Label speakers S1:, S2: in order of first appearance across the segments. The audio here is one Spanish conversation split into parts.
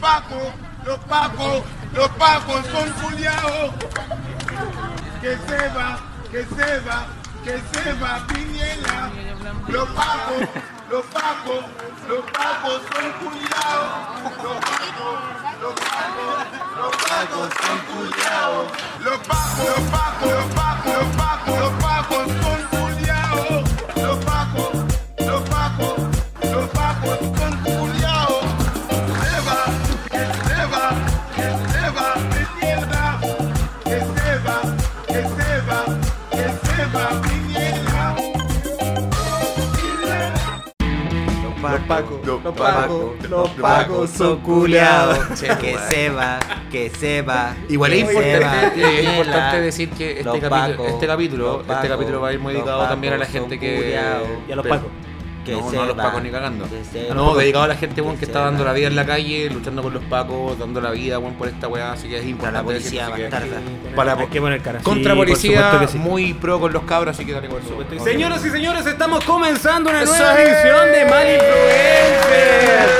S1: pacos, los pacos, los pacos son culiados. Que se va, que se va, que se va, Piñera. Los pacos, los pacos, los pacos son culiados. Los pacos, los pacos, los pacos son culiados. Los pacos, los pacos, los pacos, los pacos, los pacos son culiados. Los pacos, los pacos, los pacos son culiados. Que se va, que se va, que se va, Piñera. Que se va, que se va, que se va, Piñera.
S2: Los
S3: pacos,
S2: los
S3: los
S2: pacos,
S3: pacos,
S2: los
S3: los pacos son culiados. Que se va, que se va.
S4: Igual es
S3: que se va,
S4: importante, es
S3: Piñera.
S4: importante decir que este
S3: Los
S4: capítulo,
S3: pacos,
S4: este, capítulo,
S3: los
S4: este
S3: pacos,
S4: capítulo va a ir muy
S3: los
S4: dedicado también a la
S3: pacos
S4: gente
S3: son
S4: que.
S3: culiados.
S5: Y a los
S4: Pero-
S5: pacos.
S3: Que
S4: no,
S3: se
S4: no a los
S3: va,
S4: pacos ni cagando.
S3: que se
S4: No,
S3: va,
S4: dedicado a la gente weón, que
S3: se
S4: está
S3: va.
S4: dando la vida en la calle, luchando con los pacos, dando la vida weón, por esta weá, así que es
S3: Para
S4: importante.
S3: la policía
S4: decir, así que-
S3: bastarda.
S4: Para
S5: Hay que poner cara.
S4: Contra
S5: Sí, por
S4: policía,
S5: supuesto que sí.
S4: muy pro con los cabros, así que dale con supuesto.
S5: Señoras y señores, estamos comenzando una
S4: ¡Eso
S5: nueva
S4: es!
S5: edición de Mal Influencer.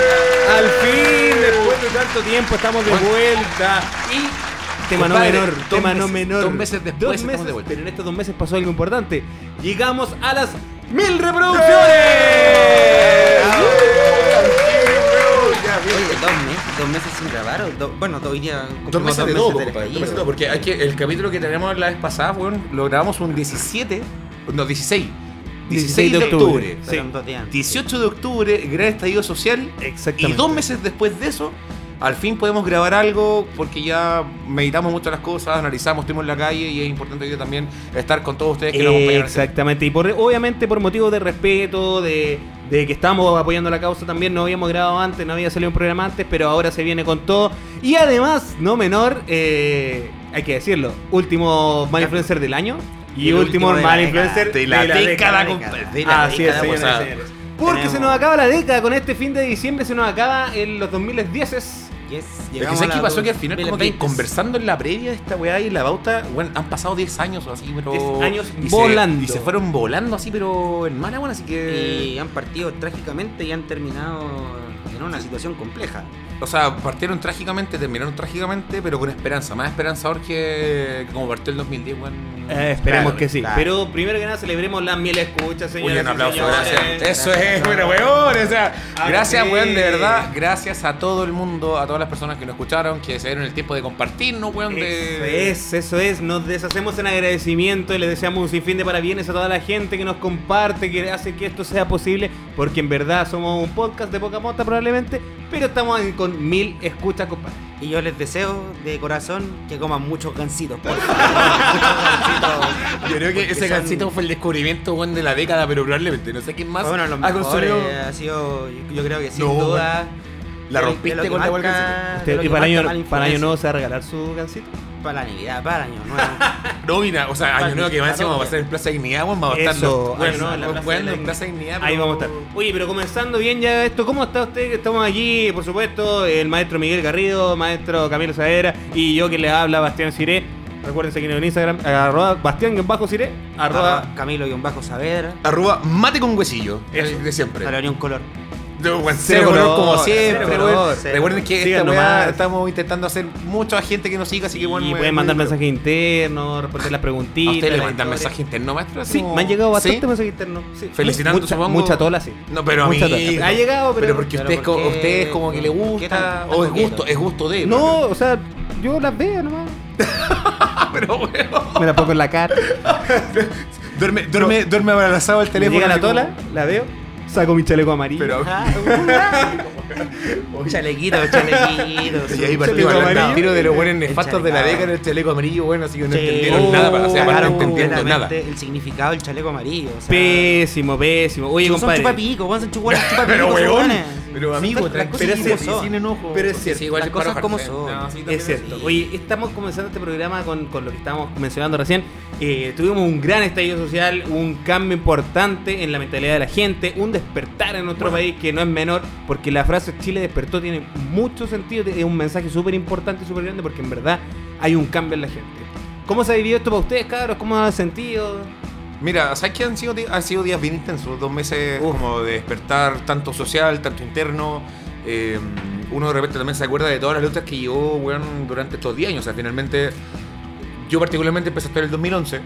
S5: Al fin, después de tanto tiempo, estamos de vuelta. Y tema no
S4: compadre,
S5: menor,
S4: dos
S5: tema no
S4: meses-
S5: menor.
S4: dos meses después
S5: Dos
S4: estamos
S5: meses,
S4: de vuelta.
S5: Pero en estos dos meses pasó algo importante. Llegamos a las mil
S4: ¡Eh!
S5: reproducciones.
S3: Oye, dos meses, dos meses sin grabar. o do- bueno, hoy día cumplimos
S4: Dos meses de todo,
S3: del
S4: compadre, dos
S3: estallido.
S4: meses de todo, porque hay que, el capítulo que tenemos la vez pasada, weón, lo grabamos un 17, no, 16, 16, de octubre.
S5: Sí.
S3: Fueron dos días antes.
S4: 18 de octubre, gran estallido social.
S5: Exactamente.
S4: Y dos meses después de eso, al fin podemos grabar algo porque ya meditamos mucho las cosas, analizamos, estuvimos en la calle y es importante hoy día también estar con todos ustedes que nos acompañan.
S5: Eh, Exactamente, y por, obviamente por motivos de respeto, de, de que estamos apoyando la causa también, no habíamos grabado antes, no había salido un programa antes, pero ahora se viene con todo. Y además, no menor, eh, hay que decirlo, último mal influencer del año y
S3: El
S5: último,
S3: último de la
S5: mal
S3: década.
S5: influencer
S4: De la década, Ah,
S3: compadre.
S4: compadre.
S3: De la
S5: Así
S3: década
S5: es, señores
S3: pasada.
S5: y señores. Porque
S3: Tenemos-
S5: se nos acaba la década, con este fin de diciembre se nos acaba en los 2010.
S3: Yes,
S4: Es
S3: llegamos
S4: que sé
S3: a
S4: que
S3: la
S4: pasó que al final como que
S3: 2020.
S4: conversando en la previa de esta weá y la bauta, bueno, han pasado 10 años o así, pero...
S5: 10 años
S4: y se-
S5: volando.
S4: y se fueron volando así, pero en mala, bueno, así que...
S3: Y han partido trágicamente y han terminado en una situación compleja.
S4: O sea, partieron trágicamente, terminaron trágicamente, pero con esperanza. Más esperanzador que como partió el 2010, weón.
S5: Eh, esperemos
S3: Claro,
S5: que sí.
S3: claro.
S5: Pero primero que nada celebremos las mil escuchas, señores.
S4: Oye, un
S5: y
S4: aplauso,
S5: señores.
S4: gracias. Eso es, bueno, weón. O sea,
S5: Ah,
S4: gracias,
S5: sí.
S4: weón, de verdad. Gracias a todo el mundo, a todas las personas que nos escucharon, que se dieron el tiempo de compartirnos, weón.
S5: Eso
S4: De...
S5: es, eso es. Nos deshacemos en agradecimiento y les deseamos un sinfín de parabienes a toda la gente que nos comparte, que hace que esto sea posible, porque en verdad somos un podcast de poca monta probablemente, pero estamos en- con mil escuchas, compadre.
S3: Y yo les deseo de corazón que coman muchos gansitos. por favor. Muchos gansitos.
S4: Yo creo que
S3: Porque
S4: ese
S3: son-
S4: gancito fue el descubrimiento, weón, de la década, pero probablemente no sé quién más.
S3: Fue uno de los
S4: ha
S3: mejores.
S4: consumido-
S3: Ha sido, yo- yo creo que sin
S4: Ah, No,
S3: duda.
S4: La
S3: de lo-
S4: rompiste
S3: de lo que
S4: con la
S3: marca-
S4: hueá
S3: de lo
S5: y
S3: Ah, que
S5: para el
S3: marca
S5: año,
S3: mala
S5: para año
S3: influencia.
S5: nuevo se va a regalar su gancito.
S3: Para la Navidad, para el año nuevo.
S5: eh,
S4: Nómina, o sea, año
S3: Vale,
S4: nuevo que más
S3: claro.
S4: vamos a pasar en Plaza Dignidad, weón, vamos a estar
S5: Eso,
S4: los-
S5: año
S4: weón,
S5: nuevo en la
S4: weón,
S5: Plaza de la
S4: en Plaza Dignidad.
S5: Ahí
S4: pero-
S5: vamos a estar. Oye, pero comenzando bien ya esto, ¿cómo está usted? Que Estamos allí, por supuesto, el maestro Miguel Garrido, maestro Camilo Saera y yo que les habla, Bastián Ciré. Recuerden seguirnos en Instagram, arroba bastián-ciré, arroba
S3: Arroba Camilo y un bajo Saavedra.
S4: Arroba mate con huesillo.
S5: Eso.
S4: el De siempre.
S3: Para un color.
S4: De buen
S5: Cero
S4: cero color,
S5: color,
S4: como
S5: cero
S4: siempre.
S3: color,
S4: weón.
S3: cero.
S4: Recuerden que esta
S5: Sigan
S4: weá
S5: nomás.
S4: estamos intentando hacer mucha gente que nos siga, así que bueno.
S5: y
S4: weón,
S5: pueden mandar
S4: weón.
S5: mensajes internos, responder las
S4: ¿A
S5: preguntitas.
S4: ustedes le
S5: las
S4: mandan
S5: historias.
S4: mensajes internos, maestro?
S5: Sí,
S4: Como-
S5: me han llegado bastante
S4: ¿Sí?
S5: mensajes internos. Sí.
S4: Felicitando,
S5: mucha,
S4: supongo.
S5: Mucha tola, sí.
S4: No, pero a mí.
S5: Mucha tola. Ha llegado, pero-
S4: Pero porque
S3: pero
S4: ustedes,
S3: ¿por
S4: co-
S3: qué?
S4: ustedes como que le
S3: ¿Por qué
S4: gusta.
S3: tan-
S4: O es
S3: tan
S4: gusto,
S3: coqueto?
S4: es gusto de.
S5: No, o sea, yo las veo nomás.
S4: pero weón.
S5: Me la pongo en la cara.
S4: Duerme, duerme, duerme abrazado al
S5: Me
S4: teléfono.
S5: llega la
S4: así como-
S5: tola, la veo, saco mi chaleco amarillo.
S4: Pero.
S3: Ah, uh, chalequito, chalequito.
S4: Y ahí
S5: chaleco
S4: partimos hablando al
S5: amarillo.
S4: tiro de los buenos nefastos de la
S3: Enchalecado.
S4: década del chaleco amarillo, bueno, así que no
S3: Sí.
S4: entendieron nada, para, o sea, para no
S3: Claro,
S4: entendiendo nada.
S3: completamente El significado del chaleco amarillo. O sea,
S5: Pésimo, pésimo. Oye,
S3: son
S5: compadre.
S3: chupapico, weón, son chupa- chupapico,
S4: Pero
S3: son
S4: weón,
S3: hueones.
S4: pero amigo,
S3: Las cosas
S4: tranquilo,
S3: como
S4: sí,
S3: son.
S4: sin enojo.
S5: Pero es cierto,
S4: Sí, igual
S3: las
S4: es para
S3: cosas como
S4: enojarse.
S3: son.
S4: No, sí, también
S5: Es cierto.
S3: sí.
S5: Oye, estamos comenzando este programa con, con lo que estábamos mencionando recién. Eh, tuvimos un gran estallido social, un cambio importante en la mentalidad de la gente, un despertar en nuestro país que no es menor, porque la frase Chile despertó tiene mucho sentido, es un mensaje súper importante y súper grande, porque en verdad hay un cambio en la gente. ¿Cómo se ha vivido esto para ustedes, cabros? ¿Cómo han sentido?
S4: Mira, ¿sabes que han sido, di- han sido días bien intensos? Dos meses
S5: Uf.
S4: como de despertar, tanto social, tanto interno. eh, uno de repente también se acuerda de todas las luchas que llevó, weón, durante estos 10 años. O sea, finalmente, yo particularmente empecé a actuar en el 2011.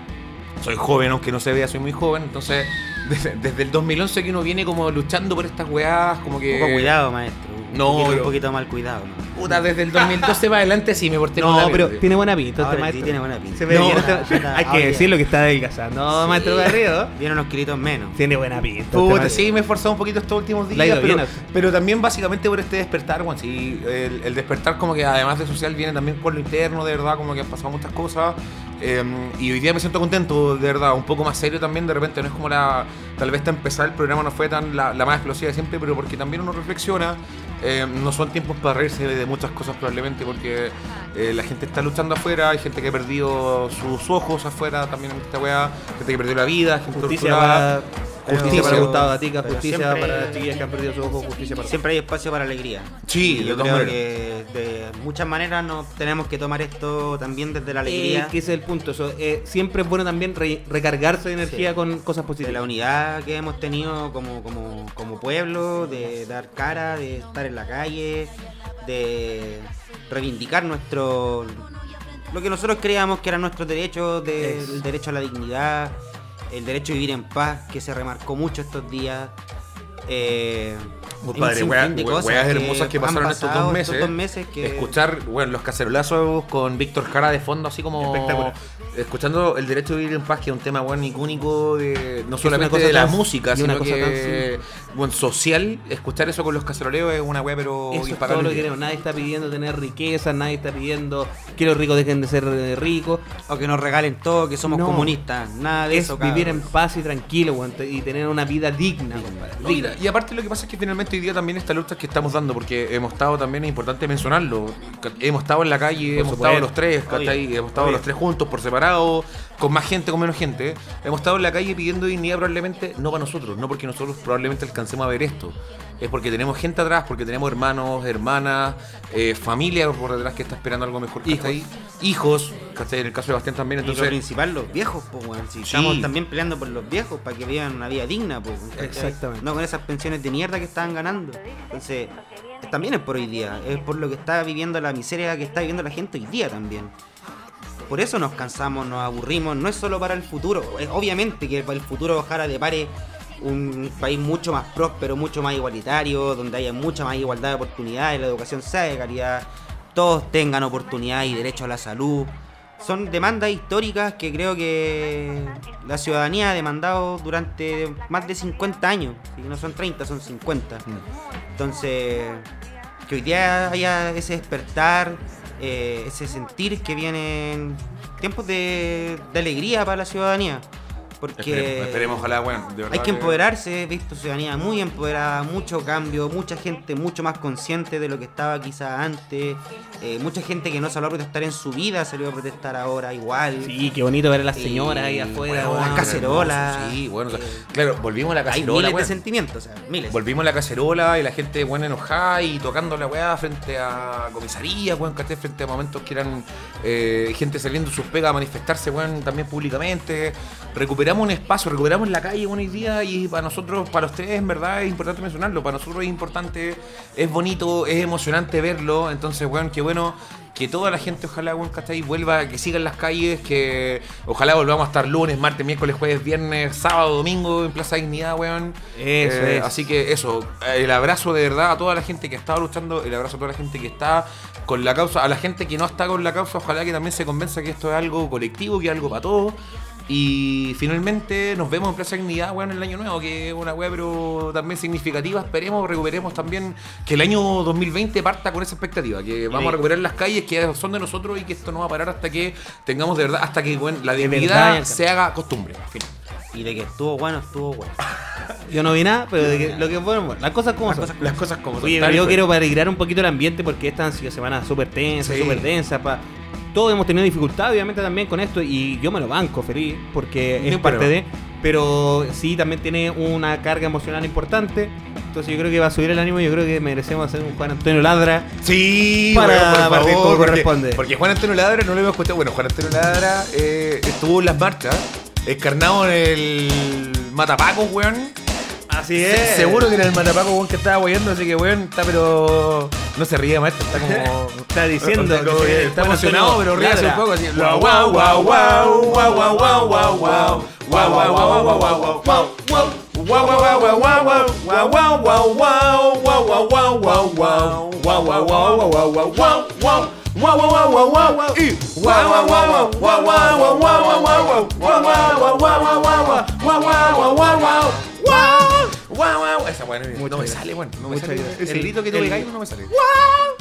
S4: Soy joven, aunque no se vea, soy muy joven. Entonces, desde, desde el 2011 que uno viene como luchando por estas weás, como que...
S3: poco cuidado, maestro. Un
S4: No,
S3: poquito,
S4: pero-
S3: un poquito mal cuidado. ¿no?
S4: Puta, desde el 2012 para adelante sí me porté
S5: No,
S4: como la
S5: pero
S4: mierda.
S5: tiene buena pinta
S3: Ahora
S5: este
S3: sí
S5: maestro.
S3: tiene buena pinta.
S5: Se ve
S3: No.
S5: bien este-
S3: Puta,
S5: Hay
S3: ahora
S5: que decirlo que está adelgazando. No, maestro Garrido.
S3: Viene unos kilitos menos.
S5: Tiene buena pinta. este
S4: Puta,
S5: maestro.
S4: sí, me he esforzado un poquito estos últimos
S5: Le ha
S4: días,
S5: ido
S4: pero,
S5: bien.
S4: pero también básicamente por este despertar, bueno, sí, el, el despertar como que además de social viene también por lo interno, de verdad, como que han pasado muchas cosas, eh, y hoy día me siento contento, de verdad, un poco más serio también, de repente no es como la, tal vez hasta empezar el programa no fue tan la, la más explosiva de siempre, pero porque también uno reflexiona, eh, no son tiempos para reírse de muchas cosas probablemente, porque eh, la gente está luchando afuera, hay gente que ha perdido sus ojos afuera también en esta weá, gente que perdió la vida, gente
S5: Justicia
S4: torturada.
S5: para, justicia para
S4: pero-
S5: Gustavo Gatica,
S3: pero
S5: justicia
S3: siempre-
S5: para las chiquillas que han perdido su ojo, justicia para.
S3: Siempre hay espacio para alegría.
S4: Sí,
S3: Y
S4: de
S3: yo
S4: todas
S3: creo
S4: maneras.
S3: que de muchas maneras nos tenemos que tomar esto también desde la
S5: Eh,
S3: alegría,
S5: que ese es el punto. Eso, eh, siempre es bueno también re- recargarse de energía
S3: Sí.
S5: con cosas
S3: de la
S5: positivas.
S3: unidad que hemos tenido como, como, como pueblo, de dar cara, de estar en la calle, de reivindicar nuestro lo que nosotros creíamos que eran nuestros derechos, de-
S5: Eso.
S3: el derecho a la dignidad, el derecho a vivir en paz, que se remarcó mucho estos días. Eh,
S4: Muy
S3: hay un
S4: padre,
S3: sinfín
S4: weas-
S3: de
S4: we-
S3: cosas
S4: weas hermosas que
S3: han
S4: pasaron estos
S3: pasado
S4: dos meses.
S3: que-
S4: Escuchar, bueno, los cacerolazos con Víctor Jara de fondo, así como.
S5: Espectacular.
S4: Escuchando el derecho a vivir en paz, que es un tema, bueno, icónico de. No
S5: Es
S4: solamente
S5: una cosa
S4: de la
S5: tan-
S4: música,
S5: y una
S4: sino
S5: cosa
S4: que. Bueno, social, escuchar eso con los caceroleos es una wea, pero.
S5: Eso es todo
S4: impagable.
S5: lo que queremos. Nadie está pidiendo tener riqueza, nadie está pidiendo que los ricos dejen de ser eh, ricos.
S3: O que nos regalen todo, que somos
S5: No.
S3: comunistas. Nada de
S5: Es
S3: eso,
S5: vivir en
S3: cabrón.
S5: paz y tranquilo, weón, te- y tener una vida digna, compadre.
S4: No, y, y aparte lo que pasa es que finalmente hoy día también esta lucha que estamos dando, porque hemos estado también, es importante mencionarlo, ca- hemos estado en la calle, hemos estado los tres, ¿cachai? hemos estado los tres juntos, por separado, con más gente, con menos gente, hemos estado en la calle pidiendo dignidad probablemente, no para nosotros, no porque nosotros probablemente alcancemos a ver esto, es porque tenemos gente atrás, porque tenemos hermanos, hermanas, eh, familia por detrás que está esperando algo mejor, ¿cachai? Hijos, ¿cachai? En el caso de Bastián también,
S3: Y lo
S4: entonces...
S3: principal, los viejos, po, weón. Si
S4: Sí.
S3: Estamos también peleando por los viejos para que vivan una vida digna, po, weón, ¿cachai?
S5: Exactamente.
S3: No con esas pensiones de mierda que estaban ganando. Entonces, es- también es por hoy día. Es por lo que está viviendo la miseria que está viviendo la gente hoy día también. Por eso nos cansamos, nos aburrimos. No es solo para el futuro. Es obviamente que para el futuro ojalá depare un país mucho más próspero, mucho más igualitario, donde haya mucha más igualdad de oportunidades, la educación sea de calidad, todos tengan oportunidad y derecho a la salud. Son demandas históricas que creo que la ciudadanía ha demandado durante más de 50 años. Y no son 30, son 50. Entonces, que hoy día haya ese despertar, eh, ese sentir que vienen tiempos de, de alegría para la ciudadanía. Porque
S4: Esperemos, esperemos, ojalá, bueno, de verdad
S3: hay que empoderarse, he visto ciudadanía muy empoderada, mucho cambio, mucha gente mucho más consciente de lo que estaba quizá antes, eh, mucha gente que no salió a protestar en su vida salió a protestar ahora igual.
S5: Sí, qué bonito ver a las
S3: Sí,
S5: señoras ahí afuera,
S3: weón,
S5: weón.
S3: las cacerolas.
S4: Sí, bueno, o sea,
S3: Eh,
S4: claro, volvimos a la
S3: Hay
S4: cacerola.
S3: miles de
S4: weón.
S3: sentimientos, o sea, miles.
S4: Volvimos a la cacerola y la gente, bueno, enojada y tocando la weá frente a comisarías, weón, ¿cachai? Frente a momentos que eran eh, gente saliendo de sus pegas a manifestarse, weón, también públicamente. Recuperamos un espacio, recuperamos la calle, bueno, hoy día y para nosotros, para ustedes, en verdad, es importante mencionarlo. Para nosotros es importante, es bonito, es emocionante verlo. Entonces, weón, qué bueno que toda la gente, ojalá, weón, ¿cachai? Vuelva, que sigan las calles, que ojalá volvamos a estar lunes, martes, miércoles, jueves, viernes, sábado, domingo en Plaza Dignidad, weón. Eh,
S5: Eso es.
S4: Así que eso, el abrazo de verdad a toda la gente que ha estado luchando, el abrazo a toda la gente que está con la causa, a la gente que no está con la causa, ojalá que también se convenza que esto es algo colectivo, que es algo para todos. Y finalmente nos vemos en Plaza Dignidad, weón, en el año nuevo, que es una weá, pero también significativa. Esperemos, recuperemos también que el año 2020 parta con esa expectativa, que vamos a recuperar las calles que son de nosotros y que esto no va a parar hasta que tengamos de verdad, hasta que weón, la
S5: verdad,
S4: dignidad
S5: el-
S4: se haga costumbre. Fin.
S3: Y de que estuvo bueno, estuvo bueno.
S5: Yo no vi nada, pero de que- lo que bueno, bueno, las cosas como son.
S4: Las cosas como
S5: Oye,
S4: Tal
S5: pero yo
S4: cual.
S5: quiero alegrar un poquito el ambiente porque esta han sido semanas súper tensas,
S4: Sí.
S5: súper densas. Pa... Todos hemos tenido dificultad, obviamente, también con esto. Y yo me lo banco feliz porque es
S4: Ningún
S5: parte de.
S4: problema.
S5: Pero sí, también tiene una carga emocional importante. Entonces, yo creo que va a subir el ánimo. Yo creo que merecemos hacer un Juan Antonio Ladra.
S4: Sí,
S5: Para
S4: weón, por
S5: partir
S4: favor,
S5: como
S4: porque-
S5: corresponde.
S4: Porque Juan Antonio Ladra no lo hemos escuchado. Bueno, Juan Antonio Ladra eh, estuvo en las marchas, encarnado en el Matapacos, weón.
S5: Así es.
S4: Seguro que en el matapaco, weón, que estaba guayando, así que, weón, está pero. No se ríe, maestro, está como.
S5: Está diciendo
S4: Está como
S5: que-
S4: que está
S5: bueno,
S4: emocionado,
S5: Antonio,
S4: pero ríe hace un
S5: ladra.
S4: poco así. Guau, guau, guau, guau, guau, guau, guau, guau, guau. Guau, guau, guau, guau, guau, guau, guau, guau. Guau, guau, guau, guau, guau, guau. Guau, guau, guau, guau, guau, guau, guau, guau, guau. Guau, guau, guau, guau, guau, guau, guau, guau. Guau, guau, guau, guau, guau, guau. Y guau, guau, guau, guau, guau, guau, guau, guau, guau, guau. Guau, guau, guau, guau, guau, guau. Guau, guau, guau, guau, guau. Guau, guau, guau. Esa, bueno, no me sale, bueno, no me sale.
S5: gracias.
S4: El
S5: El-
S4: grito que tú
S5: el-
S4: le pegáis no me sale.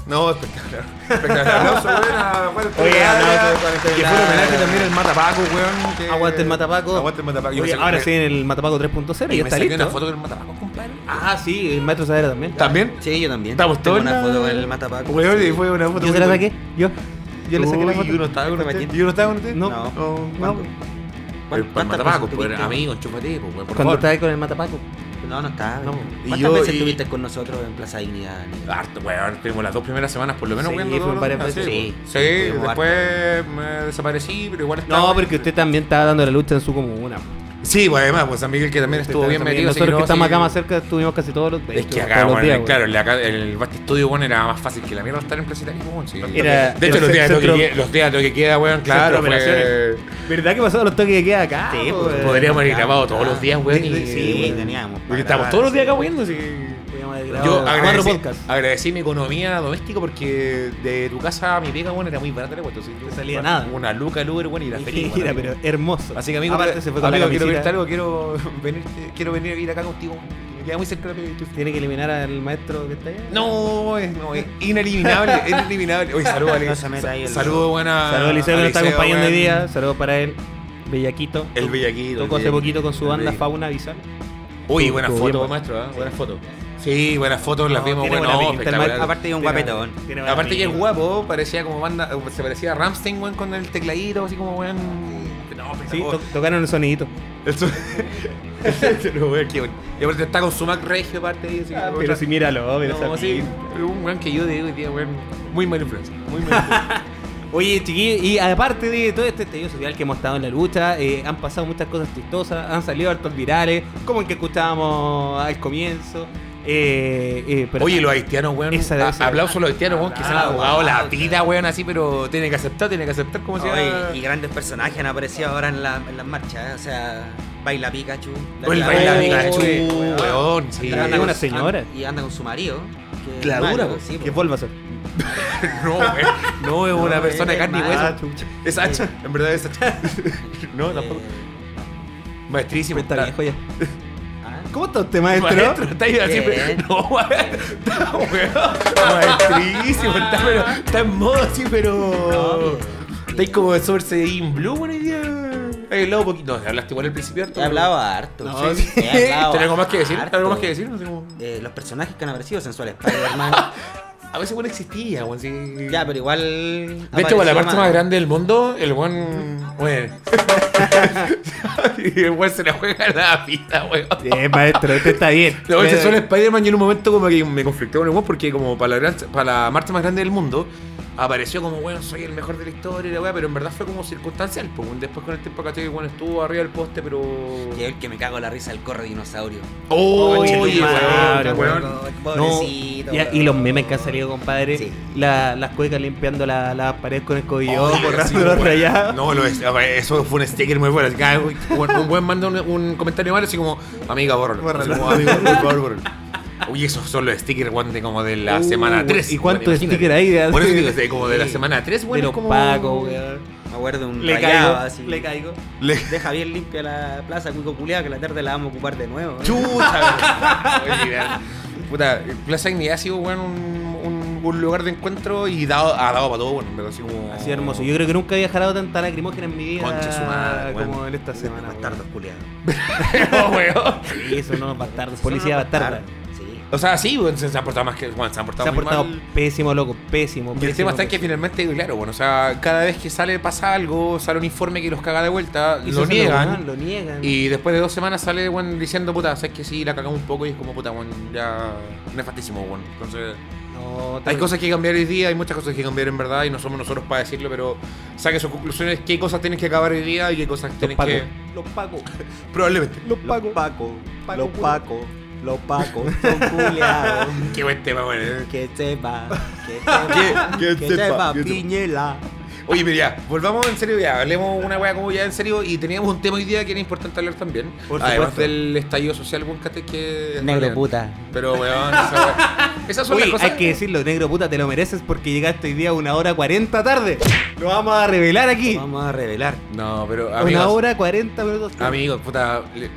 S4: No, espectacular. Espectacular. Aplauso, weón, a Walter
S5: Oye,
S4: Gabriel,
S5: aplauso, Walter
S4: Que fue un homenaje también al Matapaco, weón. que-
S5: Aguante el matapaco.
S4: Aguante el Matapaco. Yo
S5: Oye,
S4: me saqué-
S5: ahora sí en el matapaco 3.0
S4: me
S5: ya está
S4: saqué
S5: listo.
S4: una foto del Matapaco, compadre.
S5: Ah, sí, el maestro Saavedra también.
S4: ¿También?
S3: Sí, yo también.
S4: Estamos
S3: Tengo
S4: todos
S3: una
S4: en
S3: foto con
S4: la-
S3: el matapaco.
S4: Weón, y fue una foto.
S5: Yo
S4: muy
S5: te la
S4: buena.
S5: saqué. Yo. Yo le saqué la
S4: Uy,
S5: foto.
S4: ¿Y uno estaba con
S3: Este
S4: usted?
S3: machín.
S4: ¿Y uno estaba con usted?
S5: No.
S3: No.
S4: No.
S5: No.
S4: El
S3: ¿Cuántas
S4: Matapaco,
S3: veces
S4: pues,
S3: tuviste?
S4: amigo, chúpate, pues, weón,
S5: Cuando
S4: por favor.
S5: estaba con el matapaco.
S3: No, no estaba.
S5: No.
S4: Y
S3: ¿Cuántas
S4: yo-
S3: veces
S4: y-
S3: estuviste con nosotros en Plaza Dignidad? Nico?
S4: Harto, weón, estuvimos las dos primeras semanas por lo menos,
S5: Sí,
S4: weón.
S5: fueron varias
S4: Ah,
S5: veces.
S4: Sí,
S3: Sí,
S4: sí
S3: estuvimos
S4: después me desaparecí, pero igual estaba.
S5: No, porque usted también estaba dando la lucha en su comuna.
S4: Sí, bueno, además, pues San Miguel que también estuvo bien
S5: También
S4: metido. así
S5: Nosotros que
S4: no,
S5: estamos
S4: sí.
S5: acá más cerca estuvimos casi todos los
S4: Es que
S5: todos
S4: acá,
S5: los
S4: bueno,
S5: días,
S4: claro, la ca- el Basta Estudio, bueno, era más fácil que la mierda estar en Plaza Italia, pues, weón, sí.
S5: Era-
S4: De hecho,
S5: el
S4: los días, de toque
S5: centro-
S4: que queda- los días de toque que queda, weón, claro,
S5: Centro de
S4: fue-
S5: weón. ¿Verdad que pasaron los toques de queda acá?
S3: Sí,
S5: po,
S3: pues,
S5: eh?
S4: Podríamos haber
S3: claro,
S4: grabado todos
S3: claro.
S4: los días, weón. y-
S3: Sí,
S4: weón.
S3: teníamos.
S4: Porque
S3: para
S4: estamos
S3: grabar,
S4: todos los días
S3: sí.
S4: acá, weón, así que-
S5: Podríamos haber grabado
S4: Yo
S5: cuatro
S4: agradecí,
S5: podcasts.
S4: agradecí mi economía doméstica porque de tu casa a mi pega, weón, era muy barata la cuenta. así que-
S5: No salía nada.
S4: Una luca al Uber, weón, y la feliz,
S5: Mira,
S4: weón,
S5: pero
S4: amigo.
S5: hermoso.
S4: Así que, amigo,
S5: Aparte
S4: pero-
S5: se fue con
S4: amigo,
S5: la
S4: quiero pedirte
S5: camisita.
S4: algo, quiero venir, quiero venir a vivir acá contigo, weón. Me queda muy cerca la pega y estoy
S5: Tiene que eliminar al maestro que está allá.
S4: No, es, no, es ineliminable, es ineliminable. Oye, saludos, Ale.
S3: No se meta ahí el-
S4: Saludos, buena.
S5: Saludos a Liceo que nos está
S4: Aliseo,
S5: acompañando hoy
S4: weón.
S5: día. Saludos para él. Bellaquito.
S4: El Bellaquito.
S5: Tocó
S4: el
S5: hace
S4: Bellaquito,
S5: poquito con su
S4: el
S5: banda
S4: Bellaquito.
S5: Fauna Visual.
S4: Uy, buena
S5: Estuvo
S4: foto,
S5: bien,
S4: maestro. ¿eh? Buena foto. Sí, buenas fotos, las
S5: No,
S4: vimos.
S5: tiene
S4: Bueno,
S5: buena
S4: no,
S5: pinta el
S4: espectacular.
S5: Mike.
S3: Aparte que es un
S5: Tiene-
S3: guapetón.
S5: tiene buena
S4: Aparte que es
S5: pinta.
S4: guapo, parecía como banda, se parecía a Ramstein, weón, con el tecladito, así como, weón. No,
S5: Sí,
S4: espectacular.
S5: to- tocaron el sonidito.
S4: El su- Pero, weón, qué bueno. Y aparte está con su Mac Regio, aparte. ahí, Así, que otra-
S5: Ah, pero si míralo, mira
S4: no,
S5: esa
S4: sí,
S5: pinta.
S4: un weón que yo de hoy día, weón, muy mal influencia. Muy mal influencia.
S5: Oye, chiquillos, y aparte de todo este estallido social que hemos estado en la lucha, eh, han pasado muchas cosas chistosas, han salido hartos virales, como el que escuchábamos al comienzo. eh, eh, pero
S4: Oye, los haitianos, weón.
S5: Esa debe
S4: a-
S5: ser.
S4: aplausos a los haitianos, weón, que se han
S5: Ah,
S4: jugado la
S3: wow,
S4: vida, weón, así, pero tiene que aceptar, tiene que aceptar como se
S3: No,
S4: llama.
S3: y, y grandes personajes han aparecido ahora en, la, en las marchas. ¿eh? O sea, baila Pikachu.
S4: O el
S3: la-
S4: Pues, baila
S3: la-
S4: Pikachu,
S3: weón.
S4: weón, sí.
S3: Anda
S5: Es
S3: con-
S5: una señora.
S3: an- Y anda con su marido. que es
S5: la dura,
S3: malo,
S4: pues,
S5: po,
S3: sí, pues.
S5: que
S3: po.
S5: Bulbasaur.
S4: No, weón. No es una
S3: No,
S4: persona de
S3: es
S4: carne y
S3: malo.
S4: hueso. Es hacha, en verdad es hacha. No, tampoco.
S3: Eh,
S4: Maestrísimo.
S5: Está viejo ya.
S3: ah.
S5: ¿Cómo está usted, maestro?
S4: Maestro, está ahí así,
S3: Bien.
S4: pero- No, weón. Está, weón. Maestrísimo, está, pero. Está en modo así, pero. Está ahí como de Source in Blue, weón, hoy día. Ahí al lado un poquito. No, hablaste igual al principio, harto,
S3: He
S4: pero-
S3: hablado harto.
S4: No,
S3: sí,
S4: sí.
S3: he hablado
S4: ¿Tenés algo más que decir?
S3: harto.
S4: ¿Algo más que decir? No sé cómo-
S3: Eh, los personajes que han aparecido, sensuales. Spider-Man.
S4: A veces bueno existía, weón. sí.
S3: ya, pero igual.
S4: De hecho, bueno, la
S3: apareció
S4: parte más grande del mundo, el buen. Bueno. y el buen se la juega la vida, weón.
S5: Bien, maestro, usted está bien. Eh,
S4: No, el
S5: Bien.
S4: sensor Spider-Man yo en un momento como que me conflicté con el weón porque como para la, gran- para la marcha más grande del mundo apareció como, weón, soy el mejor de la historia y la weá, pero en verdad fue como circunstancial. Pues, weón. después con el tiempo caché que bueno, estuvo arriba del poste, pero...
S3: Y el que me cago la risa, el corre dinosaurio.
S4: ¡Oh,
S5: Oye,
S4: oye,
S5: madre,
S4: weón, weón!
S3: Loco, el
S5: No,
S3: Pobrecito.
S5: ya, y los memes que han salido, compadre.
S3: Sí.
S5: La- las cuecas limpiando la, la pared con el codillón,
S4: Oye,
S5: borrando
S4: Oh, sí,
S5: los
S4: bueno.
S5: rayados.
S4: No, lo es, a ver, eso fue un sticker muy bueno. Así que, ah, güey, bueno, un buen manda un, un comentario malo así como, amiga, bórralo.
S5: Bórralo.
S4: Así como, amigo, por favor, bórralo. Uy, esos son los stickers, weón, de como de la
S5: Uh,
S4: semana 3.
S5: ¿y cuántos stickers hay de-
S4: Por eso digo, de como de la
S3: Sí.
S4: semana 3,
S5: de
S4: bueno,
S5: los
S4: como...
S5: pacos, weón.
S3: Me acuerdo de un
S5: Eh, Le
S3: rayado
S5: caigo,
S3: así.
S5: le caigo.
S4: Le-
S3: Deja bien limpia la plaza, cuico culiado, que la tarde la vamos a ocupar de nuevo. ¿eh?
S4: Chuta, güey. Oye, mira, Puta, Plaza Dignidad ha sido, weón, un, un- un lugar de encuentro y dado, ha dado para todo, bueno, en verdad, así como...
S5: Así hermoso. Yo creo que nunca había jalado tanta lacrimógena en mi vida.
S4: Concha su madre,
S5: como
S4: weón.
S5: en esta semana.
S3: Bastardos culiados.
S4: No, Oh, weón.
S5: weón. Sí, son unos bastardos. Policía bastarda.
S3: Sí.
S4: O sea, sí, weón, se, se ha portado más que... Bueno, se han portado
S5: Se ha
S4: muy
S5: portado
S4: mal.
S5: pésimo, loco. Pésimo.
S4: Y el
S5: pésimo,
S4: tema está en que
S5: pésimo.
S4: finalmente, claro, bueno, o sea, cada vez que sale pasa algo, sale un informe que los caga de vuelta,
S5: Y se
S4: lo
S5: hacen weón,
S4: niegan.
S5: Lo niegan.
S4: Y después de dos semanas sale, bueno, diciendo, puta, sabes que sí, la cagamos un poco y es como, puta, bueno, ya nefastísimo, bueno. Entonces,
S5: No,
S4: hay
S5: terrible.
S4: cosas que cambiar hoy día, hay muchas cosas que cambiar en verdad y no somos nosotros para decirlo, pero saque sus conclusiones, qué cosas tienes que acabar hoy día y qué cosas
S5: Los
S4: tienes
S5: pagos.
S4: que...
S5: Los pagos.
S4: Probablemente.
S5: Los pagos.
S3: Paco,
S5: Paco,
S3: los Paco, Los pacos son culiados.
S4: Qué buen tema, bueno. eh.
S3: Que sepa, que sepa,
S1: Que-
S3: que,
S1: que sepa,
S3: sepa,
S1: que sepa.
S3: Piñera.
S4: Oye, pero ya, volvamos en serio, ya, hablemos una weá como ya en serio. Y teníamos un tema hoy día que era importante hablar también.
S3: Por
S4: Además
S3: supuesto.
S4: del estallido social, weón, cate, que. es
S3: Negro
S4: relevante.
S3: puta.
S4: Pero, weón, esa weá. Esas son
S5: Uy,
S4: las cosas.
S5: hay que decirlo, negro puta, te lo mereces porque llegaste hoy día a una hora 40 tarde. Lo vamos a revelar aquí.
S3: Vamos a revelar.
S4: No, pero. Amigos,
S5: una hora 40 minutos. tarde.
S4: Amigos, puta. le-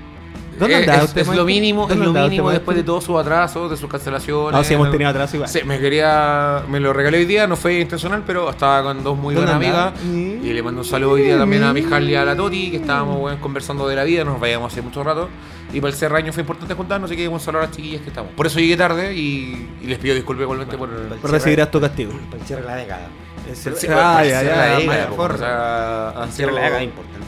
S4: eh,
S5: ¿Dónde
S4: es,
S5: andaba
S4: es-
S5: usted,
S4: es lo
S5: maestro?
S4: mínimo, es
S5: ¿Dónde
S4: lo
S5: andaba usted,
S4: mínimo después de
S5: maestro?
S4: todos sus atrasos, de sus cancelaciones.
S5: No, si hemos tenido atraso igual.
S4: Sí, me quería. Me lo regalé hoy día, no fue intencional, pero estaba con dos muy
S5: ¿Dónde
S4: buenas
S5: andaba?
S4: amigas.
S5: Mm.
S4: Y le mando un saludo hoy día también a mi Harley y a la Toti, que estábamos weón, conversando de la vida, nos veíamos hace mucho rato. Y para el serraño fue importante juntarnos, así que un saludo a las chiquillas que estamos. Por eso llegué tarde y, y les pido disculpas igualmente por.
S5: Pero recibirás tu castigo.
S3: Para el cierre de la década.
S4: Sí,
S5: Ah,
S4: por
S5: ya, ya,
S4: ser la
S5: mala
S4: década, po,
S5: forma.
S4: o sea, han
S3: El cierre de la
S4: sido-
S3: década es importante.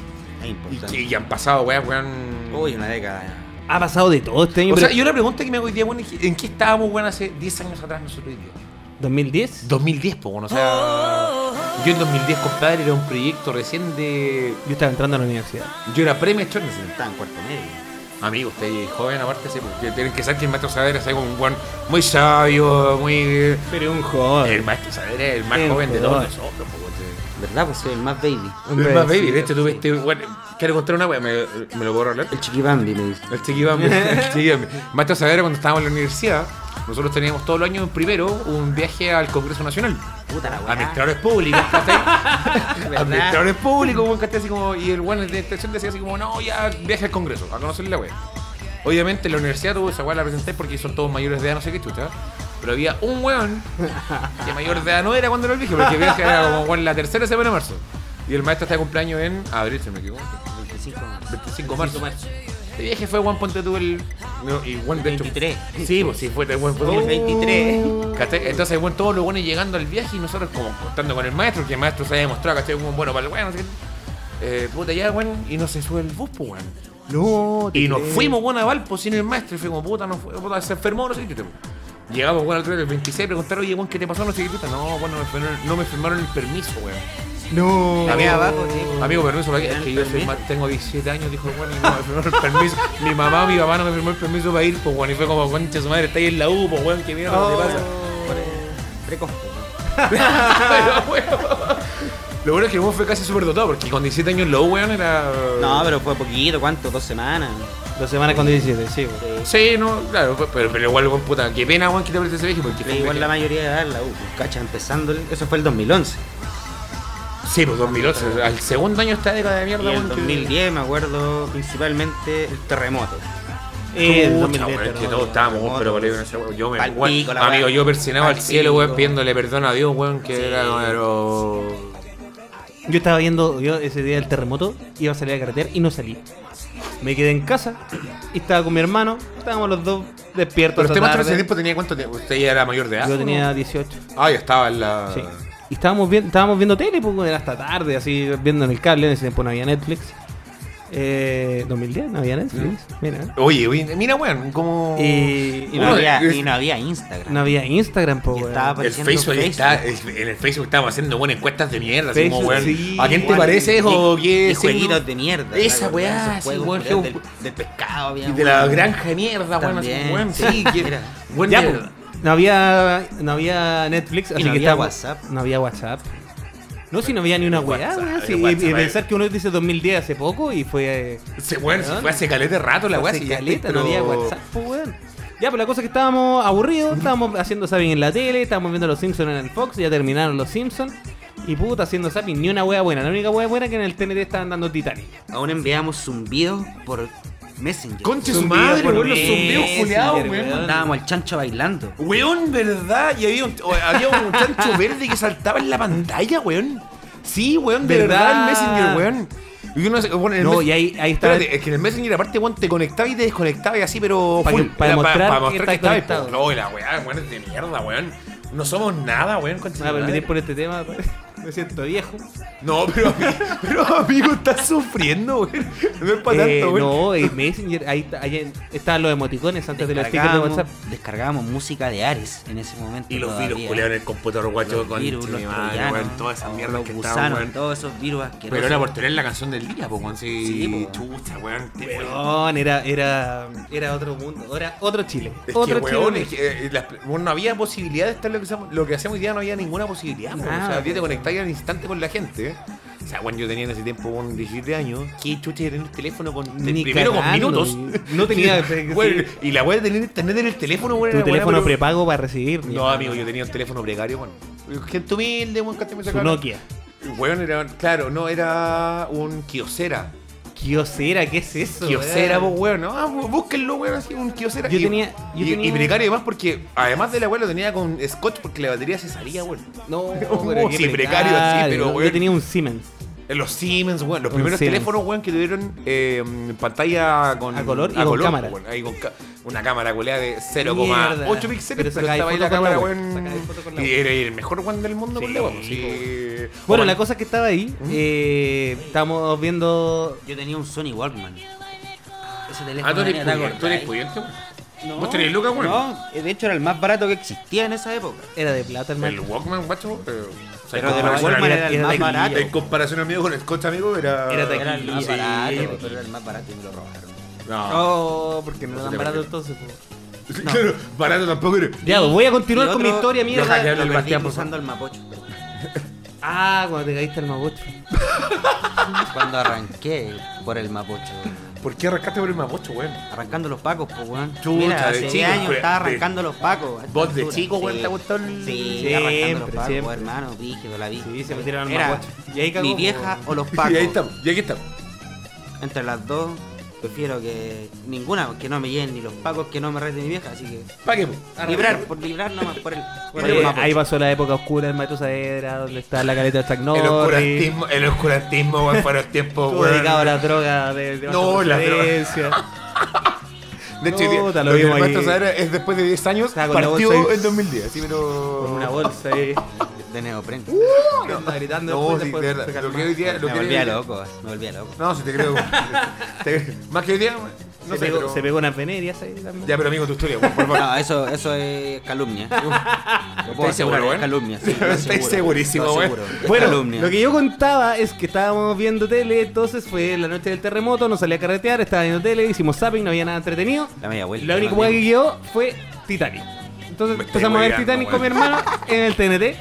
S3: Es importante.
S4: Y, y han pasado, weón, weón.
S3: Uy, una década.
S5: Ha pasado de todo este año.
S4: O sea,
S5: pero-
S4: yo la pregunta que me hago hoy día, bueno, es que, ¿en qué estábamos, bueno, hace 10 años atrás nosotros hoy día?
S5: 2010.
S4: 2010, pues, bueno, o sea, yo en 2010, compadre, era un proyecto recién de...
S5: Yo estaba entrando a la universidad.
S4: Yo era premio Chornesen.
S3: Estaba en cuarto medio.
S4: Amigo, usted es joven, aparte, sí, porque tienen que saber que el maestro Saavedra es un buen muy sabio, muy...
S5: Pero un joven.
S4: El maestro Saavedra es el más
S5: El
S4: joven de
S5: joven.
S4: todos nosotros, pues, bueno.
S3: ¿Verdad? Pues soy el más baby.
S4: Es más baby, de hecho, tuviste... Bueno, quiero contar una wea, ¿me, me lo puedo hablar?
S3: El chiquibambi me dice.
S4: El chiquibambi. el chiquibambi. Maestro Saavedra, cuando estábamos en la universidad, nosotros teníamos todos los años en primero un viaje al Congreso Nacional.
S3: Puta la weá.
S4: Administradores públicos, ¿cachai?
S3: ¿Verdad?
S4: Administradores públicos, weón, ¿cachai? Así como, y el weón de extensión decía así como, no, ya viaje al Congreso, a conocerle la wea. Obviamente la universidad tuvo esa weá, la presenté porque son todos mayores de edad, no sé qué chucha. Pero había un weón que mayor de edad no era cuando lo dije, porque viaje era como weón, la tercera semana de marzo. Y el maestro está de cumpleaños en abril, se me equivoco.
S3: 25 más.
S4: 25 de marzo. Este viaje fue Juan Ponte tú el. no, y Juan de hecho-
S3: 23.
S4: Sí, pues sí, fue de Juan
S3: El 23.
S4: ¿Cachai? Entonces, bueno, todos los buenos llegando al viaje y nosotros como contando con el maestro, que el maestro se había demostrado, ¿cachai? Como bueno para el bueno, no sé qué. Eh, puta, ya, bueno, y no se sube el bus, pues, bueno.
S5: No,
S4: Y nos fuimos, bueno, a Valpo sin el maestro, y fue como, puta, no fue, puta, se enfermó, no sé qué. chuta, pues. Llegamos, bueno, al otro día, el 26, preguntaron, oye, bueno, ¿qué te pasó? No sé qué, puta. No, bueno, me firmaron- no me firmaron el permiso, weón.
S5: No.
S4: Amigo,
S3: abajo, pues, sí.
S4: Amigo, permiso, ¿para qué?
S3: ¿Te
S4: es
S3: dan
S4: que yo soy
S3: permiso?
S4: más- tengo 17 años, dijo el weón, y no me firmó el permiso. Mi mamá, mi papá no me firmó el permiso para ir, pues weón, y fue como, concha su madre, está ahí en la U, pues weón, qué mierda te pasa.
S3: Precoz.
S4: Pero, weón, Lo bueno es que el weón fue casi superdotado, porque con 17 años en la U, weón, era.
S3: No, pero fue poquito, ¿cuánto? Dos semanas.
S5: Dos semanas con 17, sí. güey.
S4: Sí, no, claro, fue- pero, pero igual, weón, puta, qué pena, weón, que te perdiste ese viaje, porque
S3: Pero
S4: fue un
S3: igual la
S4: viaje-
S3: mayoría de edad, la U. Cacha, empezando. el- Eso fue el 2011.
S4: Sí, pues 2008, al segundo año está década de mierda,
S3: Y el
S4: weón, que-
S3: 2010 me acuerdo principalmente el terremoto.
S5: Eh, el
S4: Pucha,
S5: 2010,
S4: weón, que
S5: terremoto.
S4: todos estábamos, weón, pero boludo,
S3: terremoto.
S4: no sé, weón, yo me
S3: Palpico,
S4: weón,
S3: la
S4: Amigo,
S3: weá.
S4: yo persinaba al
S3: Palpico.
S4: cielo, weón, pidiéndole perdón a Dios, weón, que
S3: Sí.
S4: era, pero.
S5: Yo estaba viendo, yo ese día del terremoto, iba a salir a carretera y no salí. Me quedé en casa y estaba con mi hermano, estábamos los dos despiertos.
S4: Pero usted
S5: esa
S4: maestro en ese
S5: tarde.
S4: tiempo tenía cuánto tiempo? Usted ya Ah. era mayor de edad.
S5: Yo tenía 18.
S4: Ah, ya estaba en la.
S5: Sí. Y estábamos, viendo estábamos viendo tele, pues, era hasta tarde, así, viendo en el cable. En ese tiempo no había Netflix. Eh, 2010 no había Netflix.
S4: Mm.
S5: Mira.
S4: Oye, oye, mira, weón, como.
S5: Y, y
S3: Y
S5: no,
S3: no,
S4: Uno,
S5: había,
S3: había,
S4: es-
S3: y no había Instagram.
S5: no había Instagram, pues,
S3: Y
S5: weón.
S3: estaba
S4: El
S3: apareciendo
S4: Facebook, ahí Está,
S3: Facebook.
S4: en el Facebook estábamos haciendo buenas encuestas de mierda, así
S5: Facebook,
S4: como, weón.
S5: sí.
S4: ¿A quién te
S5: Igual,
S4: pareces o
S3: y-
S4: qué?
S3: Y
S4: signo?
S3: jueguitos de mierda.
S4: Esa
S3: ¿verdad?
S4: weá,
S3: Esos
S4: sí,
S3: juegos,
S4: weón,
S3: culiados
S4: que-
S3: del, del pescado, había
S4: Y de la
S3: weón.
S4: granja de mierda, weón, así,
S3: También,
S4: weón.
S3: sí.
S4: Sí, que.
S3: Mira.
S4: Buen
S5: Ya,
S4: mierda.
S5: pues, no había, no había Netflix, así
S3: no
S5: que
S3: había
S5: estaba-
S3: WhatsApp.
S5: No había WhatsApp. No, si no había ni una weá,
S4: WhatsApp,
S5: weón, sí,
S4: el
S5: y-
S4: WhatsApp,
S5: y,
S4: eh.
S5: pensar que uno dice 2010 hace poco y fue. eh,
S4: Se, weón, se
S5: Weón.
S4: fue hace caleta de rato la weá,
S5: hace
S4: sí, ya,
S5: caleta,
S4: pero-
S5: no había WhatsApp, pues, weón. Ya, pues la cosa es que estábamos aburridos, estábamos haciendo zapping en la tele, estábamos viendo los Simpsons en el Fox, ya terminaron los Simpsons. Y puta, haciendo zapping, ni una wea buena. La única wea buena que en el TNT estaban dando Titanic.
S3: Aún enviábamos zumbidos por Messenger.
S4: Conche su
S5: Zumbido
S4: madre,
S5: por
S4: weón, los
S5: Messenger,
S4: zumbidos culeados,
S5: weón.
S4: weón.
S3: Andábamos al chancho bailando.
S4: Weón, ¿verdad? Y había un, o- había un chancho verde que saltaba en la pantalla, weón. Sí, weón, de
S5: ¿Verdad?
S4: verdad, el Messenger, weón. Y uno se- bueno, el
S5: No,
S4: mes-
S5: y ahí, ahí estaba.
S4: Espérate, es que en el Messenger aparte, weón, te conectaba y te desconectaba y así, pero
S5: Pa' que-
S4: full.
S5: pa'
S4: Era
S5: demostrar
S4: pa'
S5: que
S4: mostrar
S5: estás
S4: estabas,
S5: conectado.
S4: pues, No, y la weá, weón, es de mierda, weón. No somos nada, weón. concha
S5: Me voy a permitir
S4: de madre.
S5: por este tema. me siento viejo.
S4: No, pero, pero amigo, estás sufriendo, güey. No es para
S5: Eh,
S4: tanto, güey.
S5: no, en Messenger, ahí, ta- ahí en- estaban los emoticones antes de los stickers de
S3: Descargábamos-
S5: WhatsApp.
S3: Descargábamos música de Ares en ese momento.
S4: Y los virus
S3: todavía.
S4: culearon en el computador guacho
S3: Los
S4: con
S3: virus,
S4: mi
S3: los
S4: madre,
S3: troyanos,
S4: weón, todas esas mierdas
S3: los
S4: que estaban,
S3: gusanos,
S4: weón.
S3: todos esos virus asquerosos.
S4: Pero era por tener la canción del día, pues, weón. Sí,
S3: Sí, po, weón.
S4: chucha, weón. te-
S5: Weón, era, era, era otro mundo, era otro Chile.
S4: Es que,
S5: otro
S4: weón,
S5: Chile.
S4: es que, eh, las pl- bueno, no había posibilidad de estar lo que hacemos. Lo que hacemos hoy día no había ninguna posibilidad. po.
S5: Nada,
S4: o sea, hoy día te
S5: po.
S4: conectáis al instante con la gente. O sea, bueno, yo tenía en ese tiempo weón, 17 años. ¿Qué chucha de tener el teléfono con de-
S5: Ni
S4: primero con
S5: cagando,
S4: minutos?
S5: ni- no tenía-
S4: Weón, y la weá de tener internet en el teléfono, weón.
S5: Tu
S4: era buena,
S5: teléfono
S4: pero-
S5: prepago para recibir.
S4: No, amigo, yo tenía un teléfono precario, bueno. Gente humilde, weón, que hasta me
S5: Su
S4: sacaron.
S5: Nokia.
S4: Weón, era, claro, no, era un kiosera.
S5: Kiosera, ¿qué es eso?
S4: Kiosera,
S5: weón?
S4: vos, weón. No, Ah, bu- búsquenlo, weón, así un kiosera.
S5: Yo
S4: Y-
S5: tenía- yo
S4: y,
S5: tenía-
S4: y precario además porque, además del abuelo, tenía con Scotch porque la batería se salía, weón.
S5: No,
S4: Oh,
S5: qué
S4: sí, precario, sí, pero,
S5: ¿no? Yo
S4: weón.
S5: tenía un Siemens.
S4: En Los Siemens, weón. Los
S5: Un
S4: primeros
S5: Siemens.
S4: teléfonos, weón, que tuvieron eh, pantalla con,
S5: A color y con cámara.
S4: weón. Ahí con ca- una cámara, colea de
S5: Mierda.
S4: 0,8
S5: Pero
S4: píxeles. Pero,
S5: sacáis
S4: estaba
S5: foto
S4: ahí la
S5: con la
S4: cámara,
S5: weón. Sacáis
S4: weón.
S5: foto con la
S4: Y
S5: weón.
S4: era el mejor weón del mundo, con
S5: Sí,
S4: la weón. Sí.
S5: Bueno,
S4: O
S5: la
S4: man-
S5: cosa es que estaba ahí. Eh, estábamos viendo.
S3: Yo tenía un Sony Walkman. Ese teléfono.
S4: Ah, tú eres
S3: tenía tacos,
S4: pudiente, tú eres
S3: ¿cachai?
S4: pudiente, weón. ¿Vos tenés lucas, weón?
S3: No, eh, de hecho era el más barato que existía en esa época.
S5: Era de plata, hermano.
S4: El Walkman, guacho. eh, o sea,
S3: Pero de
S4: como-
S3: los Walkman era el
S5: era
S3: más
S5: taquilla,
S3: barato.
S4: En comparación, amigo, con el Scotch, amigo, era.
S5: Era taquilla.
S3: Era el más
S5: Sí,
S3: barato,
S5: sí.
S3: pero era el más barato y me lo robaron.
S4: No.
S5: Oh, porque no
S4: No
S5: era
S4: se
S5: tan
S4: te
S5: barato
S4: metió.
S5: entonces. po.
S4: Sí, Claro, barato tampoco era.
S5: Ya, pues, voy a continuar con mi historia,
S3: mía.
S5: mierda.
S4: hackearon el
S3: Lo perdí
S4: Bastián, por
S3: usando el Mapocho.
S5: Ah, cuando te caíste al magocho.
S3: Cuando arranqué por el Mapocho.
S4: ¿Por qué arrancaste por el mapocho, weón?
S3: Arrancando los pacos, pues, weón.
S4: Chucha,
S3: Mira,
S4: de
S3: hace
S4: chico,
S3: 10 años
S4: de-
S3: estaba arrancando los pacos. a esta
S4: Vos de
S3: altura.
S4: chico, weón,
S3: Sí.
S4: te gustó el-
S3: Sí,
S5: Siempre,
S3: arrancando los pacos,
S5: siempre.
S3: hermano, brígido, la vi.
S5: Sí, se metieron al
S3: Era
S5: mapocho. Y ahí cagó,
S3: mi
S5: po,
S3: vieja
S5: weón.
S3: o los
S4: Y
S3: pacos.
S4: ahí estamos, y aquí estamos.
S3: Entre las dos, prefiero que ninguna, que no me lleguen ni los pacos que no me reten mi vieja, así que...
S4: ¿Para qué, po?
S3: Librar, por librar nomás, por el... por el
S5: Eh,
S3: mapocho.
S5: ahí pasó la época oscura en Matusadera, donde está la caleta de Chuck
S4: El
S5: Norris.
S4: oscurantismo, el oscurantismo, weón, para los tiempos,
S5: Estuvo
S4: weón.
S5: dedicado a la droga de, de
S4: No,
S5: baja
S4: la droga.
S5: procedencia.
S4: De hecho, hoy día-
S5: Puta, lo
S4: lo que
S5: vimos
S4: el maestro
S5: ahí.
S4: Saavedra es después de 10 años,
S5: Estaba con la
S4: partió
S5: bolsa ahí.
S4: en 2010. Sí, pero.
S5: Con una bolsa ahí.
S3: De neopren.
S4: Uh,
S5: que andaba gritando
S4: No,
S5: después,
S4: sí,
S5: después
S4: de
S5: se
S4: verdad. Lo
S5: calmó.
S4: que hoy día. Lo
S3: me
S4: que hoy
S3: volvía
S4: día-
S3: loco, me volvía loco.
S4: No, si te creo. Te- Más que hoy día. No
S5: se,
S4: sé,
S5: pegó,
S4: pero-
S5: se pegó unas venerias ahí también.
S4: Ya, pero amigo, tu historia, weón, por favor.
S3: No, eso, eso es calumnia. Lo puedo
S4: ¿Estáis seguro,
S3: asegurar,
S4: weón?
S3: es calumnia. Sí, lo
S4: Estáis
S3: aseguro,
S4: segurísimo,
S3: lo
S4: weón.
S3: aseguro, es
S5: Bueno,
S3: calumnia.
S5: lo que yo contaba es que estábamos viendo tele, entonces fue la noche del terremoto, no salí a carretear, estaba viendo tele, hicimos zapping, no había nada entretenido.
S3: La media vuelta,
S5: La única
S3: no,
S5: hueá que
S3: digo.
S5: quedó fue Titanic. Entonces
S4: Me
S5: empezamos a ver
S4: estoy
S5: Titanic con mi
S4: hueveando,
S5: hermano en el TNT.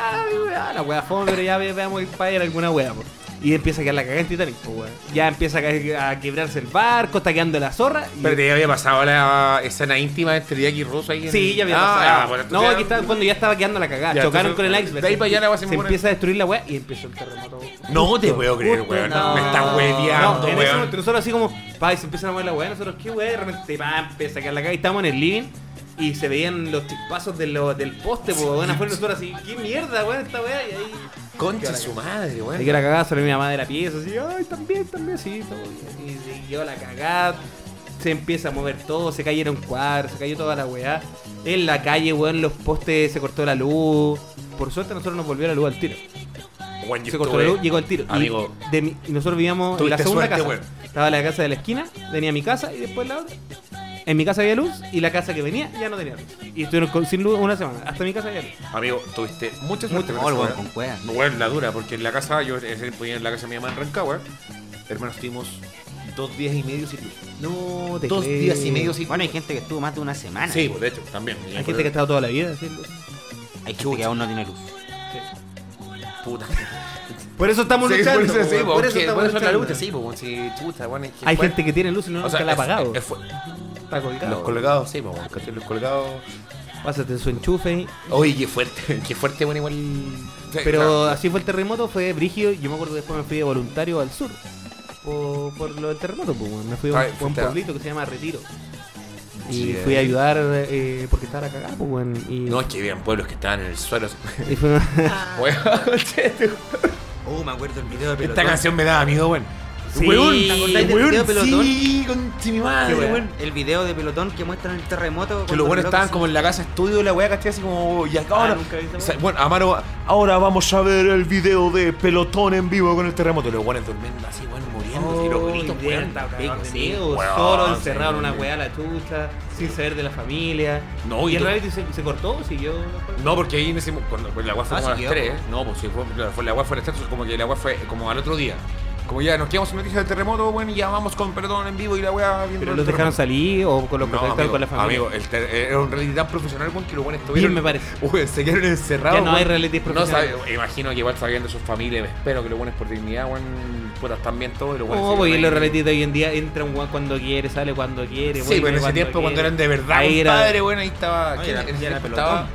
S5: Ah, weá, la hueá fome, pero ya ve- veamos ir para allá alguna hueá, po. Y empieza a quedar la cagada en Titanic, po, weá. Ya empieza a, ca- a quebrarse el barco, está quedando la zorra. y-
S4: Pero ya había pasado la escena íntima entre Jack y Rosa ahí en-
S5: Sí, ya había
S4: Ah,
S5: pasado.
S4: ah, bueno, entonces
S5: no,
S4: ya-
S5: aquí está cuando ya estaba quedando la cagada.
S4: Ya,
S5: Chocaron
S4: entonces,
S5: con el iceberg.
S4: de ahí para allá la weá
S5: se
S4: se pone-
S5: empieza a destruir la weá y empezó el terremoto.
S4: No te puedo creer,
S5: Justo,
S4: weón.
S5: no.
S4: Me estás hueveando,
S5: No, en ese
S4: weón.
S5: momento nosotros así como, pa, y se empiezan a mover la weá, nosotros qué weá, de repente pa, empieza a caer la caga y estábamos en el living y se veían los chispazos de lo- del poste, pues weón, afuera y nosotros así, qué mierda, weón, esta weá, y ahí.
S4: Concha su madre,
S5: Ahí
S4: weón.
S5: que la cagada salió mi mamá de la pieza, así, ay, también, también, sí, todo bien. Y siguió la cagada, se empieza a mover todo, se cayeron cuadros, se cayó toda la weá. En la calle, weón, los postes se cortó la luz. Por suerte nosotros nos volvió la luz al tiro.
S4: Weón, yo
S5: Se cortó la luz,
S4: estuve-
S5: llegó el tiro. Y
S4: Amigo.
S5: de mi- y nosotros vivíamos en la
S4: Tuviste
S5: segunda
S4: suerte,
S5: casa.
S4: weón.
S5: Estaba la casa de la esquina, venía a mi casa y después la otra. En mi casa había luz y la casa que venía ya no tenía luz. Y estuvieron con- sin luz una semana. Hasta mi casa había luz.
S4: Amigo, tuviste mucha suerte
S3: No,
S4: con
S3: el weón
S4: esa weá.
S3: con cueva.
S4: Weón, la dura, porque en la casa, yo ese podía en la casa de mi mamá en Rancagua, hermanos, estuvimos dos días y medio sin luz.
S5: Ah. No,
S4: Dos días y medio sin
S3: Bueno, hay gente que estuvo más de una semana.
S4: Sí, pues de hecho, también.
S5: Hay gente que ha estado toda la vida sin luz.
S3: Hay gente que aún no tiene luz.
S4: puta.
S5: Por eso estamos
S4: Sí,
S5: luchando.
S4: Por eso, sí,
S5: weón,
S4: por eso,
S5: estamos
S4: por eso la
S5: luchando.
S4: lucha, sí, pues, weón, sí, chuta, weón. es que
S5: Hay
S4: fue-
S5: gente que tiene luz y no nunca la ha
S4: es-
S5: pagado.
S4: es- fue-
S5: Está colgado.
S4: Los colgados, sí, pues, weón, ¿cachai? los colgados.
S5: Pásate su enchufe.
S4: Oye, qué fuerte, qué fuerte, bueno, igual. Sí,
S5: Pero
S4: claro.
S5: así fue el terremoto, fue brígido. Yo me acuerdo que después me fui de voluntario al sur. Por, por lo del terremoto, pues, weón. me fui a
S4: Ay,
S5: un, a un
S4: puta.
S5: pueblito que se llama Retiro. Y
S4: Sí,
S5: fui a
S4: eh.
S5: ayudar eh, porque estaba la cagada, pues, weón. Y,
S4: No, es que habían pueblos que estaban en el suelo.
S5: y fue-
S4: Weón,
S5: Ah.
S3: Oh, me acuerdo el video de
S4: Esta canción me da amigo, bueno.
S5: Sí.
S3: Weón, ¿te acordáis del
S4: Weón,
S3: video de pelotón?
S4: sí, con sí, mi madre,
S3: Qué
S4: weón.
S3: weón. El video de pelotón que muestran el terremoto.
S4: Que los buenos estaban como en la casa estudio de la weá, ¿cachai? Así como, "Oh, y ahora. o sea, bueno, Amaro, ahora vamos a ver el video de pelotón en vivo con el terremoto. Y los buenos durmiendo así, weón, muriendo. y los gritos,
S5: Oh,
S4: weón. Weón,
S5: solo
S4: sí,
S5: encerrado en una
S4: weón.
S5: weá la chucha, sin saber de la familia.
S4: No,
S5: y
S4: y
S5: el
S4: tú-
S5: reality se, se cortó, siguió.
S4: No, porque ahí en ese mo- cuando pues, la agua fue
S3: Ah,
S4: como a
S3: sí
S4: las
S3: quedó,
S4: 3, no, pues sí, fue, claro, fue- la agua fue a las 3, como que la agua fue como al otro día. Como ya nos quedamos en noticias del terremoto, bueno, y ya vamos con perdón en vivo y la weá viendo.
S5: Pero
S4: el
S5: los dejaron
S4: terremoto.
S5: salir o con los
S4: No,
S5: profesores,
S4: amigo,
S5: con la familia.
S4: Amigo, el ter- era un reality tan profesional, weón, que los buenos estuvieron.
S5: me parece.
S4: Weón, se quedaron encerrados.
S5: Ya no hay
S4: weón.
S5: realities profesionales.
S4: No sabe- imagino que igual sabían de sus familias, me espero que los buenos por dignidad, weón, puta, están bien todos y los buenos.
S5: Oh,
S4: se
S5: porque
S4: quedaron
S5: los
S4: ahí.
S5: realities de hoy en día entra un weón cuando quiere, sale cuando quiere.
S4: Sí,
S5: vuelve
S4: pero en ese tiempo cuando
S5: quiere.
S4: eran de verdad, pues,
S5: Ahí era-
S4: padre, bueno, ahí estaba.
S3: No,
S4: que
S3: era-
S4: en ese
S3: ya era
S4: tiempo
S3: pelotón.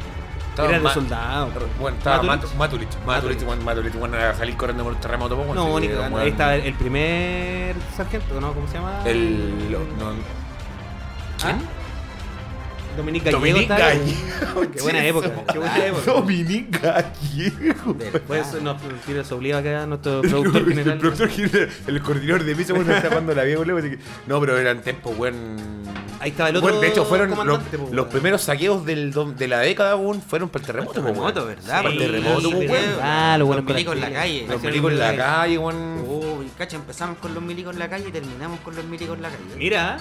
S4: estaba
S5: Era de
S4: Ma-
S5: soldado.
S4: Bueno, estaba
S5: Matulich.
S4: Matu- Matulich. Matulich, bueno, Matulich, bueno, era salir corriendo por un terremoto. pues, bueno,
S5: No,
S4: sí,
S5: ni cagando.
S4: bueno.
S5: Ahí estaba el primer sargento, ¿no? ¿Cómo se llama?
S4: El. lo- no,
S5: ¿Ah? Dominique Gallego.
S4: Dominique
S5: estaba-
S4: Gallego.
S5: Qué buena época. Qué buena época.
S4: Dominique Gallego.
S5: Pues nos tiene obliga acá nuestro productor general.
S4: Ah. El productor general, el coordinador de piso, bueno, está cuando la vi, boludo. así que- No, pero eran tiempos, buen.
S5: Ahí estaba el otro
S4: Bueno, de hecho, fueron
S5: comandante,
S4: los,
S5: po,
S4: los
S5: weón.
S4: primeros saqueos del, dom- de la década, weón, fueron para el terremoto,
S3: Terremoto,
S4: po, weón.
S3: ¿verdad?
S4: Para el terremoto, pues, po,
S5: sí,
S4: weón.
S5: verdad. Ah, los buenos
S3: Los milicos en la
S5: con la
S3: calle.
S4: Los
S5: Hacían
S4: milicos en la
S5: milicos.
S4: calle, weón.
S3: Uy, cacha, empezamos con los milicos en la calle y terminamos con los milicos en la calle.
S5: Mira,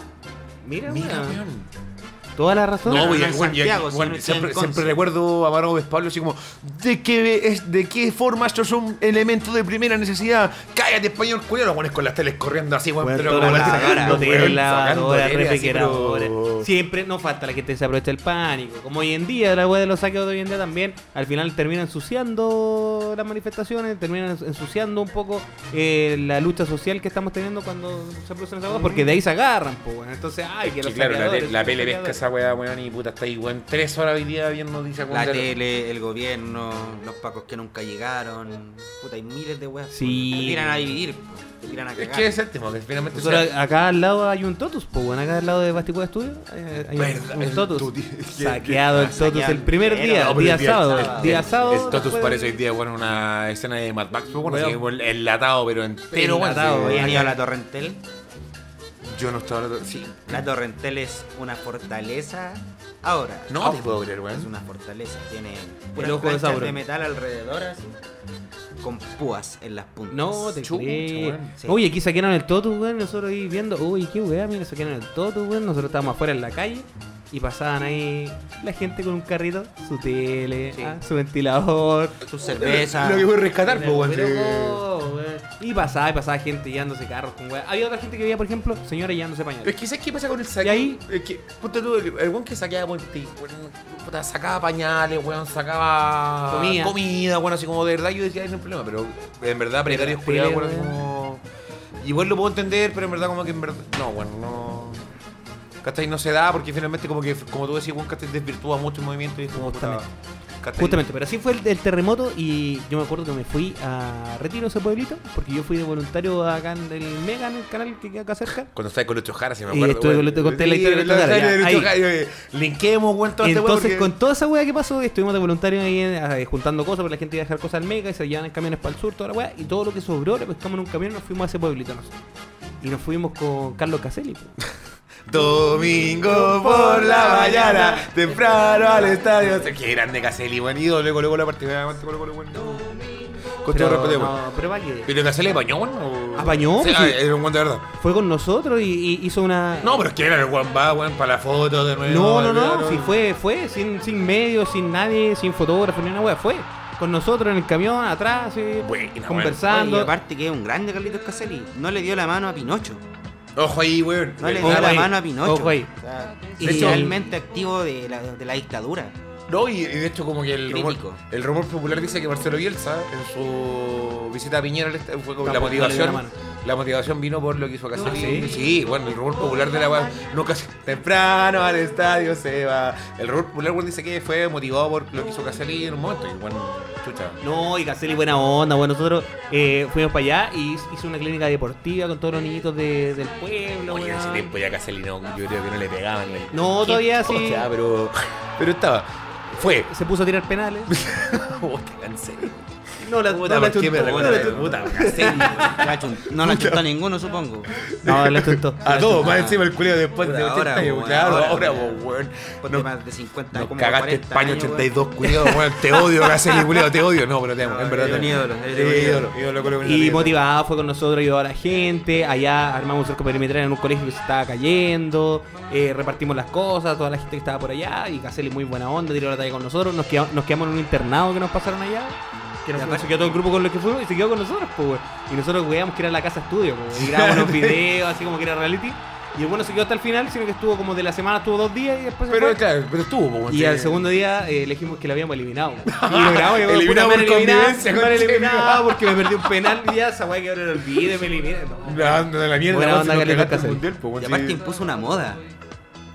S5: mira,
S4: Mira,
S5: weón.
S4: weón.
S5: Toda la razón.
S4: No,
S3: no,
S4: güey,
S3: en
S4: güey,
S3: Santiago,
S4: güey,
S3: si
S4: güey,
S3: no estoy
S4: siempre,
S3: en Conce.
S4: siempre recuerdo a Amaro Gómez Pablo así como, ¿de qué, es, ¿de qué forma estos son elementos de primera necesidad? Cállate, español, cuidado, los pones con las teles corriendo así, güey,
S5: Bueno,
S4: pero
S5: toda
S4: como
S5: la
S4: las teles,
S5: lavadora,
S4: los güeyes sacando
S5: refrigeradora,
S4: tele así,
S5: refrigeradora.
S4: pero-
S5: Siempre no falta la gente que se aprovecha el pánico. Como hoy en día, la wea de los saqueos de hoy en día también, al final termina ensuciando las manifestaciones, termina ensuciando un poco eh, la lucha social que estamos teniendo cuando se producen esas cosas, porque de ahí se agarran, pues. Entonces, ay, que
S4: Y
S5: los
S4: claro, la,
S5: saqueadores,
S4: tele- la
S5: los
S4: pele pesca
S5: saqueadores.
S4: esa weá, weón, y puta, está ahí, weón, tres horas hoy día viendo noticias,
S3: La
S4: weón, de-
S3: tele, el gobierno, los pacos que nunca llegaron. Puta, hay miles de weas.
S5: Sí.
S3: Te tiran a dividir, po, te tiran a
S4: Es
S3: cagar.
S4: que es el tema, que finalmente... o sea,
S5: Nosotros acá al lado hay un Totus, pues bueno, acá al lado de Basticua Studio eh, hay un-
S4: Verdad,
S5: un
S4: el
S5: Totus.
S4: Tuti-
S5: Saqueado el
S3: Saqueado
S5: Totus el
S3: el
S5: primer
S3: primero,
S5: día,
S3: no,
S4: pero
S5: día
S4: el
S5: sábado.
S4: el-
S5: día
S4: el-
S5: sábado.
S4: El Totus
S5: después-
S4: parece hoy día, bueno, una escena de Mad Max, bueno,
S5: Weón.
S4: así que, weón, enlatado, pero entero, weón,
S5: Enlatado,
S4: así que-
S3: ¿Habían ido a Ah, la Torrentel?
S4: Yo no estaba hablando. Sí.
S3: La Torrentel es una fortaleza. Ahora.
S4: No te puedo creer, weón.
S3: Es una fortaleza. Tiene puras
S5: ojo de
S3: planchas
S5: Sauron.
S3: de metal alrededor así. Con púas en las puntas.
S5: No, te
S4: Chucha,
S5: creo.
S4: weón.
S3: Sí.
S5: Oye, aquí saquearon el Totus, weón. Nosotros ahí viendo, uy, qué weá, mira, saquearon el Totus, weón. Nosotros estábamos afuera en la calle y pasaban ahí la gente con un carrito, su tele,
S3: Sí.
S5: ah, su ventilador.
S3: Sus cervezas.
S4: Lo que voy a rescatar, pues, weón.
S5: Pero,
S4: sí.
S5: oh, weón. Y pasaba y pasaba gente llevándose carros con weá. Había otra gente que veía, por ejemplo, señores llevándose
S4: Pero es
S5: pañales.
S4: que ¿sabes qué pasa con el saqueo?
S5: Y ahí-
S4: Es que, ponte tú, el, el weón que saqueaba puente, weón, puta, sacaba pañales, weón, sacaba
S5: Comida.
S4: weón, así como de verdad, yo decía, "Ay, no hay problema, pero en verdad precarios
S5: Verdad,
S4: culiados,
S5: pero,
S4: weón, así
S5: weón.
S4: como. Igual lo puedo entender, pero en verdad como que en verdad. No, weón, no. ¿Cachai? No se da porque finalmente como que, como tú decías, weón, ¿cachai? Desvirtúa mucho el movimiento y es como puta,
S5: Justamente.
S4: ¿cachai?
S5: Justamente, pero así fue el, el terremoto y yo me acuerdo que me fui a Retiro ese pueblito, porque yo fui de voluntario acá en el Mega, en el canal que queda acá cerca.
S4: Cuando estaba con Lucho Jara, si me
S5: Y
S4: acuerdo.
S5: estuve
S4: weón.
S5: con Lucho- conté la
S4: Sí,
S5: historia de Lucho Jara, ya,
S4: Lucho
S5: ahí.
S4: Jara, oye, Linquemos, weón, todo este weón.
S5: Entonces,
S4: porque-
S5: con toda esa weá que pasó, estuvimos de voluntarios ahí eh, juntando cosas, porque la gente iba a dejar cosas al mega y se llevan en camiones para el sur, toda la weá, y todo lo que sobró lo pescamos en un camión y nos fuimos a ese pueblito nosotros. Y nos fuimos con Carlos Caselli. po.
S4: Domingo por la mañana, temprano al estadio. Qué grande Caselli, buen ídolo, luego, luego la particularmente con luego, bueno. Con
S5: Pero,
S4: todo respeto, bueno.
S5: no, pero va que-
S4: ¿Pero Caselli apañó, bueno?
S5: Apañó,
S4: Sí,
S5: pues,
S4: ah,
S5: sí.
S4: era un buen de verdad.
S5: Fue con nosotros y, y hizo una.
S4: No, pero es que era el Juan va, weón, para la foto de nuevo.
S5: No, no, no,
S4: claro.
S5: sí fue, fue, sin, sin medios, sin nadie, sin fotógrafo, ni una wea, fue. Con nosotros en el camión, atrás, sí,
S4: Buena,
S3: Oye, y
S5: conversando.
S3: aparte que es un grande Carlitos Caselli. No le dio la mano a Pinocho.
S4: Ojo ahí, weón.
S3: No le
S5: Ojo
S3: dio la
S5: ahí,
S3: mano a Pinocho.
S5: ojo ahí.
S3: O sea,
S5: Y-
S3: realmente activo de la, de la dictadura.
S4: No, y, y de hecho como que el rumor,
S3: Crítico.
S4: el rumor popular dice que Marcelo Bielsa en su visita a Piñera al esta- fue como
S5: Tampoco
S4: la
S5: le dio la
S4: motivación
S5: mano.
S4: la motivación vino por lo que hizo
S5: ¿sí?
S4: Caselli. sí? bueno, el rumor popular de la web nunca se- temprano al estadio se va. El rumor popular bueno, dice que fue motivado por lo que hizo Caselli en un momento y bueno, chucha.
S5: No, y Caselli buena onda, bueno, nosotros eh, fuimos para allá y hizo una clínica deportiva con todos los niñitos de- del pueblo.
S4: Oye, en ese
S5: weón.
S4: tiempo ya Caselli no, yo creo que no le pegaban. le-
S5: No, todavía sí.
S4: O sea, pero pero estaba fue
S5: Se puso a tirar penales.
S4: Puta, cansé.
S5: No la,
S4: Puta,
S5: no la
S4: ¿por qué me
S5: chuntó, no la
S4: recuerda?
S5: chuntó.
S4: Puta, Caselli.
S3: La chun- No la chutó a ninguno, supongo.
S5: No, la chuntó.
S4: A todos, más encima el culeo después de
S3: Puta,
S4: 80
S3: ahora,
S4: años.
S3: weón,
S4: Claro,
S3: ahora,
S4: ahora,
S3: weón.
S4: vos, weón.
S3: Ponte
S4: No,
S3: más de 50,
S4: Nos
S3: como
S4: cagaste
S3: 40
S4: España
S3: años,
S4: 82, culiado, weón. Te odio, Caselli, culiado, te odio. No, pero te amo,
S3: No,
S4: en verdad.
S3: era
S4: te
S3: un
S4: amo.
S3: ídolo, era un
S4: Sí,
S3: ídolo.
S4: ídolo, ídolo, ídolo, ídolo,
S5: Y
S4: ídolo.
S5: motivado fue con nosotros, ayudó a la gente. Allá armamos cerco perimetral en un colegio que se estaba cayendo. eh, repartimos las cosas, toda la gente que estaba por allá. Y Caselli, muy buena onda, tiró la talla con nosotros. Nos quedamos, nos quedamos en un internado que nos pasaron allá. Que nos,
S3: Y aparte-
S5: se quedó todo el grupo con los que fuimos y se quedó con nosotros, pues, güey. Y nosotros veíamos que era la casa estudio, pues, güey. Y grabamos unos videos, así como que era reality. Y el bueno se quedó hasta el final, sino que estuvo como de la semana, estuvo dos días y después se
S4: Pero
S5: fue.
S4: claro, pero estuvo, po, weón.
S5: Y
S4: sí.
S5: al segundo día eh, elegimos que la habíamos eliminado. Y lo grabamos y
S4: Eliminado
S5: puta,
S4: por
S5: me han eliminado,
S4: convivencia,
S5: me han
S4: conche,
S5: eliminado
S4: mira.
S5: porque me perdí un penal y ya esa weá que ahora lo olvide, me eliminé. No.
S4: La, la, la mierda,
S5: Buena
S4: weón,
S5: onda,
S4: si nos
S5: Carlitos
S4: cagaste el
S5: Caselli.
S4: mundial, po, weón,
S3: Y
S4: sí.
S3: aparte impuso una moda.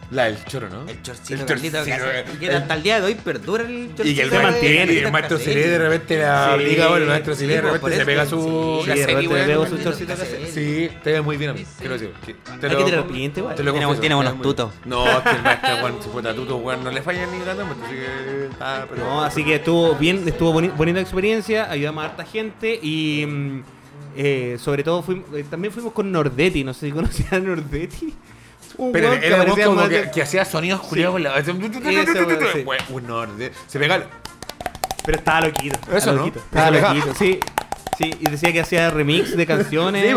S4: La del choro, ¿no?
S3: El chorcito
S4: El
S3: Carlito
S4: chorcito,
S3: Caselli, que
S4: el-
S3: hasta el día de hoy perdura el chorcito.
S4: Y que el,
S5: Se
S4: ma-
S5: mantiene,
S4: y el maestro Celé de repente la
S5: Sí.
S4: obliga, bueno, el maestro Celé de
S3: Sí, por
S4: repente se
S3: eso.
S4: pega
S5: Sí,
S4: su
S5: de
S4: cassette,
S5: repente
S4: weón.
S5: le pego su chorcito
S3: cassette.
S4: Sí, te ve muy bien a mí, quiero decir. sí. Te
S5: Hay que tirar piente, weón.
S4: te lo
S3: Tiene-
S4: confieso,
S3: tiene
S4: te
S3: buenos
S4: ve muy bien.
S3: tutos.
S4: No, es que el maestro, weón, su puta tuto, weón, no le falla ni tanto, así que... Ah, pero...
S5: No, así que estuvo bien, estuvo boni- bonita experiencia, ayudamos a harta gente y mm, eh, sobre todo fuimos, eh, también fuimos con Nordetti, no sé si conocían a Nordetti. Un
S4: Pero
S5: weón que
S4: era un
S5: parecía
S4: weón como
S5: más
S4: que,
S5: de-
S4: que hacía sonidos culiados con la...
S5: Ese weón, sí.
S4: Weón, Un orden. Se pega... el-
S5: Pero estaba loquito. estaba
S4: Eso, ¿no?
S5: loquito,
S4: Eso
S5: Estaba
S4: me deja.
S5: loquito, sí. Sí, y decía que hacía remix de canciones.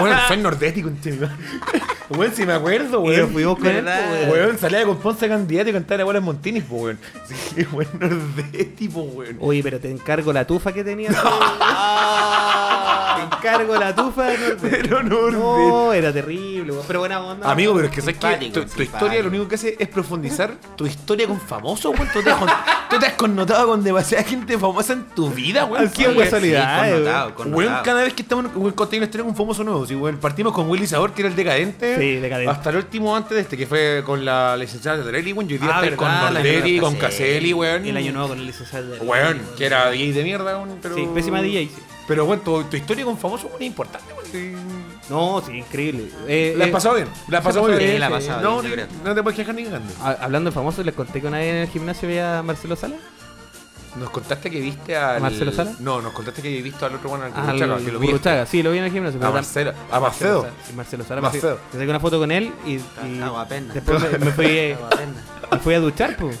S4: Weón, soy nordético, tío. Weón, si me acuerdo,
S5: Y nos
S4: weón.
S5: fuimos con él,
S3: ¿Verdad?
S5: pues, weón.
S4: Weón, salía con Ponce candidato y cantaba la bola en Montini, po, weón. Sí, weón, nordético, po, weón.
S5: Oye, pero te encargo la tufa que tenías. te encargo la tufa de Norbert.
S4: Pero Norbert.
S5: No, era terrible, weón. pero buena onda.
S4: Amigo, pero es que sabes que
S3: Simpático,
S4: tu, tu
S3: simpático.
S4: historia lo único que hace es profundizar tu historia con famosos, weón. Tú te, has, con- tú te has connotado con demasiada gente famosa en tu vida, weón.
S5: Así es,
S4: Weón,
S5: weón. casualidades,
S3: connotado,
S4: Weón,
S3: connotado.
S4: cada vez que estamos weón, contando una historia con un famoso nuevo, sí, weón. partimos con Willy Sabor, que era el decadente.
S5: Sí, decadente.
S4: Hasta el último antes de este, que fue con la licenciada de Torelli, weón. Yo hoy día
S5: Ah,
S4: estoy
S5: verdad, la
S4: con Nordetti,
S5: señora
S4: con
S3: Caselli.
S4: Caselli, weón.
S5: el año nuevo con el licenciado. de-
S4: Weón, que era DJ de mierda, weón. Pero...
S5: Sí, pésima DJ. sí.
S4: Pero bueno, tu, tu historia con famoso weón, es importante, weón. Sí.
S5: No, sí, increíble. Eh,
S4: La has
S5: eh,
S4: pasado bien, la has pasado
S5: pasó
S4: bien.
S5: bien, Sí, la
S3: ha pasado
S4: no,
S3: bien, yo
S4: no, no te puedes quejar ni grande.
S5: ha- Hablando de famosos, les conté que una vez en el gimnasio veía a Marcelo Sala.
S4: Nos contaste que viste al.
S5: ¿Marcelo Sala?
S4: No, nos contaste que viste al otro bueno, al
S5: Ah,
S4: Curuchaga, que lo vi.
S5: Sí, lo vi en el gimnasio.
S4: A
S5: pero tam-
S4: Marcelo. A Marcelo.
S5: Sala. Sí, Marcelo Sala.
S4: Marcelo.
S5: Marcelo. Me saqué una foto con él y, y
S3: Aguapena.
S5: después me, me fui, eh, me fui a duchar, pues.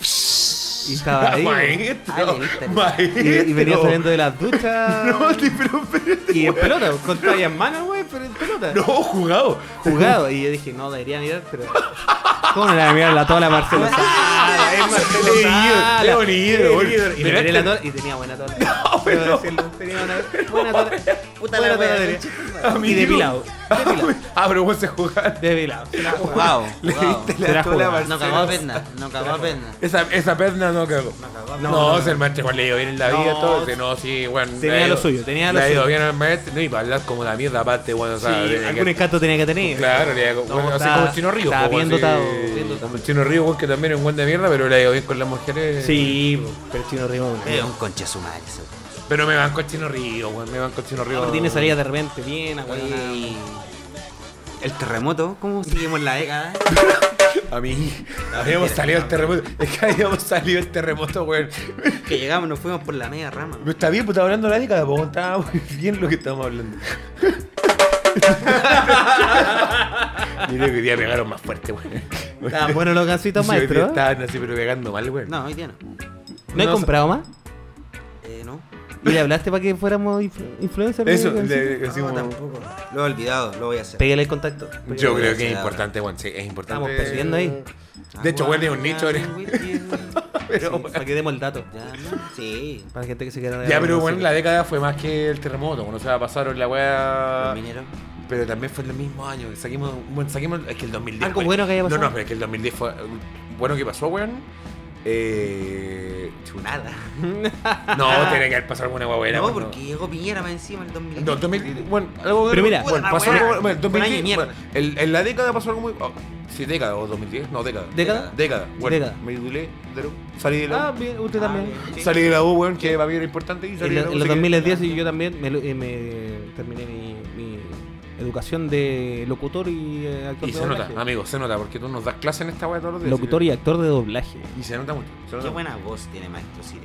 S5: Y estaba ahí. weón.
S3: Ah,
S4: Maestro.
S3: le viste.
S4: Maestro.
S5: Y, y venía saliendo de las duchas.
S4: No, sí, pero espérate.
S5: y en pelota, con toalla en mano, güey, pero en pelota.
S4: No, jugado.
S5: Jugado. Y yo dije, no, debería mirar, pero. ¿Cómo no la voy a mirar la tola Marcelo Sala? Es Marcelo
S4: Ah, Es
S5: Sala.
S4: ídolo, es un ídolo, güey.
S5: Y me
S4: Pero
S5: miré la
S4: este-
S5: tola y tenía buena tola.
S4: No,
S5: Debo
S4: pero-
S5: decirlo, Tenía una buena tola.
S3: Puta
S5: buena
S3: la
S5: tola
S3: wea,
S5: tenía. Y
S4: Amigo.
S5: depilado. Depilado.
S4: Ah, pero vos se jugás.
S5: Depilado. Se la jugaba.
S3: Wow.
S4: Le diste la
S5: Será
S4: tola a
S5: jugado.
S3: No
S4: Marcelo.
S3: cagó a pena, no cagó a pena.
S4: Esa, esa perna no cagó.
S3: cagó.
S4: No, si el maestro igual le dio bien en la vida,
S5: No,
S4: todo. si No, sí, bueno.
S5: tenía
S4: le ha
S5: lo
S4: ido-
S5: suyo, tenía lo
S4: Le ha ido
S5: suyo.
S4: bien al maestro. No, y para hablar como la mierda aparte, bueno, o
S5: Sí,
S4: sea, tenía que-
S5: algún encanto tenía que tener.
S4: Claro, le hago.
S5: No,
S4: bueno, así
S5: está-
S4: como el chino Río.
S5: está
S4: po,
S5: bien
S4: así-
S5: dotado, bien dotado.
S4: Como el chino Río, weón, que también es un buen de mierda, pero le ha ido bien con las mujeres.
S5: Sí, pero el chino rima.
S3: Es un concha su madre. eso.
S4: Pero me banco el chino Río, weón. Me banco el chino Río.
S5: Pero tiene salida de repente, bien, aguadona.
S3: Oye, El terremoto, ¿cómo seguimos la década?
S4: A mí. Habíamos salido el terremoto. Es que habíamos salido el terremoto, weón.
S3: Que llegamos, nos fuimos por la media rama.
S4: No está bien, pues estaba hablando de la década, pues está muy bien lo que estamos hablando. Mira que hoy día pegaron más fuerte, weón.
S5: Estaban buenos ah, los gancitos,
S4: Sí, hoy día
S5: maestro. ¿eh?
S4: Estaban así, pero pegando mal, weón.
S3: No, hoy día no.
S5: ¿No he
S4: No,
S5: comprado más?
S3: Eh, no.
S5: ¿Y le hablaste para que fuéramos influ- influencers?
S4: Eso,
S5: de-
S4: le- así
S3: No,
S4: como-
S3: tampoco. Lo he olvidado, lo voy a hacer.
S5: Pégale el contacto.
S4: Yo
S3: Pero
S4: creo
S3: sí,
S4: que es
S3: ahora.
S4: importante, weón. Sí, es importante.
S5: Estamos perdiendo ahí.
S4: De
S3: Ah,
S4: hecho, weón, es un nicho. eres-
S5: Sí,
S4: Pero,
S5: para que demos el dato.
S3: Ya, ¿no? Sí.
S5: Para la gente que se quiera
S4: Ya, pero bueno, la década fue más que el terremoto, cuando se la pasaron la
S3: Los
S4: weá.
S3: mineros.
S4: Pero también fue en el mismo año. Saquimos, bueno, saquimos. Es que el 2010.
S5: Algo
S4: fue-
S5: bueno que haya
S4: No,
S5: pasado.
S4: no, pero es que el 2010 fue. Bueno que pasó, weón. Eh. chu-
S3: Nada.
S4: No, tiene que haber pasado alguna weá buena.
S3: No,
S4: weón,
S3: porque llegó Piñera más encima el 2000.
S4: No, 2010. Bueno, algo bueno.
S5: Pero mira,
S4: bueno,
S3: puta la
S4: pasó
S3: weá,
S4: algo bueno. bueno,
S3: fue un año de
S4: 2010.
S3: mierda.
S4: bueno, en, en la década pasó algo muy. oh, sí, década o 2010. No, década.
S5: ¿Década?
S4: Década. Bueno,
S5: Década.
S4: me titulé. de la U, Salí de la
S5: Ah,
S4: U.
S5: bien, usted también.
S4: Salí de la U, weón, que para mí era importante. Y salí
S5: En,
S4: de
S5: la-
S4: la U,
S5: en los
S4: así que-
S5: 2010 y yo también me, lo- eh, me terminé mi, mi, Educación de locutor y eh, actor
S4: Y
S5: de
S4: se nota,
S5: doblaje.
S4: amigo, se nota, porque tú nos das clase en esta weá todos los días.
S5: Locutor y actor de doblaje.
S4: Y se nota mucho. Se
S3: Qué
S4: nota
S3: buena voz tiene Maestro Siri.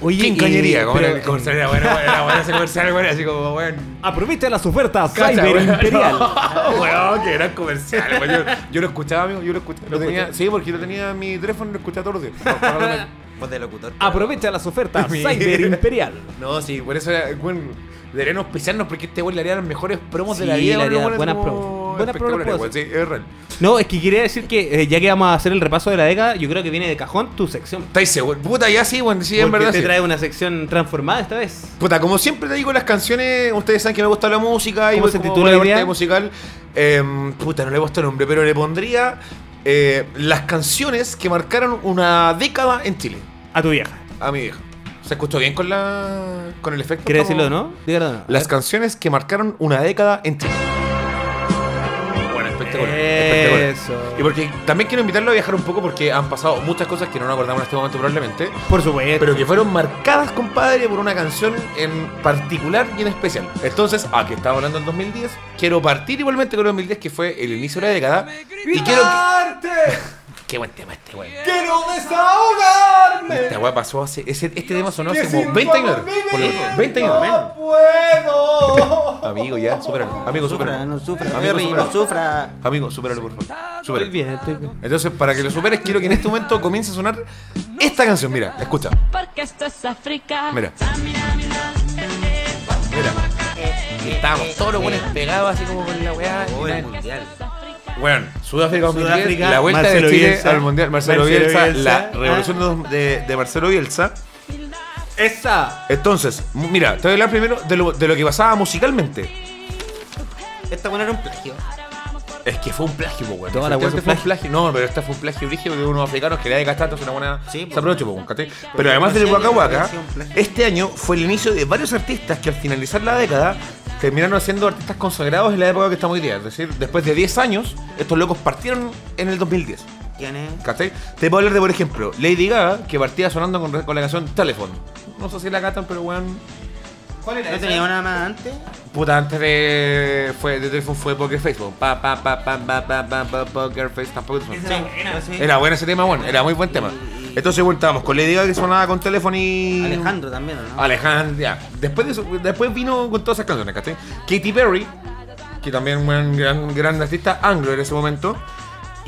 S5: Oye,
S4: ¿Quién cañería?
S5: eh,
S4: Como era
S5: pero-
S4: el comercial, era bueno, era bueno ese comercial, güey, así como, weón.
S5: Aprovecha las ofertas
S4: Cacha,
S5: Cyber
S4: weón.
S5: Imperial.
S4: No, Oh, weón, que gran comercial, weón. Yo, yo lo escuchaba, amigo, yo lo escuchaba.
S5: ¿Lo
S4: Lo tenía,
S5: escuchaba?
S4: sí, porque lo tenía en mi teléfono y lo escuchaba todos los días. No, para la-
S3: Voz de locutor.
S4: Ah,
S5: Aprovecha las ofertas
S4: Mira.
S5: Cyber Imperial.
S4: No, sí, por eso, era- weón, deberían auspiciarnos porque este weón le haría las mejores promos de
S5: Sí,
S4: la vida.
S5: le
S4: weón,
S5: haría
S4: weón,
S5: buenas
S4: como
S5: promos. Buenas promos pues.
S4: espectaculares,
S5: puede
S4: weón, Sí, es real.
S5: No, es que quería decir que eh, ya que vamos a hacer el repaso de la década, yo creo que viene de cajón tu sección.
S4: ¿Estáis seguros? Puta, ya sí, weón, sí, en
S5: Porque
S4: verdad.
S5: te
S4: sí.
S5: trae una sección transformada esta vez.
S4: Puta, como siempre te digo, las canciones, ustedes saben que me gusta la música y
S5: ¿Cómo
S4: voy
S5: se
S4: como
S5: titula
S4: por
S5: la idea?
S4: parte musical. Em, puta, no le he puesto nombre, pero le pondría eh, las canciones que marcaron una década en Chile.
S5: A tu vieja.
S4: A mi vieja. ¿Se escuchó bien con la con el efecto?
S5: ¿Quieres
S4: Como-
S5: decirlo, no? Dígalo, no.
S4: Las canciones que marcaron una década en Chile. Bueno, espectacular. espectacular.
S5: Eso.
S4: Y porque también quiero invitarlo a viajar un poco porque han pasado muchas cosas que no nos acordamos en este momento probablemente.
S5: Por supuesto.
S4: pero que fueron marcadas, compadre, por una canción en particular y en especial. Entonces, ah, que estaba hablando del 2010, quiero partir igualmente con el 2010, que fue el inicio de la década. Y quiero. ¡Qué buen tema este, güey!
S1: ¡Quiero desahogarme!
S4: Esta weá pasó hace. ese- este tema sonó hace como 20 años. Por lo menos, 20 años.
S1: puedo!
S4: Amigo, ya, supéralo. Amigo,
S3: Sufra,
S4: supéralo.
S3: no sufra,
S4: Amigo,
S3: Perry,
S4: supera.
S3: no sufra.
S4: Amigo, supéralo, por favor. Supéralo.
S5: Estoy bien, estoy bien.
S4: Entonces, para que lo superes, quiero que en este momento comience a sonar esta canción. Mira, escucha.
S2: Porque esto es África.
S4: Mira. Mira. Y estábamos todos los buenos pegados así como con la weá.
S3: Oh, el mundial.
S4: Bueno, Sudáfrica 2010,
S5: Sudáfrica,
S4: la vuelta
S5: Marcelo
S4: de Chile
S5: Bielsa.
S4: al Mundial, Marcelo,
S5: Marcelo
S4: Bielsa,
S5: Bielsa. Ah.
S4: la revolución de dos- de, de Marcelo Bielsa.
S5: Esa.
S4: Entonces, m- mira, te voy a hablar primero de lo, de lo que pasaba musicalmente.
S3: Esta buena era un plagio.
S4: Es que fue un plagio, po, weón.
S5: Toda la weá fue
S4: Efectivamente fue un plagio. No, pero esta fue un plagio origen de unos africanos que le de tanto, es una buena.
S3: Sí, po.
S4: se aprovechó, po, weón, ¿cachai? Pero además del
S3: Sí,
S4: Waka Waka,
S3: sí, un plagio.
S4: este año fue el inicio de varios artistas que al finalizar la década terminaron siendo artistas consagrados en la época que estamos hoy día. Es decir, después de 10 años, estos locos partieron en el 2010.
S3: ¿Quién es?
S4: ¿Cachai? Te puedo hablar de, por ejemplo, Lady Gaga, que partía sonando con, con la canción Telephone. No sé si la cantan, pero weón.
S3: ¿No tenía una más antes?
S4: Puta, antes de. Fue, de Telephone fue Poker Face. weón. Pa, pa, pa, pa, pa, pa, pa, pa, Poker Face. Tampoco te suena.
S3: buena. Sí.
S4: Era bueno ese tema, bueno, era muy buen tema. Entonces, bueno, estábamos con Lady Gaga que sonaba con Telephone y.
S3: Alejandro también, ¿o
S4: Ah,
S3: ¿no?
S4: Alejandro, ya. Después, de eso- después vino con todas esas canciones, ¿cachai? Katy Perry, que también fue un gran, gran artista anglo en ese momento.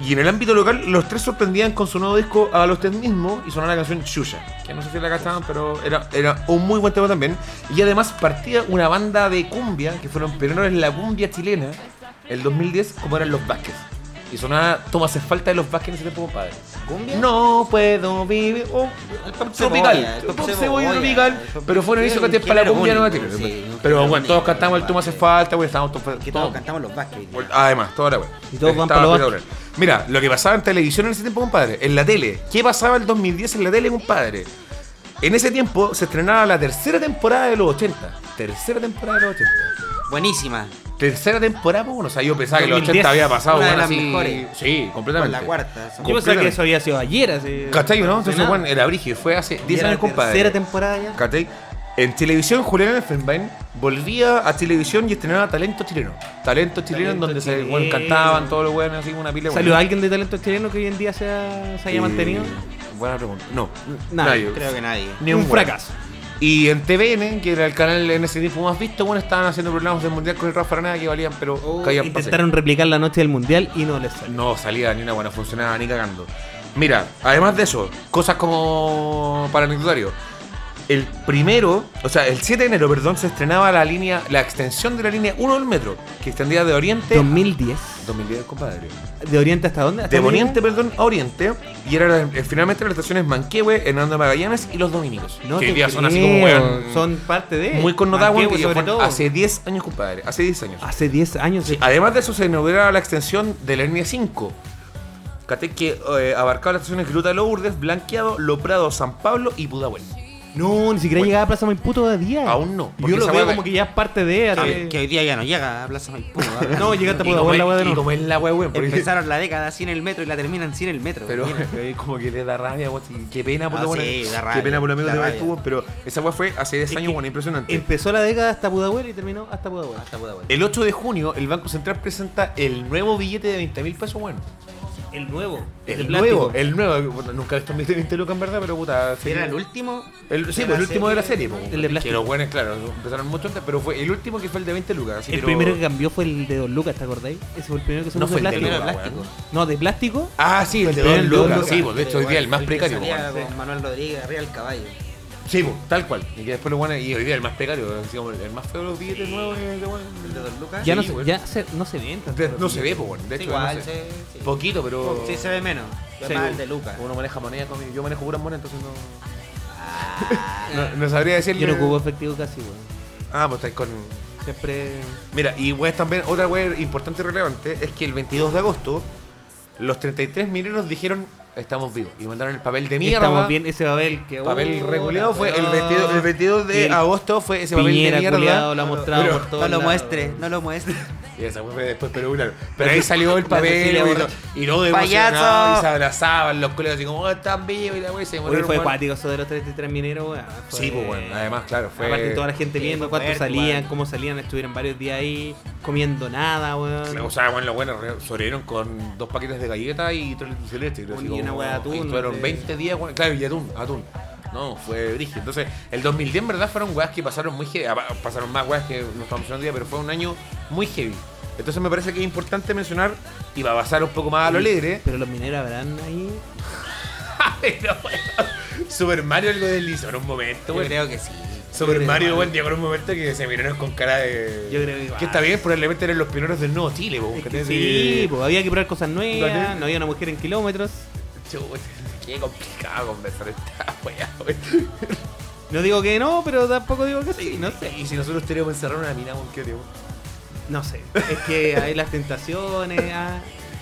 S4: Y en el ámbito local, los tres sorprendían con su nuevo disco a los tres mismos y sonaba la canción Shusha, que no sé si la cachaban, pero era, era un muy buen tema también. Y además partía una banda de cumbia, que fueron pioneros en la cumbia chilena, el 2010, como eran los Vázquez. Y sonaba Tomas en falta de los Vázquez en ese tiempo, padre.
S3: ¿Cumbia?
S4: No puedo vivir. oh, el pop tropical.
S3: cebolla, el
S4: el
S3: pop
S4: pop
S3: cebolla,
S4: cebolla tropical.
S3: el pop
S4: Pero fueron
S3: cebolla,
S4: eso que
S3: un
S4: para la
S3: género
S4: cumbia no
S3: único, sí, un
S4: Pero
S3: género
S4: bueno, todos
S3: único,
S4: cantamos el tú me hace falta, güey. Estábamos todos.
S3: Que todos
S4: todos-
S3: cantamos los Vázquez.
S4: bueno, Además, toda la wea.
S5: Y todos van
S4: Estaba
S5: pa' lo
S4: espectacular. Mira, lo que pasaba en televisión en ese tiempo, compadre, en la tele. ¿Qué pasaba el 2010 en la tele, compadre? En ese tiempo se estrenaba la tercera temporada de los 80. Tercera temporada de los 80.
S3: Buenísima.
S4: Tercera temporada, pues, bueno, o sea, yo pensaba que los
S5: 2010,
S4: 80 había pasado,
S3: una de
S4: bueno,
S3: las
S4: así-
S3: mejores.
S4: Sí, completamente.
S3: Con la cuarta. son-
S5: Yo pensaba
S4: Completamente.
S5: que eso había sido ayer. Así,
S4: ¿Cachai, no? Entonces,
S5: Nada.
S4: Juan, era brígido. Fue hace 10 años, compadre.
S5: Tercera temporada ya.
S4: ¿Cachai? En televisión, Julián Elfenbein volvía a televisión y estrenaba Talento Chileno. Talento Chileno, en
S5: Talento
S4: donde se
S5: Chileno.
S4: bueno, cantaban todos los buenos, así una pila de
S5: ¿Salió
S4: buenos.
S5: alguien de talento chileno que hoy en día se, ha- se haya
S4: Eh,
S5: mantenido?
S4: Buena pregunta. No,
S5: Nada,
S4: nadie.
S3: Creo que nadie.
S4: Ni un
S5: un
S4: bueno.
S5: fracaso.
S4: Y en TVN, que era el canal en ese tiempo más visto, bueno, estaban haciendo programas del mundial con el Rafa Araneda que valían, pero caían pa' seis.
S5: Oh, Intentaron replicar la noche del mundial y no les salió.
S4: No salía ni una buena, funcionaba ni cagando. Mira, además de eso, cosas como para el anecdotario. El primero, o sea, el 7 de enero, perdón, se estrenaba la línea, la extensión de la línea 1 del metro, que extendía de oriente.
S5: 2010.
S4: 2010, compadre.
S5: ¿De Oriente hasta dónde? ¿Hasta
S4: De
S5: dónde
S4: poniente, perdón, a oriente. Y era la- eh, finalmente las estaciones Manquehue, Hernando Magallanes y Los Dominicos.
S5: llega? No
S4: que hoy
S5: te
S4: día son así
S5: creo.
S4: como, weón,
S5: Son parte de.
S4: muy connotadas, weón,
S5: Manquehue,
S4: que
S5: sobre
S4: fueron
S5: todo.
S4: hace 10 años, compadre. Hace 10 años.
S5: Hace 10 años.
S4: Sí, además de eso, se inauguraba la extensión de la línea 5. Cate que eh, abarcaba las estaciones Gruta Lourdes, Blanqueado, Lo Prado, San Pablo y Pudahuel.
S5: No, ni siquiera
S4: Bueno.
S5: llegaba a Plaza Maipú todavía.
S4: Aún no,
S5: Y
S4: porque
S5: Yo lo
S4: esa
S5: veo
S4: weá- Ah,
S5: como que ya es parte de. así-
S3: Que, que hoy día ya no llega a Plaza Maipú. ¿verdad?
S5: No, llegaste
S4: Y
S5: por la
S4: como
S5: weá, la weá de
S4: es- y
S5: no.
S4: como es la weá, weón, porque-
S3: Empezaron la década sin el metro y la terminan sin el metro.
S4: Pero
S3: Mira.
S4: pero es como que le da rabia, weón. sí, Qué pena por
S3: Ah,
S4: lo bueno.
S3: sí, da
S4: Qué
S3: rabia,
S4: pena por lo
S3: da
S4: menos de
S3: rabia.
S4: estuvo, pero esa weá fue hace 10
S5: Es
S4: años,
S5: que
S4: bueno, impresionante.
S5: Empezó la década hasta Pudahuel y terminó hasta Pudahuel.
S3: Hasta puta, weón.
S4: El 8 de junio, el Banco Central presenta el nuevo billete de 20 mil pesos, bueno.
S5: El nuevo.
S4: El,
S5: de plástico.
S4: nuevo, el nuevo. Bueno, nunca he visto un billete de 20 lucas, en verdad, pero puta.
S3: Era
S4: sería-
S3: el último.
S4: El, sí,
S3: de
S4: pues, el
S3: la
S4: último de la serie. pues,
S5: El de plástico.
S4: Que los buenos, claro, empezaron mucho antes, pero fue el último que fue el de 20 lucas. así,
S5: El
S4: pero-
S5: primero que cambió fue el de Don Lucas, ¿te acordáis? Ese fue el primero que se
S4: No
S5: puso
S4: fue el de
S5: plástico.
S4: Lucas,
S3: plástico.
S4: weón.
S5: No, de plástico.
S4: Ah, sí, el de
S5: El de
S4: 2
S5: Don
S4: lucas.
S5: Lucas.
S4: Sí, pues de hecho hoy día el más
S3: que
S4: precario. pues.
S3: salía pues.
S4: weón.
S3: con Manuel Rodríguez arriba del caballo.
S4: Sí, pues, tal cual. Y que después lo bueno, y hoy día el más precario, pues, así como el más feo de los billetes nuevos de, de, bueno,
S3: El de Don Lucas.
S5: Ya,
S4: Ah, Sí,
S5: no, se,
S4: güey.
S5: ya se- no se ven tanto.
S4: Entonces, No se ve, pues, bueno. de
S3: Sí,
S4: hecho,
S3: igual,
S4: no se-
S3: sí, sí.
S4: poquito, pero.
S3: Sí, se ve menos. Se
S5: Sí.
S3: ve más el de Lucas.
S4: Uno maneja monedas conmigo. Yo manejo puras monedas, entonces no.
S3: Ah.
S4: no. no sabría decirle.
S5: Yo no ocupo efectivo casi, weón.
S4: Ah, pues estáis con.
S5: Siempre.
S4: Mira, y weas también, otra wea importante y relevante es que el 22 de agosto, los 33 mineros dijeron: Estamos vivos. Y mandaron el papel de mierda.
S5: Estamos bien, ese Babel que.
S4: Papel
S5: oh,
S4: regulado
S5: la
S4: fue el
S5: weá.
S4: 22, el 22 de
S5: Y el
S4: agosto fue ese papel
S5: Piñera
S4: de mierda.
S5: culiao, lo ha mostrado
S4: Pero-
S5: por
S3: No
S5: todos
S3: lo
S5: lados.
S3: muestre, no lo muestre.
S4: Y esa fue después, pero claro. Pero ahí salió el
S5: La
S4: papel
S5: Cecilia
S4: y
S5: Borra-
S4: todo- y luego de
S3: ¡Payaso!
S4: emocionado, y se abrazaban los colegas así como, oh, están vivos y la wea y se
S5: Oye,
S4: murieron,
S5: fue
S4: weón.
S5: acuático eso de los 33 mineros, weón.
S4: Sí, pues bueno, además, claro, fue.
S5: Aparte toda la gente
S3: Sí,
S5: viendo
S3: fue
S5: cuánto
S3: fuerte,
S5: salían,
S3: weón.
S5: cómo salían, estuvieron varios días ahí comiendo nada, weón.
S4: O sea, bueno, los buenos re- sobrevivieron con dos paquetes de galletas y tres litros de celeste. creo,
S5: Un-
S4: así
S5: y
S4: como-
S5: una hueá de atún,
S4: y
S5: no
S4: Fueron
S5: sé.
S4: 20 días, bueno, claro, y atún, atún. No, fue brígido. Entonces, el 2010 en verdad fueron weas que pasaron muy heavy. apa- Pasaron más weas que nos estamos mencionando hoy día, pero fue un año muy heavy. Entonces me parece que es importante mencionar, y para pasar un poco más a lo alegre,
S5: Pero los mineros habrán ahí.
S4: pero bueno, Super Mario algo deslizó en un momento,
S3: Yo
S4: güey.
S3: creo que sí.
S4: Super Mario, bueno, llegó en un momento que se miraron con cara de.
S5: Yo creo que-
S4: que está bien, probablemente eran los pioneros del nuevo Chile, po,
S5: Es
S4: que
S5: que
S4: tenés-
S5: sí, pues había que probar cosas
S4: Vale.
S5: nuevas, no había una mujer en kilómetros.
S4: Chuta, Qué complicado conversar esta wea, wey.
S5: No digo que no, pero tampoco digo que sí, no sé.
S4: Y si nosotros teníamos encerrado una mina, weón, ¿qué haríamos?
S5: No sé, es que hay las tentaciones, ah,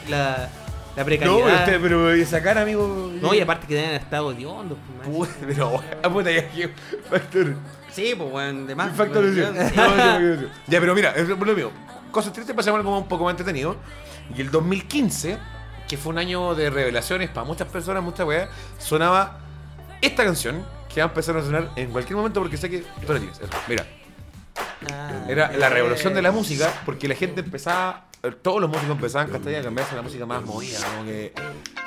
S5: la, la
S4: No, pero, este
S5: precariedad.
S4: usted, pero me voy a sacar, amigo.
S5: No, y aparte que tenían estado odiosos. pues, man.
S4: Puta, pero wea, puta, ya que. Factor.
S3: Sí, pues bueno, de más.
S4: factor
S3: weón,
S4: ilusión.
S3: sí.
S4: No, no, no, no. Ya, pero mira, es por lo mío. Cosas tristes pasamos algo un poco más entretenido. Y el 2015, que fue un año de revelaciones para muchas personas, muchas weas, sonaba esta canción que va a empezar a sonar en cualquier momento porque sé que tú la tienes. Mira. Era la revolución de la música, porque la gente empezaba, eh, todos los músicos empezaban ¿cachai? a cambiarse a la música más movida, como que.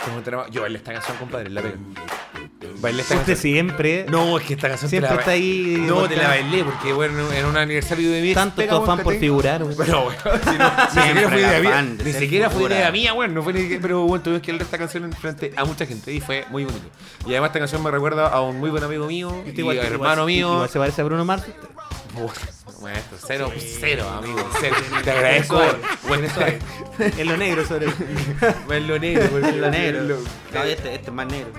S4: como que tenemos- yo bailé esta canción, compadre, la pega. Bailé esta
S5: Usted
S4: canción.
S5: siempre.
S4: No, es que esta canción
S5: Siempre
S4: te la
S5: está ahí
S4: No, te la
S5: volteando.
S4: bailé, porque bueno, en un aniversario de mi ex
S5: Tanto
S4: pega,
S5: todos
S4: weón,
S5: fan por
S4: ¿cachai?
S5: figurar, weón.
S4: Pero bueno, si no, ni siquiera fue
S3: la
S4: idea mía.
S3: fan de
S4: Ni
S3: ser
S4: siquiera fue
S3: figura.
S4: idea mía, bueno, no fue ni- pero bueno, tuvimos que hablar esta canción en frente a mucha gente y fue muy bonito. Y además esta canción me recuerda a un muy buen amigo mío, y
S5: Igual-
S4: hermano
S5: igual-
S4: mío.
S5: Igual se parece a Bruno Mars. usted.
S4: Bueno, esto, cero, cero, amigo, cero. Te agradezco. Bueno,
S5: En lo negro, sobre
S4: en lo negro,
S3: Es lo negro. No, este, este es más negro.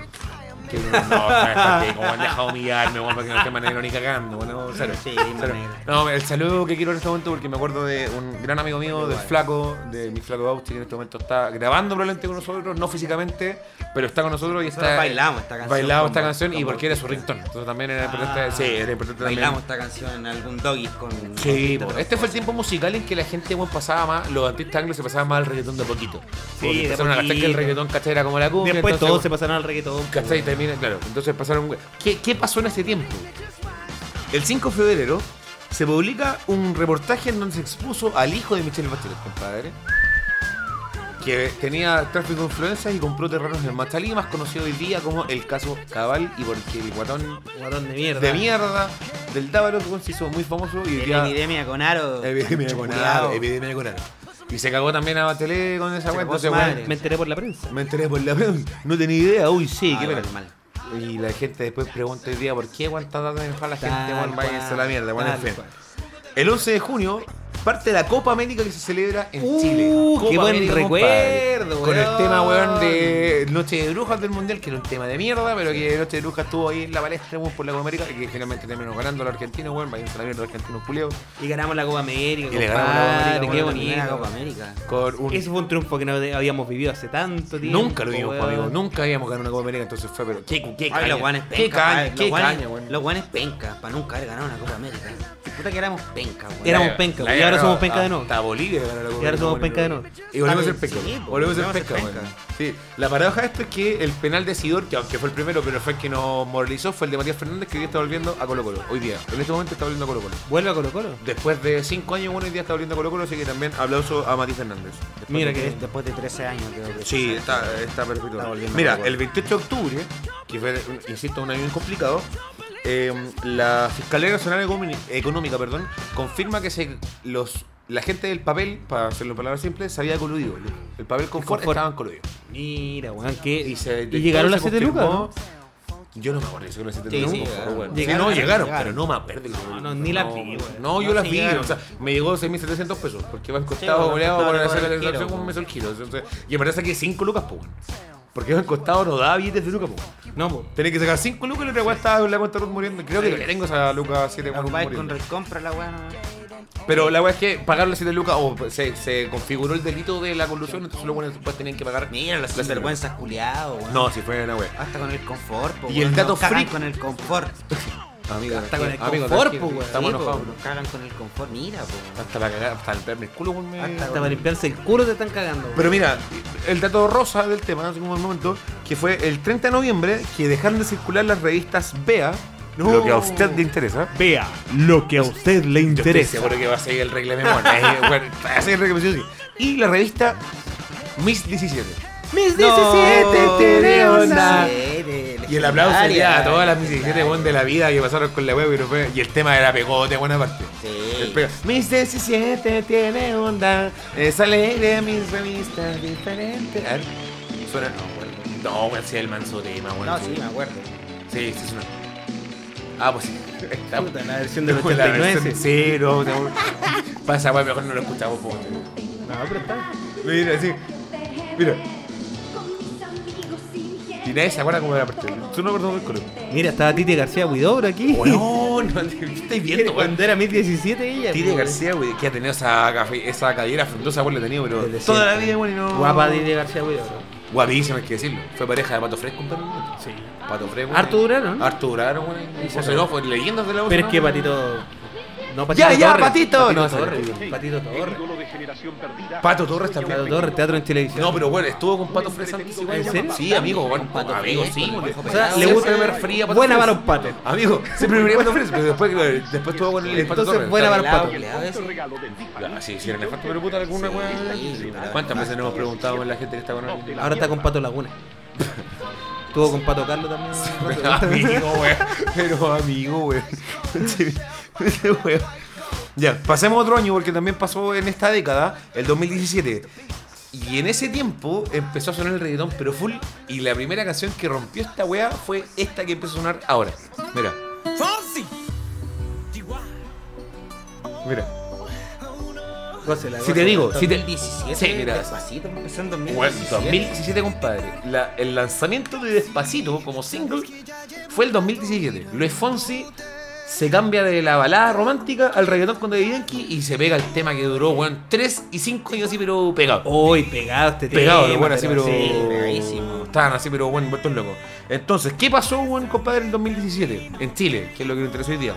S4: Que no, no, ¿sabes qué? como han dejado humillarme, bueno, para que no esté más negro ni cagando, bueno, cero.
S3: Sí,
S4: Cero.
S3: más negro.
S4: No, el saludo que quiero en este momento porque me acuerdo de un gran amigo mío, del flaco, de mi flaco Bauti, que en este momento está grabando probablemente con nosotros, no físicamente, pero está con nosotros y está.
S3: Nosotros bailamos esta canción
S4: Bailamos
S3: con
S4: esta
S3: Bauti,
S4: canción y
S3: con
S4: porque era su
S3: Bauti.
S4: ringtone. Entonces también era importante. Sí, era importante también.
S3: Bailamos esta canción en algún doggy con.
S4: Sí, po.
S3: pues,
S4: este fue el tiempo musical en que la gente bueno, pasaba más, los artistas anglos se pasaban más al reggaetón de poquito.
S5: Sí,
S4: Porque
S5: de
S4: empezaron a cachar que el
S5: poquito.
S4: reggaetón cachai era como la cumbia.
S5: Después
S4: entonces,
S5: todos se
S4: bueno,
S5: pasaron al reggaetón.
S4: ¿Cachai? Termina, claro. Entonces pasaron. ¿Qué, ¿Qué pasó en ese tiempo? El 5 de febrero se publica un reportaje en donde se expuso al hijo de Michelle Bachelet, compadre. Que tenía tráfico de influencias y compró terrenos en Machalí, más conocido hoy día como el caso Cabal, y porque el guatón
S5: Guarón de mierda.
S4: de mierda del Dávalo que se hizo muy famoso y hoy día-
S3: Epidemia con aro.
S4: Epidemia con
S3: Cuidado.
S4: algo, epidemia con algo. Y se cagó también a Bachelet con
S3: Se
S4: esa weá.
S3: cagó
S4: Entonces,
S3: su
S4: weón,
S3: madre.
S5: Me enteré por la prensa.
S4: me enteré por la No tenía idea. Uy, sí,
S3: Ah,
S4: qué pena.
S3: normal.
S4: Y la gente después pregunta hoy día por qué aguanta tanto enojar a la gente,
S5: Tal
S4: weón, váyanse a la
S5: cual,
S4: mierda, weón, en
S5: tal
S4: fin.
S5: cual.
S4: El 11 de junio parte de la Copa América que se celebra en
S5: Uh,
S4: Chile.
S5: qué
S4: Copa
S5: buen
S4: compadre.
S5: recuerdo,
S4: Con el
S5: weón.
S4: tema, weón, de Noche de Brujas del Mundial, que era un tema de mierda, pero que Noche de Brujas estuvo ahí en la palestra, weón, por la Copa América, y que finalmente terminó ganando la Argentina, weón, vayanse a la mierda argentino culeo,
S5: Y ganamos la Copa América.
S4: Y le ganamos la Copa
S5: compadre,
S4: América,
S5: Qué
S4: bueno, la
S3: Primera
S5: bonito.
S3: Copa América.
S4: con un...
S5: Ese fue un triunfo que no de- habíamos vivido hace tanto tiempo.
S4: Nunca lo vimos, pues,
S5: weón.
S4: amigo, nunca habíamos ganado una Copa América, entonces fue, pero qué, qué
S3: Ay,
S4: caña,
S3: los guanes
S4: qué
S3: penca.
S4: caña,
S3: ay,
S4: qué
S3: los guanes-
S4: caña, weón.
S3: Los guanes penca, para nunca haber ganado una Copa América. Puta que éramos penca, weón.
S5: Éramos penca,
S4: La
S5: y ahora
S4: ganó
S5: somos penca de nuevo.
S4: Hasta Bolivia ganó la Copa
S5: Y ahora somos
S4: América,
S5: penca de
S4: boludo.
S5: nuevo.
S4: Y volvemos a ser
S3: Ah,
S4: penca.
S5: pues,
S3: sí,
S4: volvemos a ser
S3: volvemos a ser
S4: penca,
S3: penca.
S4: weón. Sí. La paradoja de esto es que el penal de Sidor, que aunque fue el primero, pero fue el que nos moralizó, fue el de Matías Fernández, que hoy día está volviendo a Colo Colo. Hoy día, en este momento está volviendo a Colo Colo.
S5: Vuelve a Colo Colo.
S4: Después de cinco años, bueno, hoy día está volviendo a Colo Colo, así que también aplauso a Matías Fernández. Después
S5: Mira
S4: de-
S5: que
S3: Eh, Después de 13 años, creo que.
S4: Sí, está, está perfecto.
S3: Está volviendo
S4: Mira,
S3: a Colo-Colo.
S4: el 28 de octubre, que fue, insisto, un año bien complicado, eh, la Fiscalía Nacional Economi- Económica perdón, confirma que se, los, la gente del papel, para hacerlo en palabras simples, se había coludido. El papel confort,
S5: confort.
S4: estaban coludidos.
S5: Mira, weón, que.
S4: Y,
S5: Y,
S4: se detectó,
S5: llegaron
S4: se
S5: las 7 lucas.
S4: confirmó.
S5: ¿no?
S4: Yo no me acuerdo si fueron las 7
S3: Sí,
S4: lucas.
S3: sí,
S4: por
S3: llegaron. Llegaron,
S4: favor. Sí, no, llegaron,
S3: llegaron.
S4: pero no me acuerdo.
S5: No, no, ni las vi, güey.
S4: No, yo
S5: No,
S4: las
S5: sí
S4: vi.
S5: llegaron.
S4: O sea, me llegó 6.700 pesos. Porque me han
S3: bueno,
S4: costado, goleado,
S3: costado
S4: para
S3: le
S4: hacer la
S3: cobran el
S4: transacción
S3: kilo,
S4: con un
S3: pues.
S4: peso el kilo. Entonces, y me parece que 5 lucas, pues, bueno. Porque el costado no da billetes de lucas, pues.
S5: No, po.
S4: Tenés que sacar 5 lucas y la otra weá estaba en la cuenta Ruth muriendo. Creo que le tengo esa lucas 7
S3: La
S4: por
S3: Copa es
S4: muriendo.
S3: con recompra la weá. ¿no?
S4: Pero la weá es que pagar las 7 lucas o se, se configuró el delito de la colusión, entonces los buenos después tenían que pagar. Mira, las
S3: Las vergüenzas culiados, weón.
S4: No, si fue una weá.
S3: Hasta con el confort, po,
S4: Y
S3: weón,
S4: el dato
S3: nos cagan
S4: freak.
S3: con el confort.
S4: Amigo,
S3: Hasta con el
S4: amigo,
S3: confort,
S4: tranquilo,
S3: po, weón.
S4: Estamos
S3: Sí, po,
S4: enojados.
S3: Nos cagan con el confort, mira, po.
S4: Hasta para cagar, hasta limpiarme el culo, weón, me-
S3: Hasta-
S5: Hasta para limpiarse el culo te están cagando. weón.
S4: Pero mira, el dato rosa del tema, así como el momento, que fue el 30 de noviembre que dejaron de circular las revistas BEA, lo que a usted le interesa.
S5: Vea lo que a usted le
S4: Yo estoy seguro que va a seguir el regla de Mona, eh, bueno, va a seguir el regla de Mona. Y la revista Miss 17.
S5: Mis
S4: 17 te veo andar.
S3: Sí, de
S4: Y el aplauso ya a todas las Miss 17
S3: legendaria.
S4: weón, de la vida que pasaron con la web europea. Y el tema era pegote, buena parte.
S3: Sí.
S4: El pega- Mis 17 tiene onda, es alegre mis revistas diferentes. A ver, suena. No, güey. No, güey, sí, el manso tema, güey.
S3: No, sí, me acuerdo.
S4: Sí, sí, suena. Ah, pues sí. Está
S5: Puta, la versión del
S4: La versión
S5: 89.
S4: cero, no. Pasa, güey, mejor no lo escuchamos, po.
S5: No, pero está.
S4: Mira, sí. Mira. Y nadie se acuerda cómo era la parte. Tú no acuerdas del color.
S5: Mira, estaba Tite García Huidobro aquí.
S4: Weón, ¿qué estáis viendo, weón?
S5: Cuando era mis 17 ella. pues,
S4: Tite
S5: weón.
S4: García, güey, que ha tenido esa, cafe- esa cadera frondosa, güey, la ha tenido, pero
S5: Desde
S4: toda la
S5: siempre.
S4: vida, güey, y no.
S5: Guapa Tite García Huidobro.
S4: Guapísima, hay que decirlo. Fue pareja de Pato Fresco, compadre.
S5: Sí.
S4: Pato Fresco.
S5: Harto duraron.
S4: Harto duraron, güey.
S5: se
S4: O sea, no, fue leyendas de la voz.
S5: Pero es
S4: ¿no?
S5: que Patito. No, Patito.
S4: Ya, ya,
S5: Torres.
S4: Patito. No,
S5: Patito Torres.
S4: sí.
S5: Patito Torres.
S4: Pato Torres también.
S5: Patito Torres, teatro en televisión.
S4: No, pero bueno, estuvo con Pato Fresco antes, güey.
S5: ¿En serio?
S4: Sí, amigo, bueno, amigo, sí.
S5: O sea, le
S4: Siempre
S5: gusta.
S4: me refería a Pato
S5: Buena
S4: Fresco.
S5: para los patos.
S4: Amigo, siempre me prefería Pato Fresco, pero después, después estuvo con el Pato
S5: Entonces,
S4: Torres.
S5: buena para los
S3: Pelado,
S5: patos.
S3: culiao, ese.
S4: Ah, sí, sí, era nefasto, pero puta, alguna
S3: Sí,
S4: weá.
S3: sí,
S4: ¿Cuántas veces nos hemos preguntado con la gente que está con él?
S5: Ahora está con Pato Laguna. Estuvo con Pato Carlos también.
S4: amigo, weón. Pero amigo, weón. Sí, ese weón. Ya, pasemos a otro año porque también pasó en esta década, el 2017. Y en ese tiempo empezó a sonar el reggaetón, pero full. Y la primera canción que rompió esta weá fue esta que empezó a sonar ahora. Mira. Mira.
S5: Gócela,
S4: Si te digo, si te.
S3: 2017,
S4: Sí, mira.
S3: despacito, empezó en
S4: Bueno,
S3: 2017.
S4: 2017, compadre. La- el lanzamiento de Despacito como single fue el 2017. Luis Fonsi se cambia de la balada romántica al reggaetón con Daddy Yankee y se pega el tema que duró, weón, 3 y 5 años así, pero pegado.
S5: Uy, pegado este
S4: Oh, Pegado,
S5: tema,
S4: weón, así, pero.
S5: sí.
S3: pegadísimo.
S4: Estaban así, pero bueno, vueltos locos. Entonces, ¿qué pasó, weón, compadre, en 2017? En Chile, que es lo que me interesó hoy día.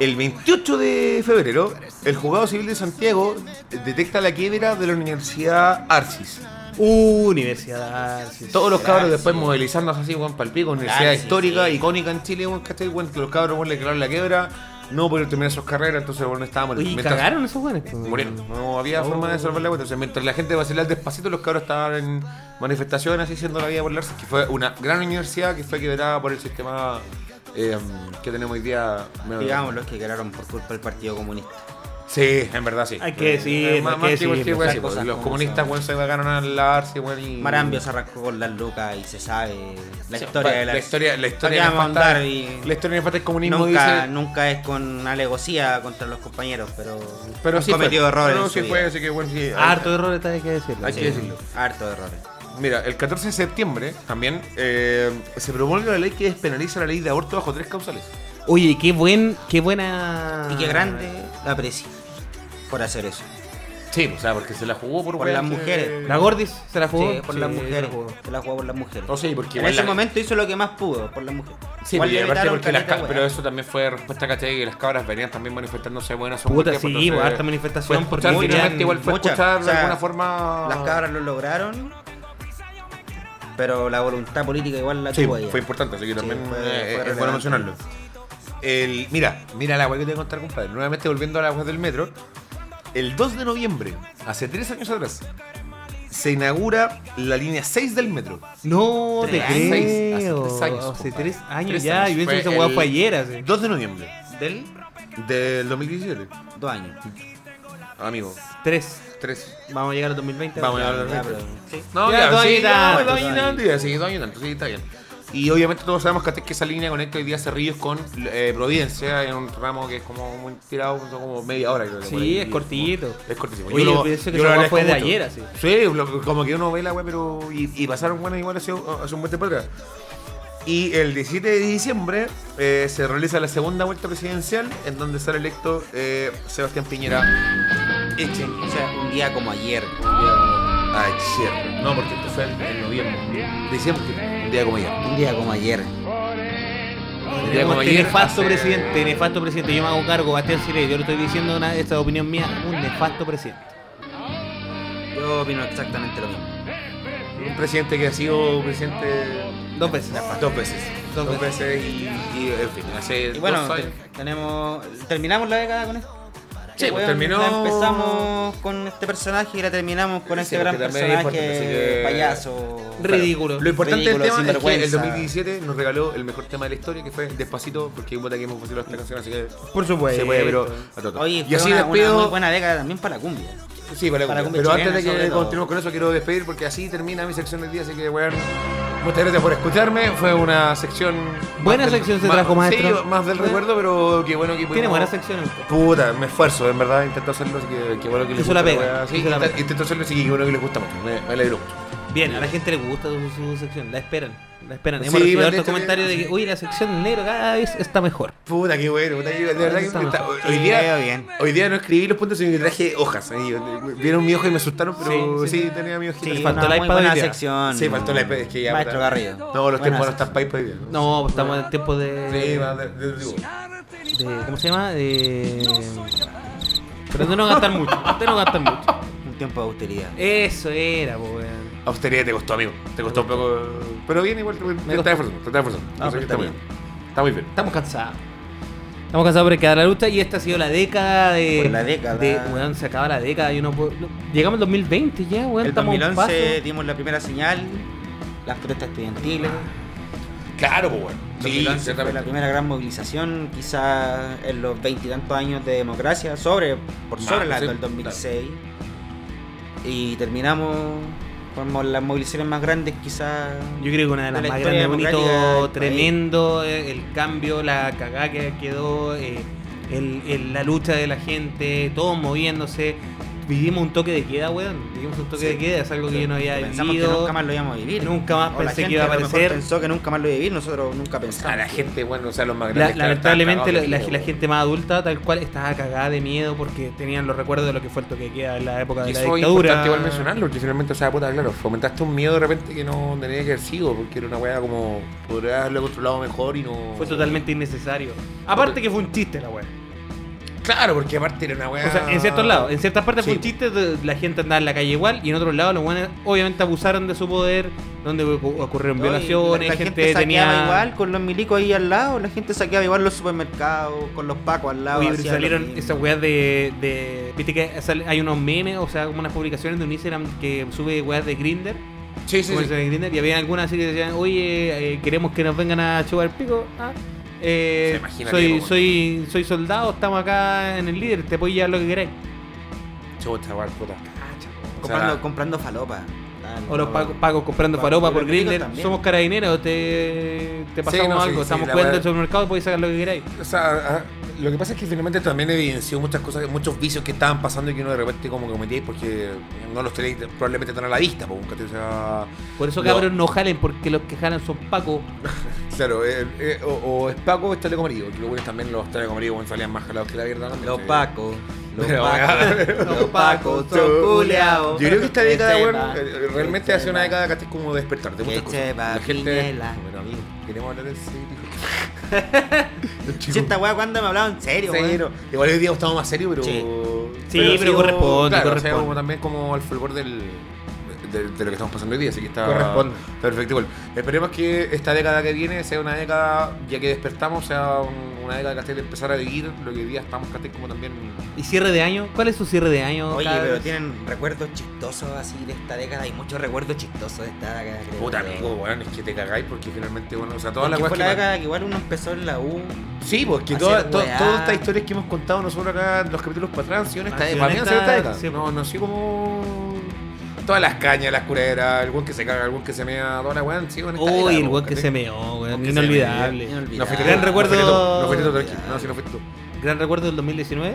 S4: El 28 de febrero, el juzgado civil de Santiago detecta la quiebra de la Universidad Arcis.
S5: Universidad. sí, sí.
S4: Todos los cabros después movilizándose así, weón, palpico, universidad
S3: Claro, sí,
S4: histórica,
S3: sí.
S4: icónica en Chile, weón, ¿cachai? Weón, que los cabros, weón, le quedaron la quiebra, no pudieron terminar sus carreras, entonces, weón, estábamos...
S5: Oye, Oh.
S4: mientras-
S5: cagaron esos pues, buenos.
S4: Murieron, no había forma de resolver la cuenta. Entonces, mientras la gente vacilaba despacito, los cabros estaban en manifestaciones, así, haciendo la vida por la Arce, que fue una gran universidad que fue quebrada por el sistema eh, que tenemos hoy día. menos-
S3: Digamos los que ganaron por culpa del Partido Comunista.
S4: Sí, en verdad sí.
S5: Hay que decir,
S4: Eh, más-
S5: hay que
S4: más
S5: decir,
S4: cualquier wea,
S5: esas
S4: sí, pues,
S5: cosas
S4: Los
S5: como
S4: comunistas, weón, se cagaron a lavarse, weón. Y...
S3: Marambio se arrancó con las lucas y se sabe la
S4: Sí,
S3: historia
S4: pa-
S3: de la,
S4: la historia, la
S3: ¿Para qué
S4: historia
S3: vamos a
S4: nefasta-
S3: andar y-
S4: la historia nefasta del comunismo
S3: Nunca,
S4: dice,
S3: nunca es con alegocía contra los compañeros, pero,
S4: pero
S3: han
S4: sí
S3: cometido
S4: fue,
S3: errores.
S4: pero
S3: en su
S4: sí fue,
S3: vida.
S4: así que bueno, sí, hay-
S5: Harto error está, hay que decirlo.
S4: hay que
S5: Sí.
S4: decirlo.
S3: Harto de errores.
S4: Mira, el 14 de septiembre también eh, se propone una ley que despenaliza la ley de aborto bajo tres causales.
S5: Oye, qué buen, qué buena.
S4: Ah.
S3: Y qué grande la presi por hacer eso.
S4: Sí, o sea, porque se la jugó por,
S3: Por
S4: weón
S3: las
S4: que-
S3: mujeres.
S5: La Gordis se la jugó.
S3: Sí, por
S5: Sí,
S3: las
S5: se la
S3: mujeres.
S5: jugó.
S3: Se la jugó por las mujeres.
S4: No sé, Oh, porque
S3: en
S4: igual
S3: ese
S4: la-
S3: momento hizo lo que más pudo por las mujeres.
S4: Sí,
S3: Igual
S4: y
S3: le
S4: aparte
S3: evitaron
S4: porque las
S3: caleta,
S4: ca-
S3: weón.
S4: pero eso también fue respuesta, ¿cachai? Que las cabras venían también manifestándose buenas
S5: Puta, sí, pues, harta manifestación, porque
S4: escuchar,
S5: muy
S4: finalmente
S5: bien,
S4: igual fue
S3: muchas.
S4: escuchar
S3: O
S4: de
S3: sea,
S4: alguna forma...
S3: Las cabras lo lograron, pero la voluntad política igual la
S4: Sí,
S3: tuvo ella.
S4: fue importante, así que también
S3: fue-
S4: eh,
S3: fue
S4: es
S3: relevante.
S4: bueno mencionarlo. El, mira, mira la weá que te voy a contar, compadre. Nuevamente volviendo a la web del metro. El 2 de noviembre, hace tres años atrás, se inaugura la línea 6 del metro.
S5: No te
S3: Tres años.
S5: creo.
S4: Hace tres años,
S5: Hace
S4: compadre.
S5: tres años
S4: Tres
S5: ya.
S4: años.
S5: Y hubiese
S4: Fue
S5: esa hueá
S4: el-
S5: fue ayer. así.
S4: 2 de noviembre
S3: Del
S4: del 2017.
S3: dos años.
S4: Amigo,
S5: Tres.
S4: 3.
S5: Vamos a llegar al 2020.
S4: Vamos a
S5: Ya.
S4: llegar al
S3: Ya, pero- sí.
S4: No,
S5: Ya, pues,
S4: ya,
S5: dos
S4: sí,
S5: años y
S4: ya,
S5: tanto,
S4: dos
S5: dos
S4: años y
S5: años.
S4: tanto, ya, sí, dos años y tanto, sí, está bien. Y obviamente todos sabemos que, que esa línea conecta hoy día Cerrillos con eh, Providencia, en un ramo que es como muy tirado, son como media hora creo que
S5: Sí,
S4: por ahí,
S5: es cortito.
S4: Es cortísimo.
S5: Oye, yo pienso que esa weá
S4: agradezco
S5: fue de
S4: mucho.
S5: ayer, así.
S4: Sí, lo- como que uno ve la web, pero. Y, y pasaron buenas igual hace, hace un buen tiempo atrás. Y el 17 de diciembre eh, se realiza la segunda vuelta presidencial, en donde sale electo eh, Sebastián Piñera.
S3: Eche, o sea, un día como ayer.
S4: Ay, Ah, cierto. No, porque esto fue en en noviembre. Diciembre, un día como ayer.
S3: Un día como ayer.
S4: Ya como ayer,
S5: nefasto
S4: hace-
S5: presidente, nefasto presidente. Yo me hago cargo, Bastián Sireis. Yo no estoy diciendo nada, esta es opinión mía. Un nefasto presidente.
S3: Yo opino exactamente lo mismo.
S4: Un presidente que ha sido presidente
S5: Dos veces.
S4: dos veces.
S5: Dos
S4: Dos, veces y, y, en fin, hace
S3: Y bueno,
S4: dos años.
S3: te- tenemos. Terminamos la década con esto.
S4: Sí,
S3: Eh, weón,
S4: pues, terminó-
S3: la empezamos con este personaje y la terminamos con
S4: Sí,
S3: este
S4: porque
S3: gran
S4: también es
S3: personaje
S4: importante, así que-
S3: payaso.
S5: Re- Ridículo.
S4: Lo importante
S3: Ridículo,
S4: del tema es que el
S3: sinvergüenza.
S4: 2017 nos regaló el mejor tema de la historia, que fue Despacito, porque hubo que hemos puesto esta canción, así que
S5: Por supuesto.
S4: se puede, pero a todo.
S3: Oye,
S4: y
S3: fue
S4: así
S3: una, una
S4: despido.
S3: muy buena década también para la cumbia.
S4: sí, para la
S3: para cumbia
S4: cumbia. Pero antes
S3: chilena,
S4: de
S3: sobre
S4: que
S3: todo.
S4: continuemos con eso, quiero despedir porque así termina mi sección del día, así que bueno. Muchas gracias por escucharme. Fue una sección.
S5: Buena
S4: más del-
S5: sección se
S4: más-
S5: trajo, maestro.
S4: Sí, más del
S5: Sí.
S4: recuerdo, pero que bueno que
S5: Tiene
S4: pudimos-
S5: buena sección.
S4: Puta, me esfuerzo, en verdad, intento hacerlo, así que, que bueno que les
S5: Hizo la
S4: gusta
S5: pega,
S4: weá. Sí,
S5: hizo la
S4: intento-
S5: pega.
S4: intento hacerlo, así que bueno que les gusta mucho, me, me alegro mucho.
S5: Bien, a la gente le gusta su, su sección. La esperan. La esperan.
S4: Sí,
S5: Hemos recibido
S4: pero
S5: hartos
S4: de hecho,
S5: comentarios de
S4: de-
S5: que, uy, la sección negro cada vez está mejor.
S4: Puta, qué bueno, puta, que- de verdad que
S5: está
S4: está-
S5: mejor.
S4: hoy día,
S3: Sí, bien.
S4: hoy día no escribí los puntos, sino que traje hojas. ahí, vieron mi hoja y me asustaron, pero
S5: Sí,
S4: sí,
S5: sí.
S4: tenía mi hojita.
S3: Sí,
S5: faltó
S3: una
S5: la
S3: muy
S5: iPad hoy
S3: buena
S5: día.
S3: sección.
S4: Sí, faltó la iPad, es que ya.
S3: Maestro
S4: puta,
S3: Garrido.
S4: No, los
S3: Buena
S4: tiempos no
S3: sección.
S4: están para iPad hoy día. No.
S5: No, estamos en el tiempo
S4: Eh, Sí,
S5: de.
S4: va, de- de- digo,
S5: de- ¿Cómo se llama? De. Pero de no gastar mucho. De no gastar mucho.
S3: Un tiempo de austeridad.
S5: Eh, Eso era, po, weón.
S4: Austeridad te costó, amigo. Te costó un poco. Pero bien, igual te, te
S5: costó.
S4: estás esforzando, te estás esforzando.
S5: No, pero
S4: Así
S5: está
S4: que está muy
S5: bien.
S4: bien. Está muy bien.
S5: Estamos cansados. Estamos cansados por quedar la lucha y esta ha sido la década de.
S3: Por la década.
S5: De, weón, se acaba la década y uno. puede- no- Llegamos al 2020 ya, weón.
S3: El
S5: estamos a un
S3: 2011 dimos la primera señal, las protestas estudiantiles.
S4: Claro, pues bueno. Sí,
S3: 2011 fue la
S4: ciertamente.
S3: primera gran movilización, quizá en los veintitantos años de democracia, sobre, por
S4: Más,
S3: sobre la
S4: sí,
S3: del 2006. Y terminamos con mo- las movilizaciones más grandes, quizá.
S5: paso. Yo creo que una
S3: de
S5: de las
S3: la
S5: más
S3: historia
S5: grandes,
S3: democrática del
S5: bonito,
S3: país.
S5: tremendo, eh, el cambio, la cagada que quedó, eh, el- el- la lucha de la gente, todos moviéndose. Vivimos un toque de queda, weón. Vivimos un toque
S3: Sí.
S5: de queda, es algo que yo no había
S3: Pensamos que
S5: vivido.
S3: nunca más lo íbamos a vivir.
S5: Nunca más
S3: O la
S5: pensé que
S3: gente
S5: iba a
S3: lo mejor
S5: aparecer.
S3: Pensó que nunca más lo iba a vivir, nosotros nunca pensamos.
S4: A la gente, bueno, o sea, los más
S5: La-
S4: grandes. que
S5: lamentablemente la,
S4: están cagados de
S5: la- la
S4: miedo.
S5: gente más adulta tal cual estaba cagada de miedo porque tenían los recuerdos de lo que fue el toque de queda en la época de
S4: Y
S5: la
S4: eso es
S5: dictadura.
S4: importante igual mencionarlo, porque finalmente, o sea, puta, claro, fomentaste un miedo de repente que no tenía que haber sido, porque era una weá como, podrías haberlo controlado mejor y no...
S5: Fue totalmente innecesario. Aparte que fue un chiste la wea.
S4: Claro, porque aparte era una weá...
S5: O sea, en
S3: Ah,
S5: ciertos lados, en ciertas partes fue
S4: Sí.
S5: un chiste, de- la gente andaba en la calle igual, y en otros lados los buenos obviamente abusaron de su poder, donde ocu- ocurrieron
S3: No,
S5: violaciones,
S3: y la, la
S5: gente,
S3: gente, saqueaba
S5: tenía...
S3: igual con los milicos ahí al lado, la gente saqueaba igual los supermercados, con los pacos al lado.
S5: Oye, pero
S3: hacía lo
S5: salieron
S3: mismo.
S5: esas weas de, de- Viste que sale- hay unos memes, o sea, como unas publicaciones de un Instagram que sube weas de Grinder.
S4: Sí, sí, sí.
S5: y había algunas así que decían, oye, eh, queremos que nos vengan a chupar el pico. Ah, eh,
S4: Se imagina que,
S5: soy,
S4: po,
S5: soy, soy soldado, estamos acá en el líder, te puedo llevar lo que queráis.
S4: Chuta, weón, puta.
S3: Comprando,
S4: O sea,
S3: comprando falopa. Ah,
S5: O los
S3: no.
S5: pagos pago comprando
S3: Pago
S5: faropa por
S3: por Grindr
S5: Grindr,
S3: también.
S5: somos carabineros, te, te pasamos
S4: no, sí,
S5: algo,
S4: sí,
S5: estamos
S4: la
S5: cuenta
S4: weá-
S5: del supermercado, podéis sacar lo que queráis.
S4: O sea, ah, lo que pasa es que finalmente también evidenció muchas cosas, muchos vicios que estaban pasando y que uno de repente como que cometía porque no los tenéis probablemente tan a la vista, po, ¿cachai? O sea,
S5: Por eso,
S4: No.
S5: cabros, no jalen, porque los que jalan son pacos.
S4: claro, eh, eh, o, o es Paco o es Chaleco Amarillo, que los buenos también los Chaleco Amarillo bueno, salían más jalados que la mierda. ¿no?
S3: Los
S4: Sí.
S3: pacos. Los
S4: Pero,
S3: pacos.
S4: weón.
S3: los pacos son
S4: Yo
S3: culeados.
S4: creo que esta década,
S3: Este
S4: weón,
S3: va,
S4: eh, realmente
S3: este
S4: hace una
S3: va.
S4: década que es como despertar de muchas
S3: Que
S4: cosas.
S3: se va
S4: La gente.
S3: Piñera.
S4: Bueno, amigo, queremos hablar en serio.
S3: Si esta weá cuando me hablaba en serio, weón.
S4: Serio. Igual hoy día estamos más serios, pero.
S3: Sí.
S5: Sí, pero corresponde,
S4: claro, o sea,
S5: corresponde.
S4: como también como al fulgor del. De, de lo que estamos pasando hoy día, así que está,
S5: Corresponde.
S4: está perfecto. igual. Esperemos que esta década que viene sea una década, ya que despertamos, sea un- una década que hasta de empezar a vivir lo que hoy día estamos casi como también.
S5: ¿Y cierre de año? ¿Cuál es su cierre de año?
S3: Oye,
S5: cabros?
S3: pero tienen recuerdos chistosos así de esta década. Hay muchos recuerdos chistosos de esta década. creo
S4: Puta,
S3: yo.
S4: amigo, weón, es que te cagáis porque finalmente, bueno, o sea, todas
S3: Porque
S4: las
S3: fue
S4: weas
S3: la
S4: que-
S3: década que igual uno empezó en la U.
S4: Sí, porque
S3: Hacer
S4: toda- to-
S3: weá.
S4: todas estas historias que hemos contado nosotros acá en los capítulos para atrás han sido en esta
S5: Han sido
S4: para
S5: en
S4: mí han
S5: esta-
S4: sido en esta década.
S5: sí. pues.
S4: No, no sé como. Todas las cañas, las cureras, el buen que se caga, el buen que se mea, toda la weá han sido en esta década.
S5: Uy, el
S4: po,
S5: weón que
S4: ¿cachai?
S5: se meó, weón.
S4: Weón que ¿eh? se meó,
S5: Inolvidable.
S3: inolvidable.
S4: No fuiste
S5: Gran
S4: tú,
S5: recuerdo-
S4: No fuiste tú, no fuiste tú, tranquilo. No, sí, no fuiste tú.
S5: Gran recuerdo del 2019.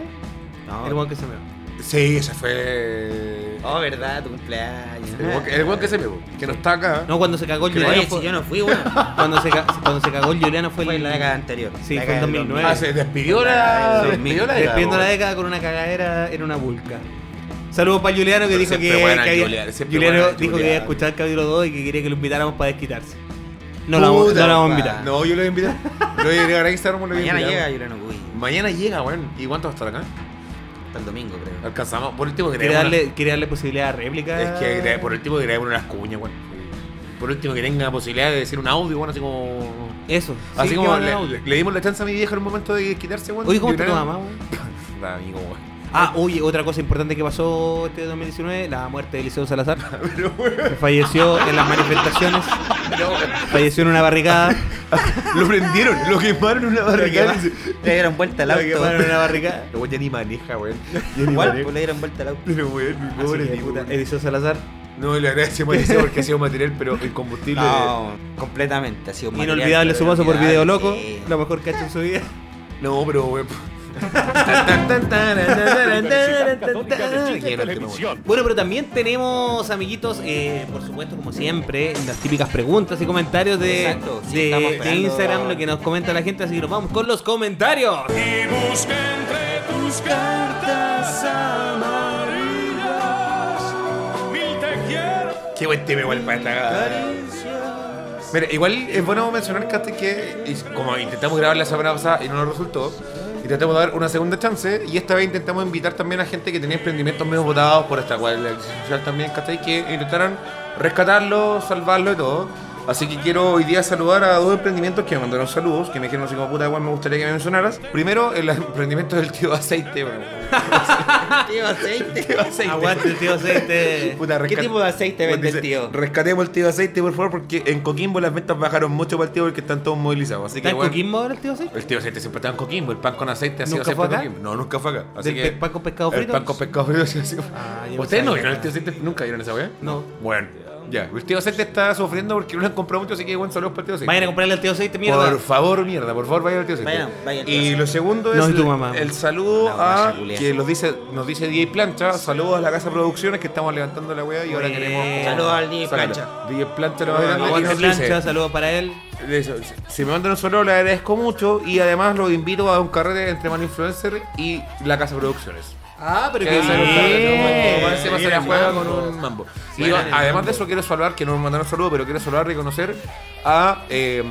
S3: No,
S5: El weón que se meó.
S4: Sí, ese fue.
S3: Oh, verdad, tu cumpleaños.
S4: El weón que- el weón que se mea, po, que no está acá.
S5: No, cuando se cagó el
S4: Creo
S5: Juliano.
S3: Oye,
S5: fue-
S3: si yo no fui, weón.
S5: Cuando se, ca- cuando se cagó el Juliano fue,
S3: Fue
S5: el-
S3: en la década anterior.
S5: Sí,
S3: la
S5: fue
S3: década
S5: en
S3: del
S5: 2009.
S4: Ah, se despidió la.
S3: Sí,
S4: Despidió la década,
S5: Despidiendo
S4: po.
S5: la década con una cagadera en una vulca. Saludos para Juliano que
S4: Pero
S5: dijo que,
S4: siempre buena
S5: que había-
S4: Juliano, siempre
S5: Juliano
S4: buena
S5: dijo que había
S4: Juliano.
S5: escuchado el capítulo 2 y que quería que lo invitáramos para desquitarse. No lo vamos,
S4: Puta,
S5: no lo vamos a
S3: pa.
S5: invitar.
S4: No, yo lo voy a invitar. Lo voy a agregar a Instagram, lo voy a
S3: Mañana
S4: invitar.
S3: llega Yurano Cuy.
S4: Mañana llega, weón. ¿Y cuánto va a estar acá?
S3: Hasta el domingo, creo.
S4: Alcanzamos. Por último, que
S5: Quiere darle, quiere darle posibilidad a réplica.
S4: Es que agregue- por último, que agregue unas cuñas, weón. Por último, que tenga posibilidad de decir un audio, bueno, así como.
S5: Eso. sí,
S4: Así
S5: que
S4: como
S5: van al
S4: le,
S5: audio.
S4: le dimos la chance a mi vieja en un momento de quitarse, weón.
S5: Oye, ¿cómo está tu
S4: Llorar.
S5: mamá, weón?
S4: Da, amigo, weón.
S5: Ah, oye, otra cosa importante que pasó este 2019, la muerte de Eliseo Salazar. Que falleció en las manifestaciones,
S4: Pero, weón,
S5: falleció en una barricada.
S4: Lo prendieron, lo quemaron en una barricada. y se-
S3: Le dieron vuelta al
S5: La quemaron en
S3: auto.
S5: una barricada.
S4: Lo weón ya ni maneja, weón. Ya ni
S3: Igual,
S4: maneja.
S3: pues le dieron vuelta al auto.
S4: Pero, weón, mi
S5: Así
S4: pobre
S5: que,
S4: tipo,
S5: puta,
S4: weón.
S5: Eliseo Salazar,
S4: No, le agradecemos a ese porque ha sido material, pero el combustible.
S3: No, completamente. Ha sido un material,
S5: inolvidable
S3: pero
S5: su paso por
S3: inolvidable,
S5: Video Loco,
S3: sí.
S5: lo mejor que ha hecho en su vida.
S4: No, pero, weón. Y el último, weón.
S5: Bueno, pero también tenemos, amiguitos, eh, por supuesto, como siempre, las típicas preguntas y comentarios de,
S3: Exacto, sí,
S5: de-
S3: estamos
S5: de
S3: esperando.
S5: Instagram, lo que nos comenta la gente, así que nos vamos con los comentarios.
S6: Y busca entre tus cartas amarillas mil te quiero.
S4: Qué buen tema igual para esta cagada. Mira, igual es bueno mencionar, Cate, que y como intentamos grabar la semana pasada y no nos resultó, intentamos dar una segunda chance y esta vez intentamos invitar también a gente que tenía emprendimientos medio votados por esta cual la crisis social también, Cate, que intentaron rescatarlo, salvarlo y todo. Así que quiero hoy día saludar a dos emprendimientos que me mandaron saludos, que me dijeron así como puta, igual me gustaría que me mencionaras. Primero, el emprendimiento del tío aceite, bueno.
S3: Tío, aceite.
S4: Tío aceite.
S5: Aguante, tío aceite.
S4: Puta,
S3: ¿Qué
S4: rescat-
S3: tipo de aceite vende
S4: Dice,
S3: el tío?
S4: Rescatemos el tío aceite, por favor, porque en Coquimbo las ventas bajaron mucho para el tío porque están todos movilizados. Así
S5: ¿Está
S4: que,
S5: en
S4: bueno,
S5: Coquimbo ahora el tío aceite?
S4: el tío aceite siempre está en Coquimbo. El pan con aceite ha sido
S5: ¿Nunca
S4: siempre
S5: fue acá?
S4: en Coquimbo. No, nunca fue acá. Así
S5: ¿Del
S4: que,
S5: pe- pan con pescado frito?
S4: El pan con pescado frito. sí, sí.
S5: Ah, yo no
S4: ¿Ustedes no
S5: sabía.
S4: vieron el tío aceite? ¿Nunca vieron esa weá?
S5: No.
S4: Bueno, ya. El tío aceite está sufriendo porque no le han comprado mucho, así que, bueno, saludos para el tío aceite.
S5: Vayan a comprarle al tío aceite, mierda.
S4: Por favor, mierda, por favor, vayan al tío aceite.
S3: Vayan, vayan al tío
S4: Y
S3: aceite.
S4: lo segundo es
S5: No, y tu
S4: el-
S5: mamá.
S4: el saludo
S3: No,
S4: a
S3: vaya, culia.
S4: que nos dice, nos dice DJ Plancha, saludos a la Casa Producciones que estamos levantando la weá y ahora
S5: Bueno.
S4: queremos. como-
S3: Saludos al DJ
S4: sacarlo.
S3: Plancha.
S4: DJ Plancha lo va a
S5: Bueno,
S4: grande y
S5: aguante
S4: nos dice,
S5: plancha, saludos para él.
S4: de eso, Si me mandan un saludo, le agradezco mucho y además los invito a un carrete entre Man Influencer y la Casa Producciones.
S5: Ah, pero
S4: Que sale un carrete, un mambo, bueno, se pasa la juega con un mambo. Y
S5: Suena
S4: además
S5: el
S4: de eso, quiero saludar, que no me mandaron saludo, pero quiero saludar y reconocer a eh,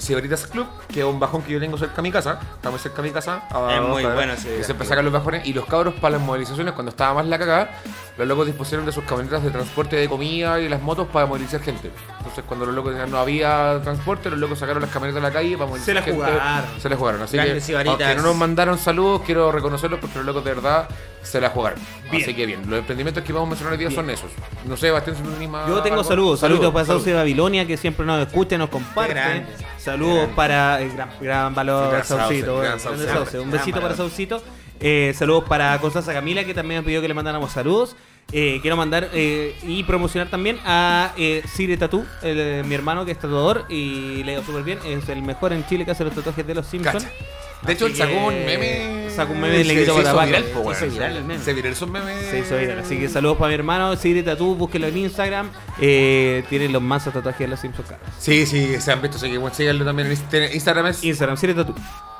S4: Ciberitas Club, que es un bajón que yo tengo cerca de mi casa. Estamos cerca de mi casa. a-
S3: Es muy
S4: para-
S3: bueno ese
S4: Que
S3: Ciberitas
S4: siempre
S3: Club.
S4: sacan los bajones y los cabros para las movilizaciones cuando estaba más la cagada. los locos dispusieron de sus camionetas de transporte de comida y las motos para movilizar gente. Entonces, cuando los locos decían no había transporte, los locos sacaron las camionetas a la calle para movilizar
S5: la
S4: gente.
S5: jugaron.
S4: Se la jugaron. Así
S3: Grandes
S4: que,
S3: sibaritas.
S4: aunque no nos mandaron saludos, quiero reconocerlos porque los locos de verdad se la jugaron. Así que bien, los emprendimientos que vamos a mencionar hoy día son esos. No sé, Bastián, si tú tenés más
S5: Yo tengo
S4: algo.
S5: saludos, saludos para Sauce de
S4: Ah, saludos.
S5: Babilonia que siempre nos escucha, nos comparte.
S3: Qué grande,
S5: saludos
S3: grande.
S5: para el gran, gran valor
S4: Gran Sauce,
S5: Saucito.
S4: gran
S5: gran
S4: Sauce.
S5: Sauce. Un
S3: Gran
S5: besito para
S3: valor.
S5: Saucito. Eh, saludos para Constanza Camila que también nos pidió que le mandáramos saludos. Eh, quiero mandar eh, y promocionar también a eh, Cire Tatú, el, eh, mi hermano que es tatuador y le digo súper bien. Es el mejor en Chile que hace los tatuajes de los Simpsons.
S4: Cacha. De hecho,
S5: Así
S4: él sacó un
S5: que
S4: meme.
S5: sacó un meme de
S4: Se-
S5: Leguito
S4: se hizo
S5: Cotabato.
S4: viral, po, weón.
S3: Se hizo viral el meme.
S4: Se viralizó un meme.
S5: Se hizo viral. Así que saludos para mi hermano, Cire Tatú, búsquelo en Instagram. Eh, tiene los más tatuajes de los Simpsons. caros.
S4: Sí, sí, se han visto. Así que bueno, síganlo también en Inst- en Instagram. Es
S5: Instagram, Cire Tatú.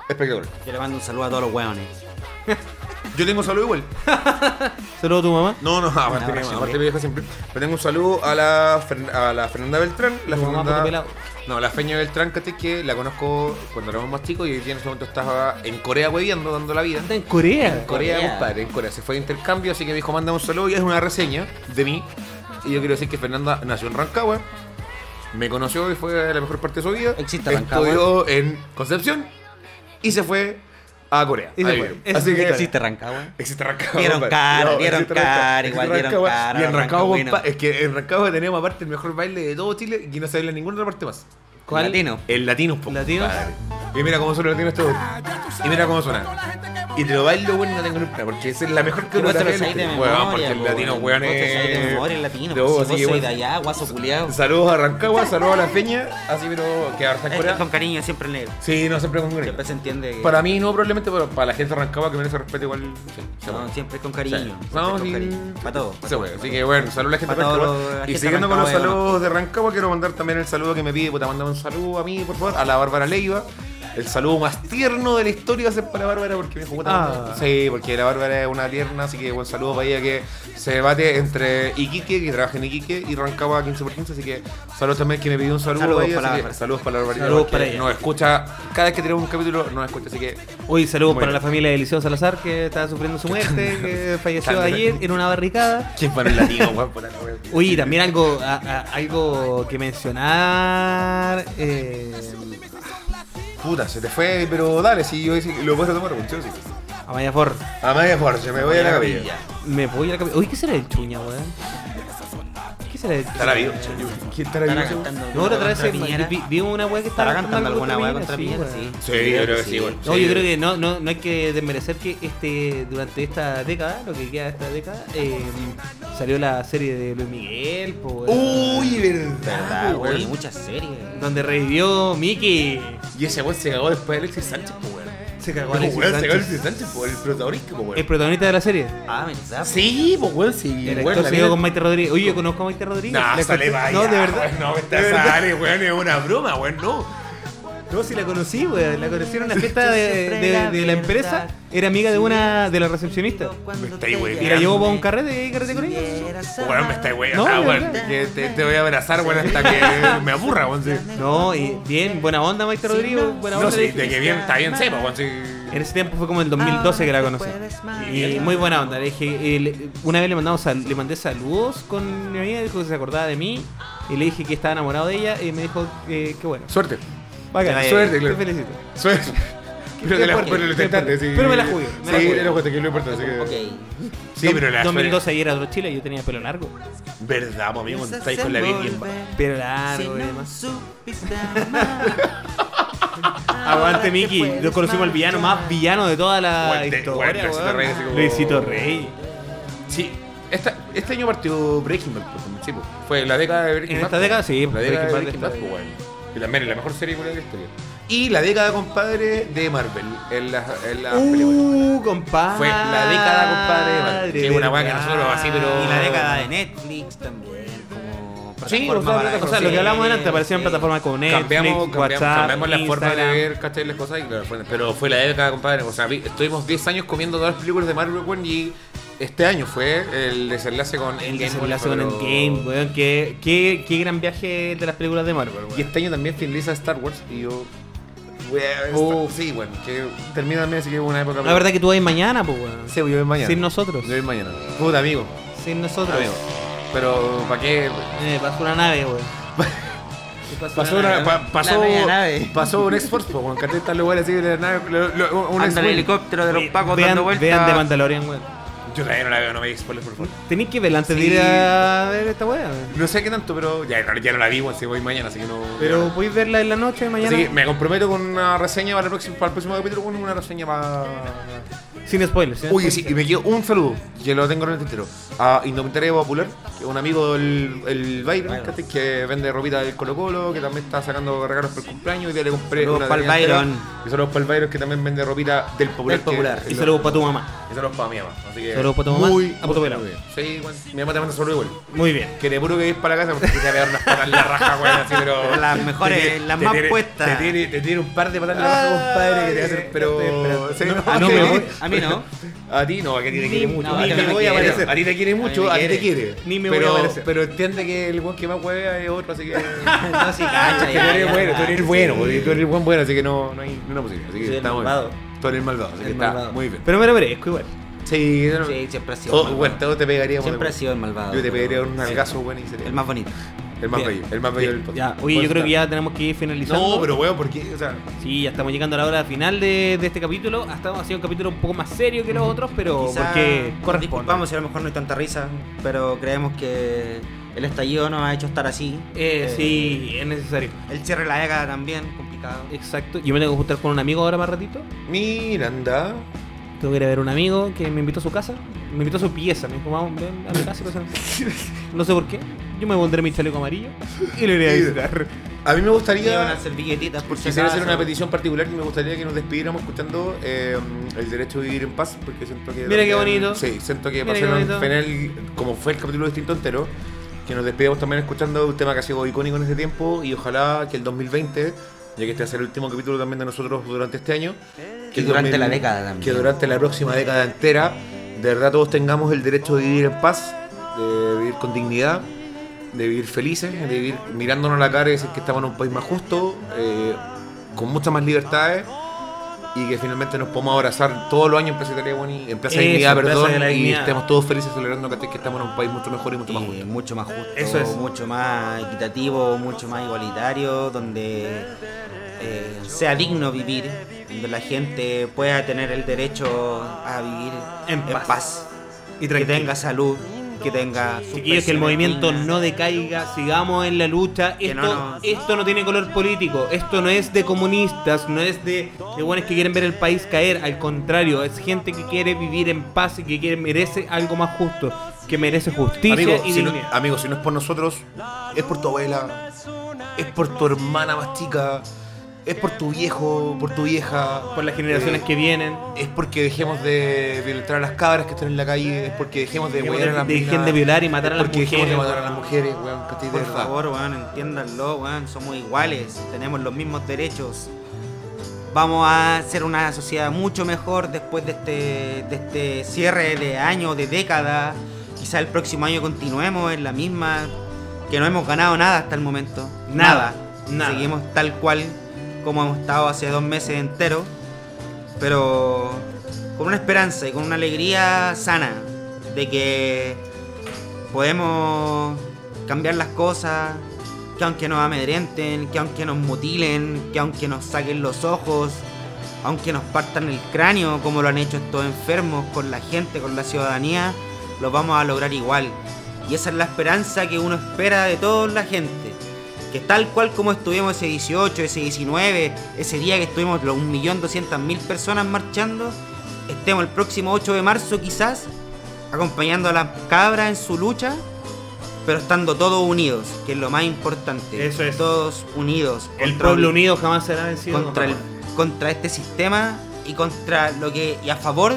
S4: espectacular.
S3: Yo le mando un saludo a todos los hueones.
S4: Yo tengo un saludo igual.
S5: Saludos a tu mamá.
S4: No, no, aparte,
S3: abrazo,
S4: mi- aparte
S3: ¿eh?
S4: mi vieja siempre. Pero tengo un saludo a la, Fern- a la Fernanda Beltrán. La
S5: Tu mamá
S4: Fernanda,
S5: puto pelado.
S4: No, la Feña Beltrán, ¿cachai? que la conozco cuando éramos más chicos y hoy día en este momento estaba en Corea hueviando, dando la vida.
S5: Está en Corea.
S4: Corea,
S3: Corea.
S4: compadre, en Corea. Se fue de intercambio, así que me dijo, manda un saludo y es una reseña de mí. Y yo quiero decir que Fernanda nació en Rancagua, me conoció y fue la mejor parte de su vida.
S3: Existe Rancagua.
S4: Estudió en Concepción y se fue a Corea.
S5: Y se
S4: a
S5: fue.
S4: vivir.
S5: Es
S4: Así que
S3: Existe Rancagua.
S4: Existe Rancagua.
S3: Vieron
S4: compadre.
S3: cara, vieron
S4: existe
S3: cara,
S4: Rancagua,
S3: igual
S4: existe
S3: vieron
S4: Rancagua.
S3: cara,
S4: Y en Rancagua,
S3: rancagüino.
S4: compa- es que en Rancagua tenemos aparte el mejor baile de todo Chile y no se baila en ninguna otra parte más.
S5: ¿Cuál?
S3: Latino.
S4: El latino, po,
S5: ¿Latino?
S4: compadre. Y mira cómo suena el latino esto. Y mira cómo suena. Y te lo bailo, weón, no tengo ni problema, porque esa es la mejor que
S3: Pero vos
S4: uno
S3: te lo
S4: también,
S3: sabés de
S4: weón,
S3: memoria,
S4: porque el
S3: po,
S4: latino,
S3: weón. Vos
S4: weón,
S3: te sabés de
S4: es-
S3: memoria el latino. pues,
S4: No,
S3: si
S4: así
S3: vos
S4: que,
S3: sois de
S4: weón,
S3: allá, guaso culiao.
S4: Saludos a Rancagua, saludos a la Peña, así pero que ahora está en
S3: Eh,
S4: Corea.
S3: Con cariño, siempre negro.
S4: Sí, no siempre con
S3: Siempre se entiende. que-
S4: Para mí no, probablemente, pero para la gente de Rancagua que merece respeto igual. sí, se
S3: No,
S4: puede.
S3: siempre con cariño.
S4: Sí.
S3: siempre
S4: No,
S3: con
S4: sí.
S3: cariño. Para todos. para
S4: Se
S3: todos,
S4: puede.
S3: para
S4: Así
S3: todos.
S4: que bueno, saludos a la gente de
S3: Para todos
S4: Rancagua.
S3: los- la
S4: Y
S3: gente
S4: siguiendo con los
S3: Rancagua,
S4: saludos de Rancagua, quiero mandar también el saludo que me pide, puta, mandame un saludo a mí, por favor, a la Bárbara Leiva. El saludo más tierno de la historia va a ser para Bárbara porque me dijo, puta,
S5: Ah.
S4: sí, porque la Bárbara es una tierna, así que buen saludo para ella que se debate entre Iquique, que trabaja en Iquique, y Rancagua 15x15, así que saludos también que me pidió un saludo
S3: Saludos
S4: a ella,
S3: para
S4: así
S3: la
S4: que
S3: Bárbara.
S4: saludos para la Bárbara
S5: Saludos
S4: porque
S5: para ella.
S4: Nos escucha, cada vez que tenemos un capítulo nos escucha, así que
S5: Hoy saludos
S4: Bueno.
S5: para la familia de Liceo Salazar que está sufriendo su muerte, que falleció
S4: Calma.
S5: ayer en una barricada.
S4: ¿quién para el latino, weón? Por acá, weón.
S5: Oye, y también algo, a- a- algo que mencionar. eh,
S4: Puta, se te fue, pero dale, si yo decía, lo puedes tomar, weón, sí o sí.
S5: Amaya Ford,
S4: A media fuerza, me voy a la capilla.
S5: me voy a la cabeza. Uy, ¿qué será el chuña, weón? ¿Qué será el
S4: Estará
S5: chuña?
S4: vivo. ¿Quién estará
S3: Estará
S4: vivo?
S3: cantando
S5: No, la otra vez
S3: contra Piñera.
S5: vi, vi- vi una weá que estaba
S3: Estará cantando
S5: algo
S3: alguna weá contra
S5: Piñera,
S3: Piñera,
S5: sí,
S3: sí.
S5: weón.
S4: Sí, yo creo que sí, bueno.
S5: No, yo creo que no, no, no hay que desmerecer que este durante esta década, lo que queda de esta década, eh, salió la serie de Luis Miguel, po, weón,
S4: Uy, verdad,
S3: Verdad, güey.
S4: weón.
S3: Muchas series.
S5: donde revivió Mickey.
S4: Y ese weón se cagó después de Alexis Sánchez, po, weón.
S5: Se cagó
S4: No,
S5: Alexis
S4: weón, Se
S5: Sánchez.
S4: cagó Alexis Sánchez, po, el protagonista, po,
S5: El
S4: weón.
S5: protagonista de la serie.
S3: Ah, verdad.
S4: Sí, po, weón, sí.
S5: El
S4: weón,
S5: actor
S4: la
S5: se quedó
S4: mina-
S5: con Maite Rodríguez. Oye, yo conozco a Maite Rodríguez.
S4: Nah,
S5: La conocí-
S4: sale vaya.
S5: No, de verdad.
S4: weón, No, me
S5: De
S4: estás
S5: verdad.
S4: sale, weón, es una broma, weón, no.
S5: No, si la conocí, weón. La conocí en una fiesta de,
S2: siempre
S5: de-
S2: la
S5: de la empresa.
S2: verdad.
S5: Era amiga de una de las recepcionistas.
S2: Cuando
S4: Me está
S2: te
S4: ahí,
S5: Y la
S4: Grande.
S5: llevó para un carrete y carrete con ella.
S4: Weón, me está weón.
S5: No,
S4: ah,
S5: de
S4: weón.
S5: verdad.
S4: que Te te voy a abrazar, weón, hasta que me aburra, weón. sí.
S5: No, y bien, buena onda Maite Rodríguez. Buena
S4: No,
S5: onda.
S4: sí, de que bien, está bien, sepa, weón, sí.
S5: En ese tiempo fue como en el 2012 que la conocí. Y muy buena onda. Le dije, eh, le- una vez le, mandamos sal- le mandé saludos con mi amiga, dijo que se acordaba de mí. Y le dije que estaba enamorado de ella. Y me dijo que, que bueno.
S4: Suerte.
S5: Bacán,
S4: Te
S5: suerte,
S4: claro.
S5: Te felicito.
S4: Suerte.
S5: Eh, qué
S4: Pero, te la,
S5: fuerte,
S4: pero lo
S5: qué
S4: intentaste,
S5: fuerte.
S4: sí.
S5: Pero me la jugué, me la
S4: Sí,
S5: jugué.
S4: era justo, que es lo importante. así que-
S3: Ok.
S4: Sí, pero la
S5: 2012 ahí era otro Chile, yo tenía pelo largo.
S4: Verdad, po, amigo, estáis con la Virgen. pa.
S5: Pelo largo y demás. Aguante, Miki. Nos conocimos al villano más villano de toda la
S4: Aguante,
S5: historia.
S4: bueno, Luisito
S5: weón.
S4: Rey, así como-
S5: Luisito Rey.
S4: Sí. Esta, este año partió Breaking Bad, po, sí, po. Fue la década de Breaking
S5: En
S4: Bad.
S5: esta
S4: po.
S5: década, sí,
S4: La década de
S5: Breaking
S4: Breaking
S5: Bad,
S4: Bad, po, weón. Y también es la mejor serie culiao de la historia. Y la década, compadre, de Marvel. En las en las películas.
S5: Uh, compadre.
S4: Ah, Fue la década, compadre, de Marvel. Que es una weá que nosotros así, pero-
S3: Y la década de Netflix también. Como
S4: Sí,
S3: plataforma
S4: o sea,
S3: para
S4: la-
S5: O sea, lo que hablamos delante aparecían
S3: sí.
S5: plataformas como Netflix,
S4: cambiamos, cambiamos,
S5: WhatsApp,
S4: cambiamos la forma de
S5: Instagram.
S4: ver ¿cachai? las cosas, y claro, fue- pero fue la década, compadre. O sea, vi- estuvimos 10 años comiendo todas las películas de Marvel weón, y este año fue el desenlace con
S5: El
S4: Endgame,
S5: desenlace con
S4: weón, pero-
S5: Endgame, weón. Qué, qué, qué gran viaje de las películas de Marvel,
S4: Y
S5: weón.
S4: este año también finaliza Star Wars y yo. weón,
S5: Oh.
S4: Star- sí, bueno, que termina también, así que hubo una época.
S5: La verdad que tú vas mañana, pues, weón.
S4: Sí, yo voy mañana.
S5: Sin nosotros.
S4: Yo voy mañana. Puta, amigo.
S5: sin nosotros.
S4: Amigo, Pero, ¿para qué?
S5: Eh, pasó una nave, güey.
S4: Pasó, una, pa- pasó,
S7: La media nave.
S4: pasó un export, pues, Juan Caté está lugar así, la nave, lo- lo- un
S3: Anda el
S4: export.
S3: helicóptero de los pacos
S5: vean,
S3: dando vueltas.
S5: vean de Mandalorian, güey.
S4: Yo todavía no la veo, no me digas spoilers, por favor.
S5: Tenéis que verla antes de
S4: Sí.
S5: ir a ver esta weá. güey.
S4: No sé qué tanto, pero ya, no- ya no la vi, bueno, así voy mañana, así que no.
S5: Pero podéis verla en la noche,
S4: Así
S5: mañana.
S4: que me comprometo con una reseña para el próximo, para el próximo capítulo, con una reseña para.
S5: Sin spoilers. sin
S4: Uy,
S5: spoilers.
S4: sí, y me quedo un saludo, que lo tengo en el tintero, a Indomitaria Popular, que es un amigo del el Byron, ¿cachai? que vende ropita del Colo Colo, que también está sacando regalos para el cumpleaños, y hoy día le compré
S3: Saludos
S4: una
S3: pa'l
S4: tarea entera.
S3: Byron.
S4: Y saludos para el Byron, que también vende ropita del Popular.
S3: Del Popular.
S4: que-
S5: Y saludos para tu mamá.
S4: Y saludos para mi mamá. Así que
S5: Saludos para tu mamá.
S4: Muy,
S5: a tu pelado.
S4: muy bien. Sí, bueno, mi mamá te manda saludos igual.
S5: Muy bien.
S4: Que te puro que ir para la casa porque te va a pegar unas patas en la raja, güey, así, pero...
S3: Las mejores,
S4: Te tiene-
S3: las
S4: te
S3: más
S4: tiene-
S3: puestas.
S4: Te tiene, te tiene un par de patas en la raja, compadre, que te va a hacer, pero... Sí,
S3: Ah, no,
S4: que-
S3: me voy. A mí no.
S4: a ti no, a que te quiere mucho.
S3: no,
S4: a,
S3: a
S4: ti
S3: mí
S4: te
S3: me
S4: voy a
S3: quiere.
S4: aparecer. a ti te quiere mucho, a,
S3: me
S4: ti te
S3: quiere.
S4: quiere.
S5: Ni me voy
S4: pero,
S5: a aparecer.
S4: Pero entiende que el buen que más huevea es otro, así que.
S3: No, sí, cacha,
S4: Que
S3: ya,
S4: tú eres
S3: ya.
S4: bueno, tú eres bueno, porque tú eres el buen bueno, así que no, no hay una posibilidad. Así que
S7: Soy el
S4: está muy
S7: malvado.
S4: bien. Tú eres el malvado, así que
S7: El
S4: está
S7: malvado.
S4: muy bien.
S5: Pero me lo merezco igual.
S4: Sí, eso no-
S3: Sí, siempre ha sido.
S4: Oh,
S3: malvado.
S4: bueno, todo te pegaría
S3: Siempre ha sido el malvado.
S4: Yo te pegaría
S3: pero-
S4: un
S3: sí.
S4: algazo, bueno, y sería.
S3: El más bonito.
S4: el más
S5: Bien.
S4: bello, el más bello del podcast.
S5: Ya, oye, yo creo que ya tenemos que ir finalizando.
S4: Pues, No, pero weón, porque, o sea,
S5: Sí, ya estamos llegando a la hora final de, de este capítulo. Ha estado ha sido un capítulo un poco más serio que los otros, pero
S3: Quizá
S5: porque
S3: nos
S5: corresponde.
S3: Disculpamos si a lo mejor no hay tanta risa, pero creemos que el estallido nos ha hecho estar así.
S5: Eh, sí, es necesario.
S3: El cierre de la década también, complicado.
S4: Eh,
S5: Exacto. Yo me tengo que juntar con un amigo ahora más ratito.
S4: Miranda.
S5: Tengo que ir a ver a un amigo que me invitó a su casa. Me invitó a su pieza. Me dijo, vamos, ven a mi casa. y cosas así. No sé por qué. Yo me pondré mi chaleco amarillo y lo iré a visitar.
S4: A
S3: Le
S4: mí me
S3: van a
S4: gustaría.
S3: hacer billetitas por si
S4: Quisiera
S3: acaso.
S4: hacer una petición particular que me gustaría que nos despidiéramos escuchando eh, El derecho a vivir en paz, porque siento que.
S5: Mira qué bonito.
S4: Sí, siento que
S5: Mira
S4: para
S5: qué
S4: hacer un
S5: bonito.
S4: final, como fue el capítulo distinto entero, que nos despidamos también escuchando un tema que ha sido icónico en este tiempo y ojalá que el 2020, ya que este va a ser el último capítulo también de nosotros durante este año,
S3: Que
S4: el
S3: durante la década también.
S4: Que durante la próxima década entera, de verdad todos tengamos el derecho de vivir en paz, de vivir con dignidad de vivir felices, de vivir mirándonos a la cara y decir que estamos en un país más justo, eh, con muchas más libertades y que finalmente nos podamos abrazar todos los años en Plaza Italia, bueno, y- en Plaza
S5: Eso,
S4: Dignidad,
S5: en Plaza
S4: perdón,
S5: de la
S4: y
S5: Dignidad.
S4: estemos todos felices celebrando que que estamos en un país mucho mejor y mucho más justo.
S3: Y mucho más justo,
S5: Eso es.
S3: mucho más equitativo, mucho más igualitario, donde eh, sea digno vivir, donde la gente pueda tener el derecho a vivir
S5: En paz.
S3: y que tenga salud, que tenga sus
S5: Chiquillos, que el
S3: pensiones
S5: movimiento
S3: dignas.
S5: no decaiga, sigamos en la lucha.
S3: Que
S5: Esto
S3: no nos-
S5: esto no tiene color político, esto no es de comunistas, no es de, de buenos que quieren ver el país caer, al contrario, es gente que quiere vivir en paz y que quiere, merece algo más justo, que merece justicia
S4: Amigo,
S5: y
S4: si no,
S5: dignidad.
S4: amigo, si no es por nosotros, es por tu abuela, es por tu hermana más chica, es por tu viejo, por tu vieja.
S5: Por las generaciones
S4: eh,
S5: que vienen,
S4: Es porque dejemos de violentar a las cabras que están en la calle, es porque dejemos de
S5: Dejemos
S4: huear
S5: de-
S4: a las
S5: de- dejen
S4: minas,
S5: de violar y matar
S4: es
S5: a las
S4: porque dejemos de
S5: mujeres,
S4: matar a las
S5: weón.
S4: mujeres, weón, ¿cachai? De
S3: Por
S4: verdad.
S3: favor, weón, entiéndanlo, weón, somos iguales, tenemos los mismos derechos. Vamos a ser una sociedad mucho mejor después de este, de este cierre de año, de década. Quizá el próximo año continuemos en la misma, que no hemos ganado nada hasta el momento. Nada.
S5: Nada.
S3: Seguimos tal cual como hemos estado hace dos meses enteros, pero con una esperanza y con una alegría sana de que podemos cambiar las cosas, que aunque nos amedrenten, que aunque nos mutilen, que aunque nos saquen los ojos, aunque nos partan el cráneo, como lo han hecho estos enfermos con la gente, con la ciudadanía, lo vamos a lograr igual. Y esa es la esperanza que uno espera de toda la gente. Que tal cual como estuvimos ese 18, ese 19, ese día que estuvimos los 1.200.000 personas marchando, estemos el próximo 8 de marzo quizás acompañando a las cabras en su lucha, pero estando todos unidos, que es lo más importante.
S5: Eso es.
S3: Todos unidos.
S5: el
S3: contra
S5: pueblo
S3: un-
S5: unido jamás será vencido.
S3: contra, el- contra este sistema y contra lo que y a favor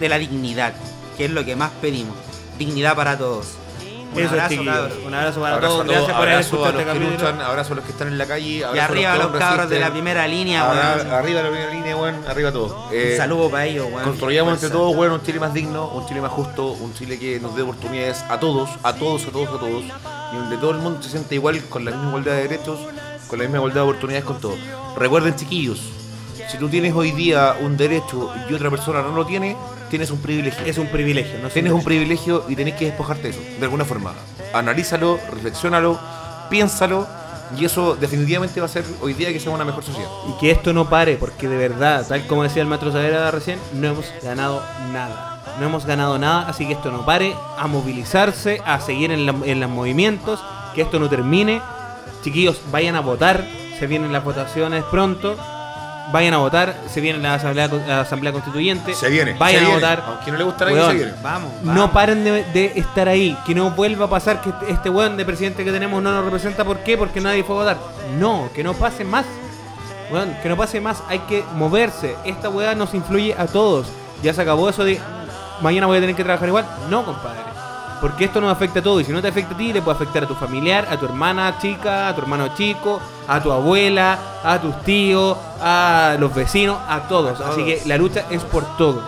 S3: de la dignidad, que es lo que más pedimos. Dignidad para todos. Un
S5: Eso es,
S3: abrazo,
S5: chiquillos.
S3: cabros.
S5: Un abrazo para
S4: Abrazo a
S5: todos.
S4: todos,
S5: Gracias por haber
S4: abrazo a
S5: escuchado
S4: los
S5: este
S4: que
S5: capítulo.
S4: luchan, abrazo a los que están en la calle,
S3: Y
S4: abrazo
S3: arriba
S4: a
S3: los
S4: que aún
S3: cabros de la
S4: resisten.
S3: primera línea,
S4: Abra-
S3: weón.
S4: Arriba la primera línea, weón, arriba todo. Eh,
S3: Un saludo para ellos, weón.
S4: Construyamos entre
S3: Fuerza.
S4: todos, bueno, un Chile más digno, un Chile más justo, un Chile que nos dé oportunidades a todos, a todos, a todos, a todos, y donde todo el mundo se siente igual, con la misma igualdad de derechos, con la misma igualdad de oportunidades con todo. Recuerden, chiquillos, si tú tienes hoy día un derecho y otra persona no lo tiene, tienes un privilegio.
S5: Es un privilegio, ¿no?
S4: Tienes un privilegio y tenés que despojarte de eso, de alguna forma. Analízalo, reflexionalo, piénsalo, y eso definitivamente va a hacer hoy día que sea una mejor sociedad.
S5: Y que esto no pare, porque de verdad, tal como decía el maestro Savera recién, no hemos ganado nada. No hemos ganado nada, así que esto no pare. A movilizarse, a seguir en, la- en los movimientos, que esto no termine. Chiquillos, vayan a votar. Se vienen las votaciones pronto. Vayan a votar. Se viene la Asamblea, la asamblea Constituyente.
S1: Se viene,
S5: Vayan
S1: se
S5: a
S1: viene.
S5: votar.
S4: Aunque no le gusta a nadie,
S5: Weón,
S4: se viene.
S3: Vamos, vamos.
S5: No paren de, de estar ahí. Que no vuelva a pasar que este weón de presidente que tenemos no nos representa. ¿Por qué? Porque nadie fue a votar. No, que no pase más. Weón, que no pase más. Hay que moverse. Esta weá nos influye a todos. Ya se acabó eso de mañana voy a tener que trabajar igual. No, compadre. Porque esto nos afecta a todos. Y si no te afecta a ti, le puede afectar a tu familiar, a tu hermana chica, a tu hermano chico, a tu abuela, a tus tíos, a los vecinos, a todos.
S3: A
S5: Así
S3: todos.
S5: que la lucha es por todos.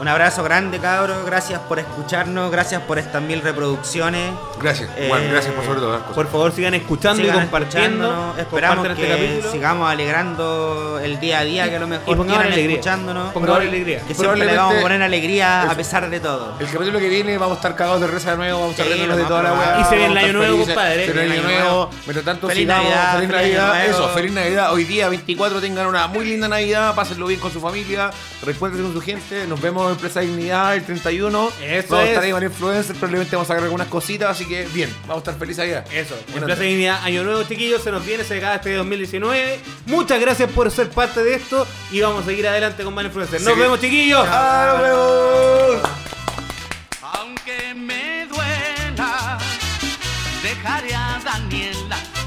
S3: Un abrazo grande, cabros. Gracias por escucharnos. Gracias por estas mil reproducciones.
S4: Gracias,
S3: Eh,
S4: Juan, gracias por sobre ¿eh? todas las cosas.
S5: Por favor, sigan escuchando y
S3: Sigan
S5: compartiendo.
S3: escuchándonos. Esperamos
S5: Compartan
S3: que
S5: este capítulo.
S3: sigamos alegrando el día a día, que a lo
S5: y
S3: mejor
S5: pongan
S3: tienen
S5: alegría.
S3: escuchándonos.
S5: Pongan alegría.
S3: Que siempre le vamos a
S4: Probablemente-
S3: poner alegría a
S4: Eso.
S3: pesar de todo.
S4: El capítulo que viene vamos a estar cagados de risa de nuevo, vamos a estar
S3: Sí, lo
S4: riéndonos de
S3: más
S4: toda la
S3: probable.
S4: weá.
S5: Y se viene el
S4: vamos a
S5: año
S4: estar
S5: nuevo,
S4: felices,
S5: compadre.
S4: Se viene el año nuevo. Mientras tanto,
S3: Feliz
S4: sigamos,
S3: Navidad,
S4: feliz
S3: feliz año
S4: Navidad.
S3: nuevo.
S4: Eso, feliz Navidad. Hoy día 24 tengan una muy linda Navidad, pásenlo bien con su familia, recuerden con su gente. Nos vemos en Presa Dignidad el 31.
S5: Eso
S4: vamos a
S5: es.
S4: estar ahí con influencer, probablemente vamos a sacar algunas cositas, así que bien, vamos a estar felices allá.
S5: Eso, en
S4: Buenas
S5: Plaza
S4: noches.
S5: Dignidad, Año Nuevo, chiquillos, se nos viene, se acaba este 2019. Muchas gracias por ser parte de esto y vamos a seguir adelante con Mal Influencer. Nos
S4: Sí.
S5: vemos, chiquillos.
S4: ¡Ah, nos vemos!
S7: Aunque me duela, dejaré a Daniela